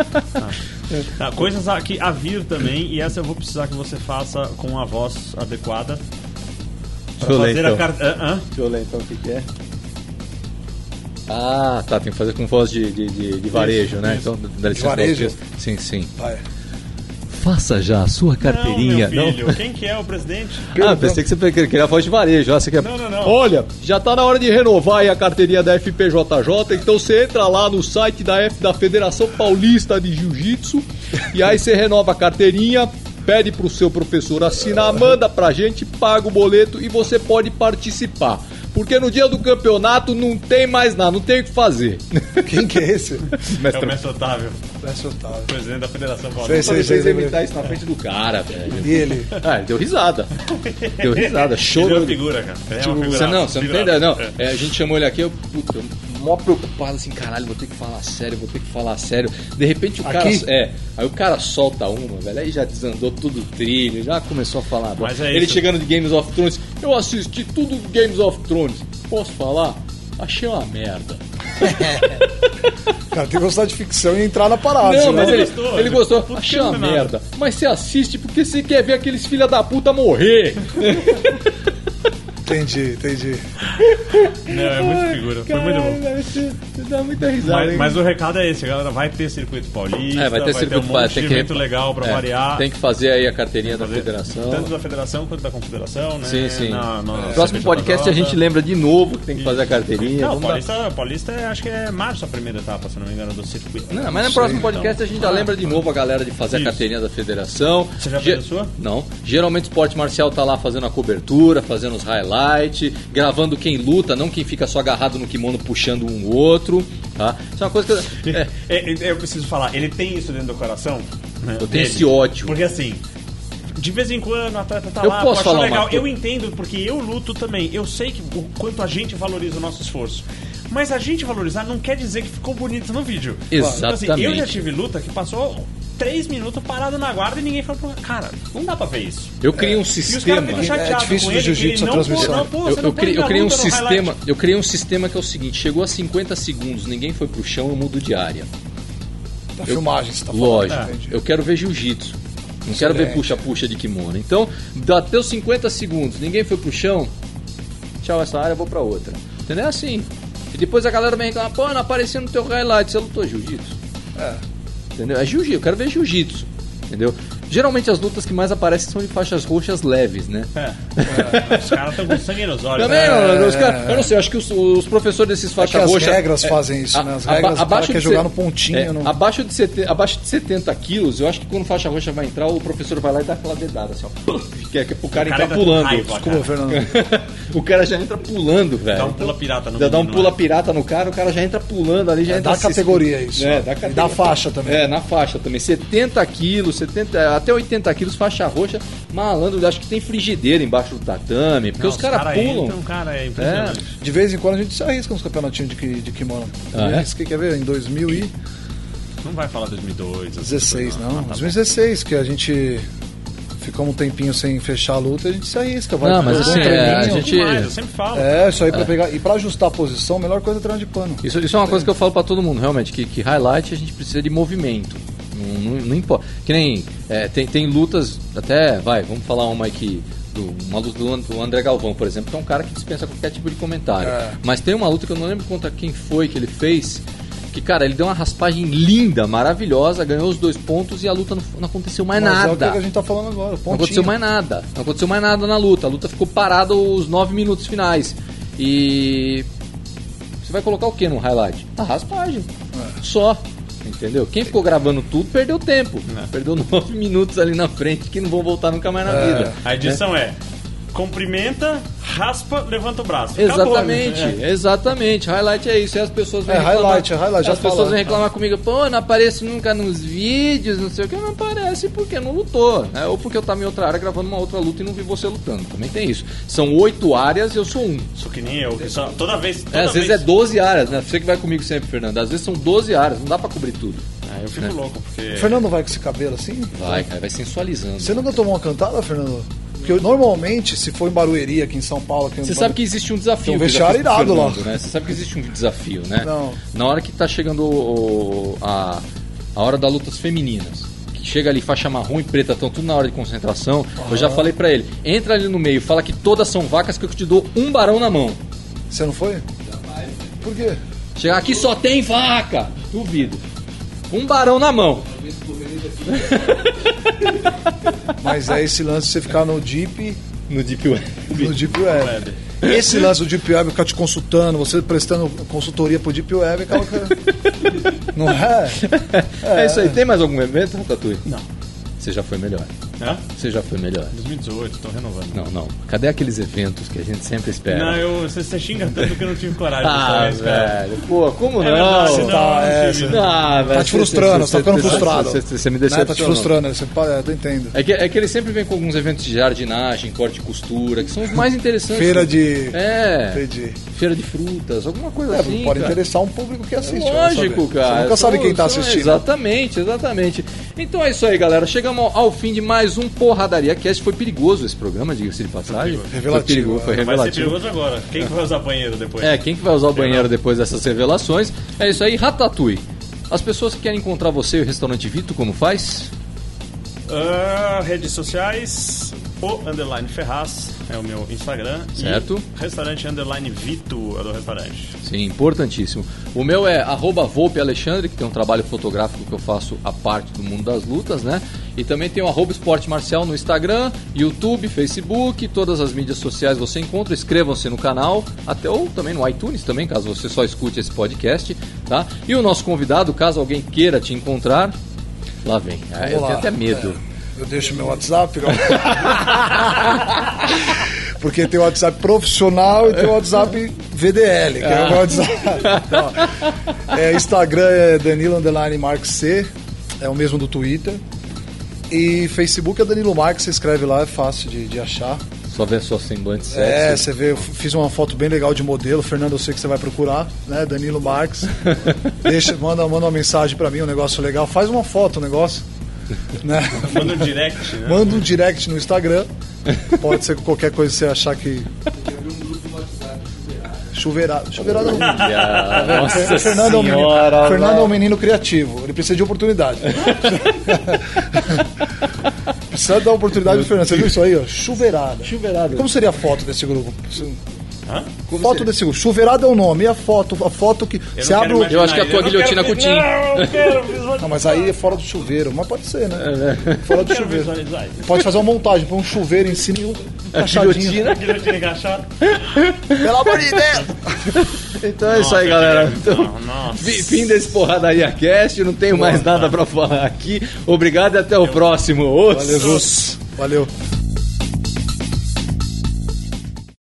Speaker 2: Tá, coisas a, que a vir também, e essa eu vou precisar que você faça com a voz adequada. Pra
Speaker 5: Deixa eu ler,
Speaker 2: fazer
Speaker 5: então.
Speaker 2: a carta. Hã?
Speaker 5: Deixa eu ler então o que, que é. Ah, tá, tem que fazer com voz de, de, de- de varejo, né? Então, dá licença
Speaker 3: varejo.
Speaker 5: aos dias. Sim, sim.
Speaker 3: Vai.
Speaker 5: Faça já a sua carteirinha.
Speaker 2: Não, meu filho, quem que é o presidente?
Speaker 5: Ah, pensei que você queria a voz de varejo. Ah, você quer...
Speaker 2: Não, não, não.
Speaker 5: Olha, já tá na hora de renovar aí a carteirinha da FPJJ, então você entra lá no site da, F... da Federação Paulista de Jiu-Jitsu e aí você renova a carteirinha, pede pro seu professor assinar, manda pra gente, paga o boleto e você pode participar. Porque no dia do campeonato não tem mais nada, não tem o que fazer.
Speaker 3: Quem que é esse?
Speaker 2: É o Mestre Otávio,
Speaker 3: Parece Otávio.
Speaker 2: presidente da Federação
Speaker 3: Sei,
Speaker 2: Paulista.
Speaker 3: sei, sei,
Speaker 5: Vocês
Speaker 3: sei, sei.
Speaker 5: evitar isso na frente do cara, velho.
Speaker 3: E ele?
Speaker 5: Ah, ele deu risada.
Speaker 2: (laughs)
Speaker 5: Deu risada,
Speaker 2: Ele é
Speaker 5: choro.
Speaker 2: uma figura, cara. Ele é uma
Speaker 5: Tipo, Você
Speaker 2: figura.
Speaker 5: não, você não tem ideia, não.
Speaker 2: É.
Speaker 5: É, a gente chamou ele aqui, eu, puta, eu mó preocupado, assim, caralho, vou ter que falar sério, vou ter que falar sério. De repente o cara.
Speaker 3: Aqui?
Speaker 5: É, aí o cara solta uma, velho, aí já desandou tudo o trilho, já começou a falar.
Speaker 2: Mas
Speaker 5: bom.
Speaker 2: é
Speaker 5: ele
Speaker 2: isso.
Speaker 5: chegando de Games of Thrones, eu assisti tudo Games of Thrones, posso falar? Achei uma merda.
Speaker 3: Cara, tem que gostar de ficção e entrar na parada.
Speaker 5: não,
Speaker 3: né?
Speaker 5: mas ele,
Speaker 2: gostou,
Speaker 5: ele
Speaker 2: ele
Speaker 5: gostou.
Speaker 2: puto
Speaker 5: Achei
Speaker 2: que não
Speaker 5: uma
Speaker 2: é nada.
Speaker 5: merda. Mas você assiste porque você quer ver aqueles filha da puta morrer.
Speaker 3: Entendi, entendi.
Speaker 2: Não, é muito figura. Foi muito bom.
Speaker 5: Dá muita risada.
Speaker 2: Mas, mas o recado é esse, galera. Vai ter circuito paulista,
Speaker 5: É, vai ter circuito
Speaker 2: um monte
Speaker 5: paulista,
Speaker 2: de
Speaker 5: tem que-
Speaker 2: evento legal pra
Speaker 5: É,
Speaker 2: variar.
Speaker 5: Tem que fazer aí a carteirinha da
Speaker 2: Fazer
Speaker 5: federação.
Speaker 2: Tanto da federação quanto da confederação, né?
Speaker 5: Sim, sim. É.
Speaker 2: Na- na- na
Speaker 5: Próximo
Speaker 2: CBJJ.
Speaker 5: podcast a gente lembra de novo que tem que fazer a carteirinha.
Speaker 2: Não,
Speaker 5: Vamos dar-
Speaker 2: Paulista, Paulista é, acho que é março a primeira etapa, se não me engano, do circuito.
Speaker 5: Não, mas no próximo
Speaker 1: então.
Speaker 5: podcast a gente já lembra de novo a galera de fazer
Speaker 2: então. Isso.
Speaker 5: a carteirinha da federação.
Speaker 2: Você já
Speaker 5: Ge-
Speaker 2: fez a sua?
Speaker 5: Não. Geralmente o esporte marcial tá lá fazendo a cobertura, fazendo os highlights, gravando quem luta, não quem fica só agarrado no kimono puxando um outro. Tá? Isso é uma coisa que. é,
Speaker 2: É, é, eu preciso falar, ele tem isso dentro do coração? né,
Speaker 5: Eu tenho
Speaker 2: dele?
Speaker 5: esse ódio.
Speaker 2: Porque assim. De vez em quando o atleta tá
Speaker 5: Eu
Speaker 2: lá,
Speaker 5: posso
Speaker 2: pô, achou
Speaker 5: falar uma
Speaker 2: legal.
Speaker 5: coisa?
Speaker 2: Eu entendo, porque eu luto também. Eu sei que o quanto a gente valoriza o nosso esforço. Mas a gente valorizar não quer dizer que ficou bonito no vídeo. Então, assim, eu já
Speaker 5: Exatamente.
Speaker 2: tive luta que passou três minutos parado na guarda e ninguém falou pra Cara, não dá pra ver isso.
Speaker 5: eu criei um
Speaker 2: E os caras
Speaker 5: sistema. É
Speaker 2: ficam chateados
Speaker 3: difícil
Speaker 2: com
Speaker 3: no
Speaker 2: ele, que ele
Speaker 3: jiu-jitsu a
Speaker 2: não
Speaker 3: transmissão.
Speaker 2: pô- não, pô,
Speaker 5: Eu,
Speaker 2: você
Speaker 5: eu
Speaker 2: não
Speaker 5: criei,
Speaker 2: pode
Speaker 5: eu
Speaker 2: dar
Speaker 5: criei um
Speaker 2: luta no highlight.
Speaker 5: sistema, eu criei um sistema que é o seguinte, chegou a 50 segundos, ninguém foi pro chão, eu mudo de área.
Speaker 3: Da filmagem, você tá falando.
Speaker 5: Lógico.
Speaker 3: né? Entendi.
Speaker 5: Eu quero ver jiu-jitsu. Não quero ver puxa-puxa de kimono. Então, dá até os 50 segundos, ninguém foi pro chão, tchau essa área, eu vou pra outra. Entendeu? É assim. E depois a galera vem reclamar, pô, não apareceu no teu highlight, você lutou jiu-jitsu. É. Entendeu? É jiu-jitsu, eu quero ver jiu-jitsu. Entendeu? Geralmente as lutas que mais aparecem são de faixas roxas leves, né?
Speaker 2: É, os caras estão com sangue nos olhos.
Speaker 5: Também,
Speaker 2: né?
Speaker 5: mano, os caras- eu não sei, acho que os, os professores desses
Speaker 3: É que
Speaker 5: faixa
Speaker 3: as
Speaker 5: roxa.
Speaker 3: regras fazem isso,
Speaker 5: a-
Speaker 3: né? As
Speaker 5: aba-
Speaker 3: regras, o cara quer
Speaker 5: de
Speaker 3: jogar
Speaker 5: se-
Speaker 3: no pontinho.
Speaker 5: é,
Speaker 3: no...
Speaker 5: abaixo, de 70, abaixo de 70 quilos, eu acho que quando faixa roxa vai entrar, o professor vai lá e dá aquela dedada, assim, ó. Que é que é pro cara,
Speaker 2: O cara
Speaker 5: entrar
Speaker 2: dá
Speaker 5: pulando.
Speaker 2: raiva,
Speaker 3: Desculpa,
Speaker 5: (laughs)
Speaker 3: Fernando.
Speaker 5: É o cara já entra pulando, velho.
Speaker 2: Dá um pula pirata no
Speaker 5: é? Dá, dá um
Speaker 2: menino,
Speaker 5: pula
Speaker 2: né?
Speaker 5: pirata no cara, o cara já entra pulando ali, já
Speaker 3: É
Speaker 5: entra
Speaker 3: da
Speaker 5: se-
Speaker 3: categoria isso.
Speaker 5: É, da
Speaker 3: E
Speaker 5: categoria.
Speaker 3: da faixa também.
Speaker 5: É, na faixa também. 70 quilos, 70, até 80 quilos, faixa roxa, malandro. Acho que tem frigideira embaixo do tatame, porque
Speaker 2: Não,
Speaker 5: os caras
Speaker 2: cara
Speaker 5: pulam.
Speaker 2: entram, cara, é impressionante.
Speaker 3: De vez em quando a gente se arrisca uns campeonatinhos de, ki- de kimono.
Speaker 5: Ah, é?
Speaker 3: Arrisca, quer ver? Em 2016,
Speaker 2: Não vai falar 2002. assim, coisa,
Speaker 3: não.
Speaker 2: Ah, tá bom.
Speaker 3: 2016, que a gente ficou um tempinho sem fechar a luta, a gente se arrisca. Vai
Speaker 5: Não, mas
Speaker 3: fazer um
Speaker 5: assim, é, a
Speaker 3: treininho.
Speaker 5: gente-
Speaker 2: Demais, eu sempre falo.
Speaker 3: É, isso aí pra pegar. E pra ajustar a posição, a melhor coisa é treinar de pano.
Speaker 5: Isso, isso é uma coisa que eu falo pra todo mundo, realmente, que, que highlight a gente precisa de movimento. Não, não- não importa. Que nem é, tem, tem lutas, até, vai, vamos falar uma aqui. Do, uma luta do, An- do André Galvão, por exemplo, que é um cara que dispensa qualquer tipo de comentário.
Speaker 3: É.
Speaker 5: Mas tem uma luta que eu não lembro contra quem foi que ele fez. Que, cara, ele deu uma raspagem linda, maravilhosa, ganhou os dois pontos e a luta não, não aconteceu mais
Speaker 3: Mas é o
Speaker 5: nada.
Speaker 3: que a gente tá falando agora.
Speaker 5: Não aconteceu mais nada. Não aconteceu mais nada na luta. A luta ficou parada os nove minutos finais. E. Você vai colocar o que no highlight? A raspagem.
Speaker 3: É.
Speaker 5: Só. Entendeu? Quem ficou gravando tudo perdeu tempo.
Speaker 3: É.
Speaker 5: Perdeu (laughs) nove minutos ali na frente que não vão voltar nunca mais na vida.
Speaker 2: A edição é. cumprimenta, raspa, levanta o braço. Acabou,
Speaker 5: Exatamente,
Speaker 2: né?
Speaker 5: exatamente. Highlight é isso. E as pessoas vêm
Speaker 3: É,
Speaker 5: reclamar.
Speaker 3: highlight, é highlight, já
Speaker 5: as pessoas
Speaker 3: falaram.
Speaker 5: vêm reclamar comigo, pô, não apareço nunca nos vídeos, não sei o que, não aparece porque não lutou. né? Ou porque eu tava em outra área gravando uma outra luta e não vi você lutando. Também tem isso. São oito áreas e eu sou um.
Speaker 2: Sou que nem eu. é que só- toda vez. Toda
Speaker 5: É, às
Speaker 2: vez,
Speaker 5: vezes é 12 áreas, né? Você que vai comigo sempre, Fernando. Às vezes são 12 áreas, não dá pra cobrir tudo.
Speaker 2: Ah, eu fico louco, porque.
Speaker 3: O Fernando vai com esse cabelo assim?
Speaker 5: Vai, cara, vai sensualizando.
Speaker 3: Você nunca tomou uma cantada, Fernando? Porque eu- normalmente, se for em Barueri, aqui em São Paulo... Aqui em
Speaker 5: Você
Speaker 3: Barueri-
Speaker 5: sabe que existe um desafio.
Speaker 3: Tem um
Speaker 5: que eu já
Speaker 3: vestiário
Speaker 5: fiz pro
Speaker 3: irado lá.
Speaker 5: Fernando, Né? Você sabe que existe um desafio, né?
Speaker 3: Não.
Speaker 5: Na hora que tá chegando o- o- a, a hora das lutas femininas, que chega ali faixa marrom e preta, estão tudo na hora de concentração, eu já falei pra ele, entra ali no meio, fala que todas são vacas que eu te dou um barão na mão.
Speaker 3: Você não foi? Por quê?
Speaker 5: Chegar aqui só tem vaca! Duvido. Um barão na mão.
Speaker 3: Mas é esse lance de você ficar no Jeep,
Speaker 5: No Deep Web.
Speaker 3: no Deep Web. Esse lance do Deep Web, ficar te consultando, você prestando consultoria pro Deep Web, acaba que... Não é?
Speaker 5: É. isso aí. Tem mais algum evento, Ratatouille? Não. Você já foi melhor.
Speaker 2: Hã?
Speaker 5: Você já foi melhor.
Speaker 2: 2018, tô renovando.
Speaker 5: Não, não. Cadê aqueles eventos que a gente sempre espera?
Speaker 2: Não, eu, você, você xinga tanto que eu não tive coragem dessa
Speaker 5: É. Ah,
Speaker 2: vez, cara.
Speaker 5: velho. Pô, como
Speaker 2: É
Speaker 5: não?
Speaker 2: verdade, não, assim,
Speaker 3: tá,
Speaker 2: não
Speaker 3: é,
Speaker 2: tive.
Speaker 3: você-
Speaker 5: Ah, velho,
Speaker 3: Tá te frustrando, você tá ficando frustrado.
Speaker 5: Você, você- você me
Speaker 3: Né,
Speaker 5: decepcionou.
Speaker 3: Tá te frustrando, né? você é, eu entendo.
Speaker 5: É que, é que ele sempre vem com alguns eventos de jardinagem, corte e costura, que são os mais interessantes.
Speaker 3: Feira de...
Speaker 5: É,
Speaker 3: Entendi.
Speaker 5: feira de frutas, alguma coisa
Speaker 3: É,
Speaker 5: assim.
Speaker 3: pode
Speaker 5: cara.
Speaker 3: interessar um público que assiste. vai
Speaker 5: Lógico,
Speaker 3: saber.
Speaker 5: cara.
Speaker 3: Você nunca sabe
Speaker 5: São-
Speaker 3: quem tá
Speaker 5: são-
Speaker 3: assistindo.
Speaker 5: Exatamente, exatamente. Então é isso aí, galera. Chegamos ao fim de mais um Porradaria Cast. Foi perigoso esse programa, diga-se de passagem.
Speaker 3: Revelativo,
Speaker 5: Foi perigoso, foi
Speaker 2: Vai
Speaker 3: é.
Speaker 2: ser
Speaker 5: revelativo.
Speaker 2: perigoso agora. Quem que vai usar banheiro depois?
Speaker 5: É, quem que vai usar o banheiro depois dessas revelações? É isso aí, Ratatouille. As pessoas que querem encontrar você e o restaurante Vito, como faz?
Speaker 2: Ah, redes sociais, O Underline Ferraz é o meu Instagram. e
Speaker 5: Certo.
Speaker 2: restaurante Underline Vito é o do restaurante.
Speaker 5: Sim, importantíssimo. O meu é arroba Volpe Alexandre, que tem um trabalho fotográfico que eu faço a parte do mundo das lutas, né? E também tem o arroba Esporte Marcial no Instagram, YouTube, Facebook, todas as mídias sociais você encontra. Inscrevam-se no canal, até ou também no iTunes também, caso você só escute esse podcast, tá? E o nosso convidado, caso alguém queira te encontrar, lá vem. Ah,
Speaker 3: Vamos
Speaker 5: eu tenho
Speaker 3: lá.
Speaker 5: até medo.
Speaker 3: É, Eu (laughs) deixo meu WhatsApp. Gal. Porque tem o WhatsApp profissional e tem o WhatsApp VDL, que é o WhatsApp. Ó, é, Instagram é Danilo Underline Marques C, é o mesmo do Twitter. E Facebook é Danilo Marques, você escreve lá, é fácil de, de achar.
Speaker 5: Só ver sua semblante
Speaker 3: É,
Speaker 5: sexy.
Speaker 3: você vê, eu f- fiz uma foto bem legal de modelo, Fernando, eu sei que você vai procurar, né? Danilo
Speaker 5: (laughs)
Speaker 3: Marques. Deixa, manda, manda uma mensagem pra mim, um negócio legal. Faz uma foto, um negócio. Né?
Speaker 2: Manda um direct,
Speaker 5: (laughs)
Speaker 2: né?
Speaker 3: Manda um direct no Instagram. Pode ser qualquer coisa que você achar que. Chuveirada. Chuveirada não.
Speaker 5: E a-
Speaker 3: (laughs) Fer-
Speaker 5: Nossa
Speaker 3: Fernando, é um menino,
Speaker 5: senhora,
Speaker 3: Fernando é um menino criativo. Ele precisa de oportunidade. precisa da oportunidade do Fernando. Você viu isso aí? Ó? Chuveirada. Chuveirada. Como seria a foto desse grupo? Foto desse grupo. Chuveirada é o nome. E a foto? A foto que.
Speaker 2: Eu
Speaker 3: Você
Speaker 2: não
Speaker 3: abre
Speaker 2: quero
Speaker 3: o.
Speaker 2: imaginar
Speaker 5: Eu acho que a
Speaker 2: ele.
Speaker 5: tua
Speaker 2: Eu não
Speaker 5: guilhotina é
Speaker 2: quero-
Speaker 5: Coutinho.
Speaker 2: Não, eu
Speaker 5: (laughs)
Speaker 2: quero visualizar.
Speaker 3: Não, mas aí é fora do chuveiro. Mas pode ser, né? Fora do
Speaker 2: Quero
Speaker 3: chuveiro.
Speaker 2: visualizar
Speaker 5: (laughs)
Speaker 2: isso.
Speaker 3: Pode fazer uma montagem, põe um chuveiro em cima e um encaixadinho.
Speaker 5: Guilhotina.
Speaker 2: Guilhotina encaixada.
Speaker 3: Pelo amor de Deus!
Speaker 5: Então é isso aí, galera. (laughs) Então,
Speaker 2: Não, nossa.
Speaker 5: Fi- Fim desse Porradaria Cast, não tenho mais nada pra falar aqui. Obrigado e até o próximo. Outros.
Speaker 3: Valeu, Jus. Valeu.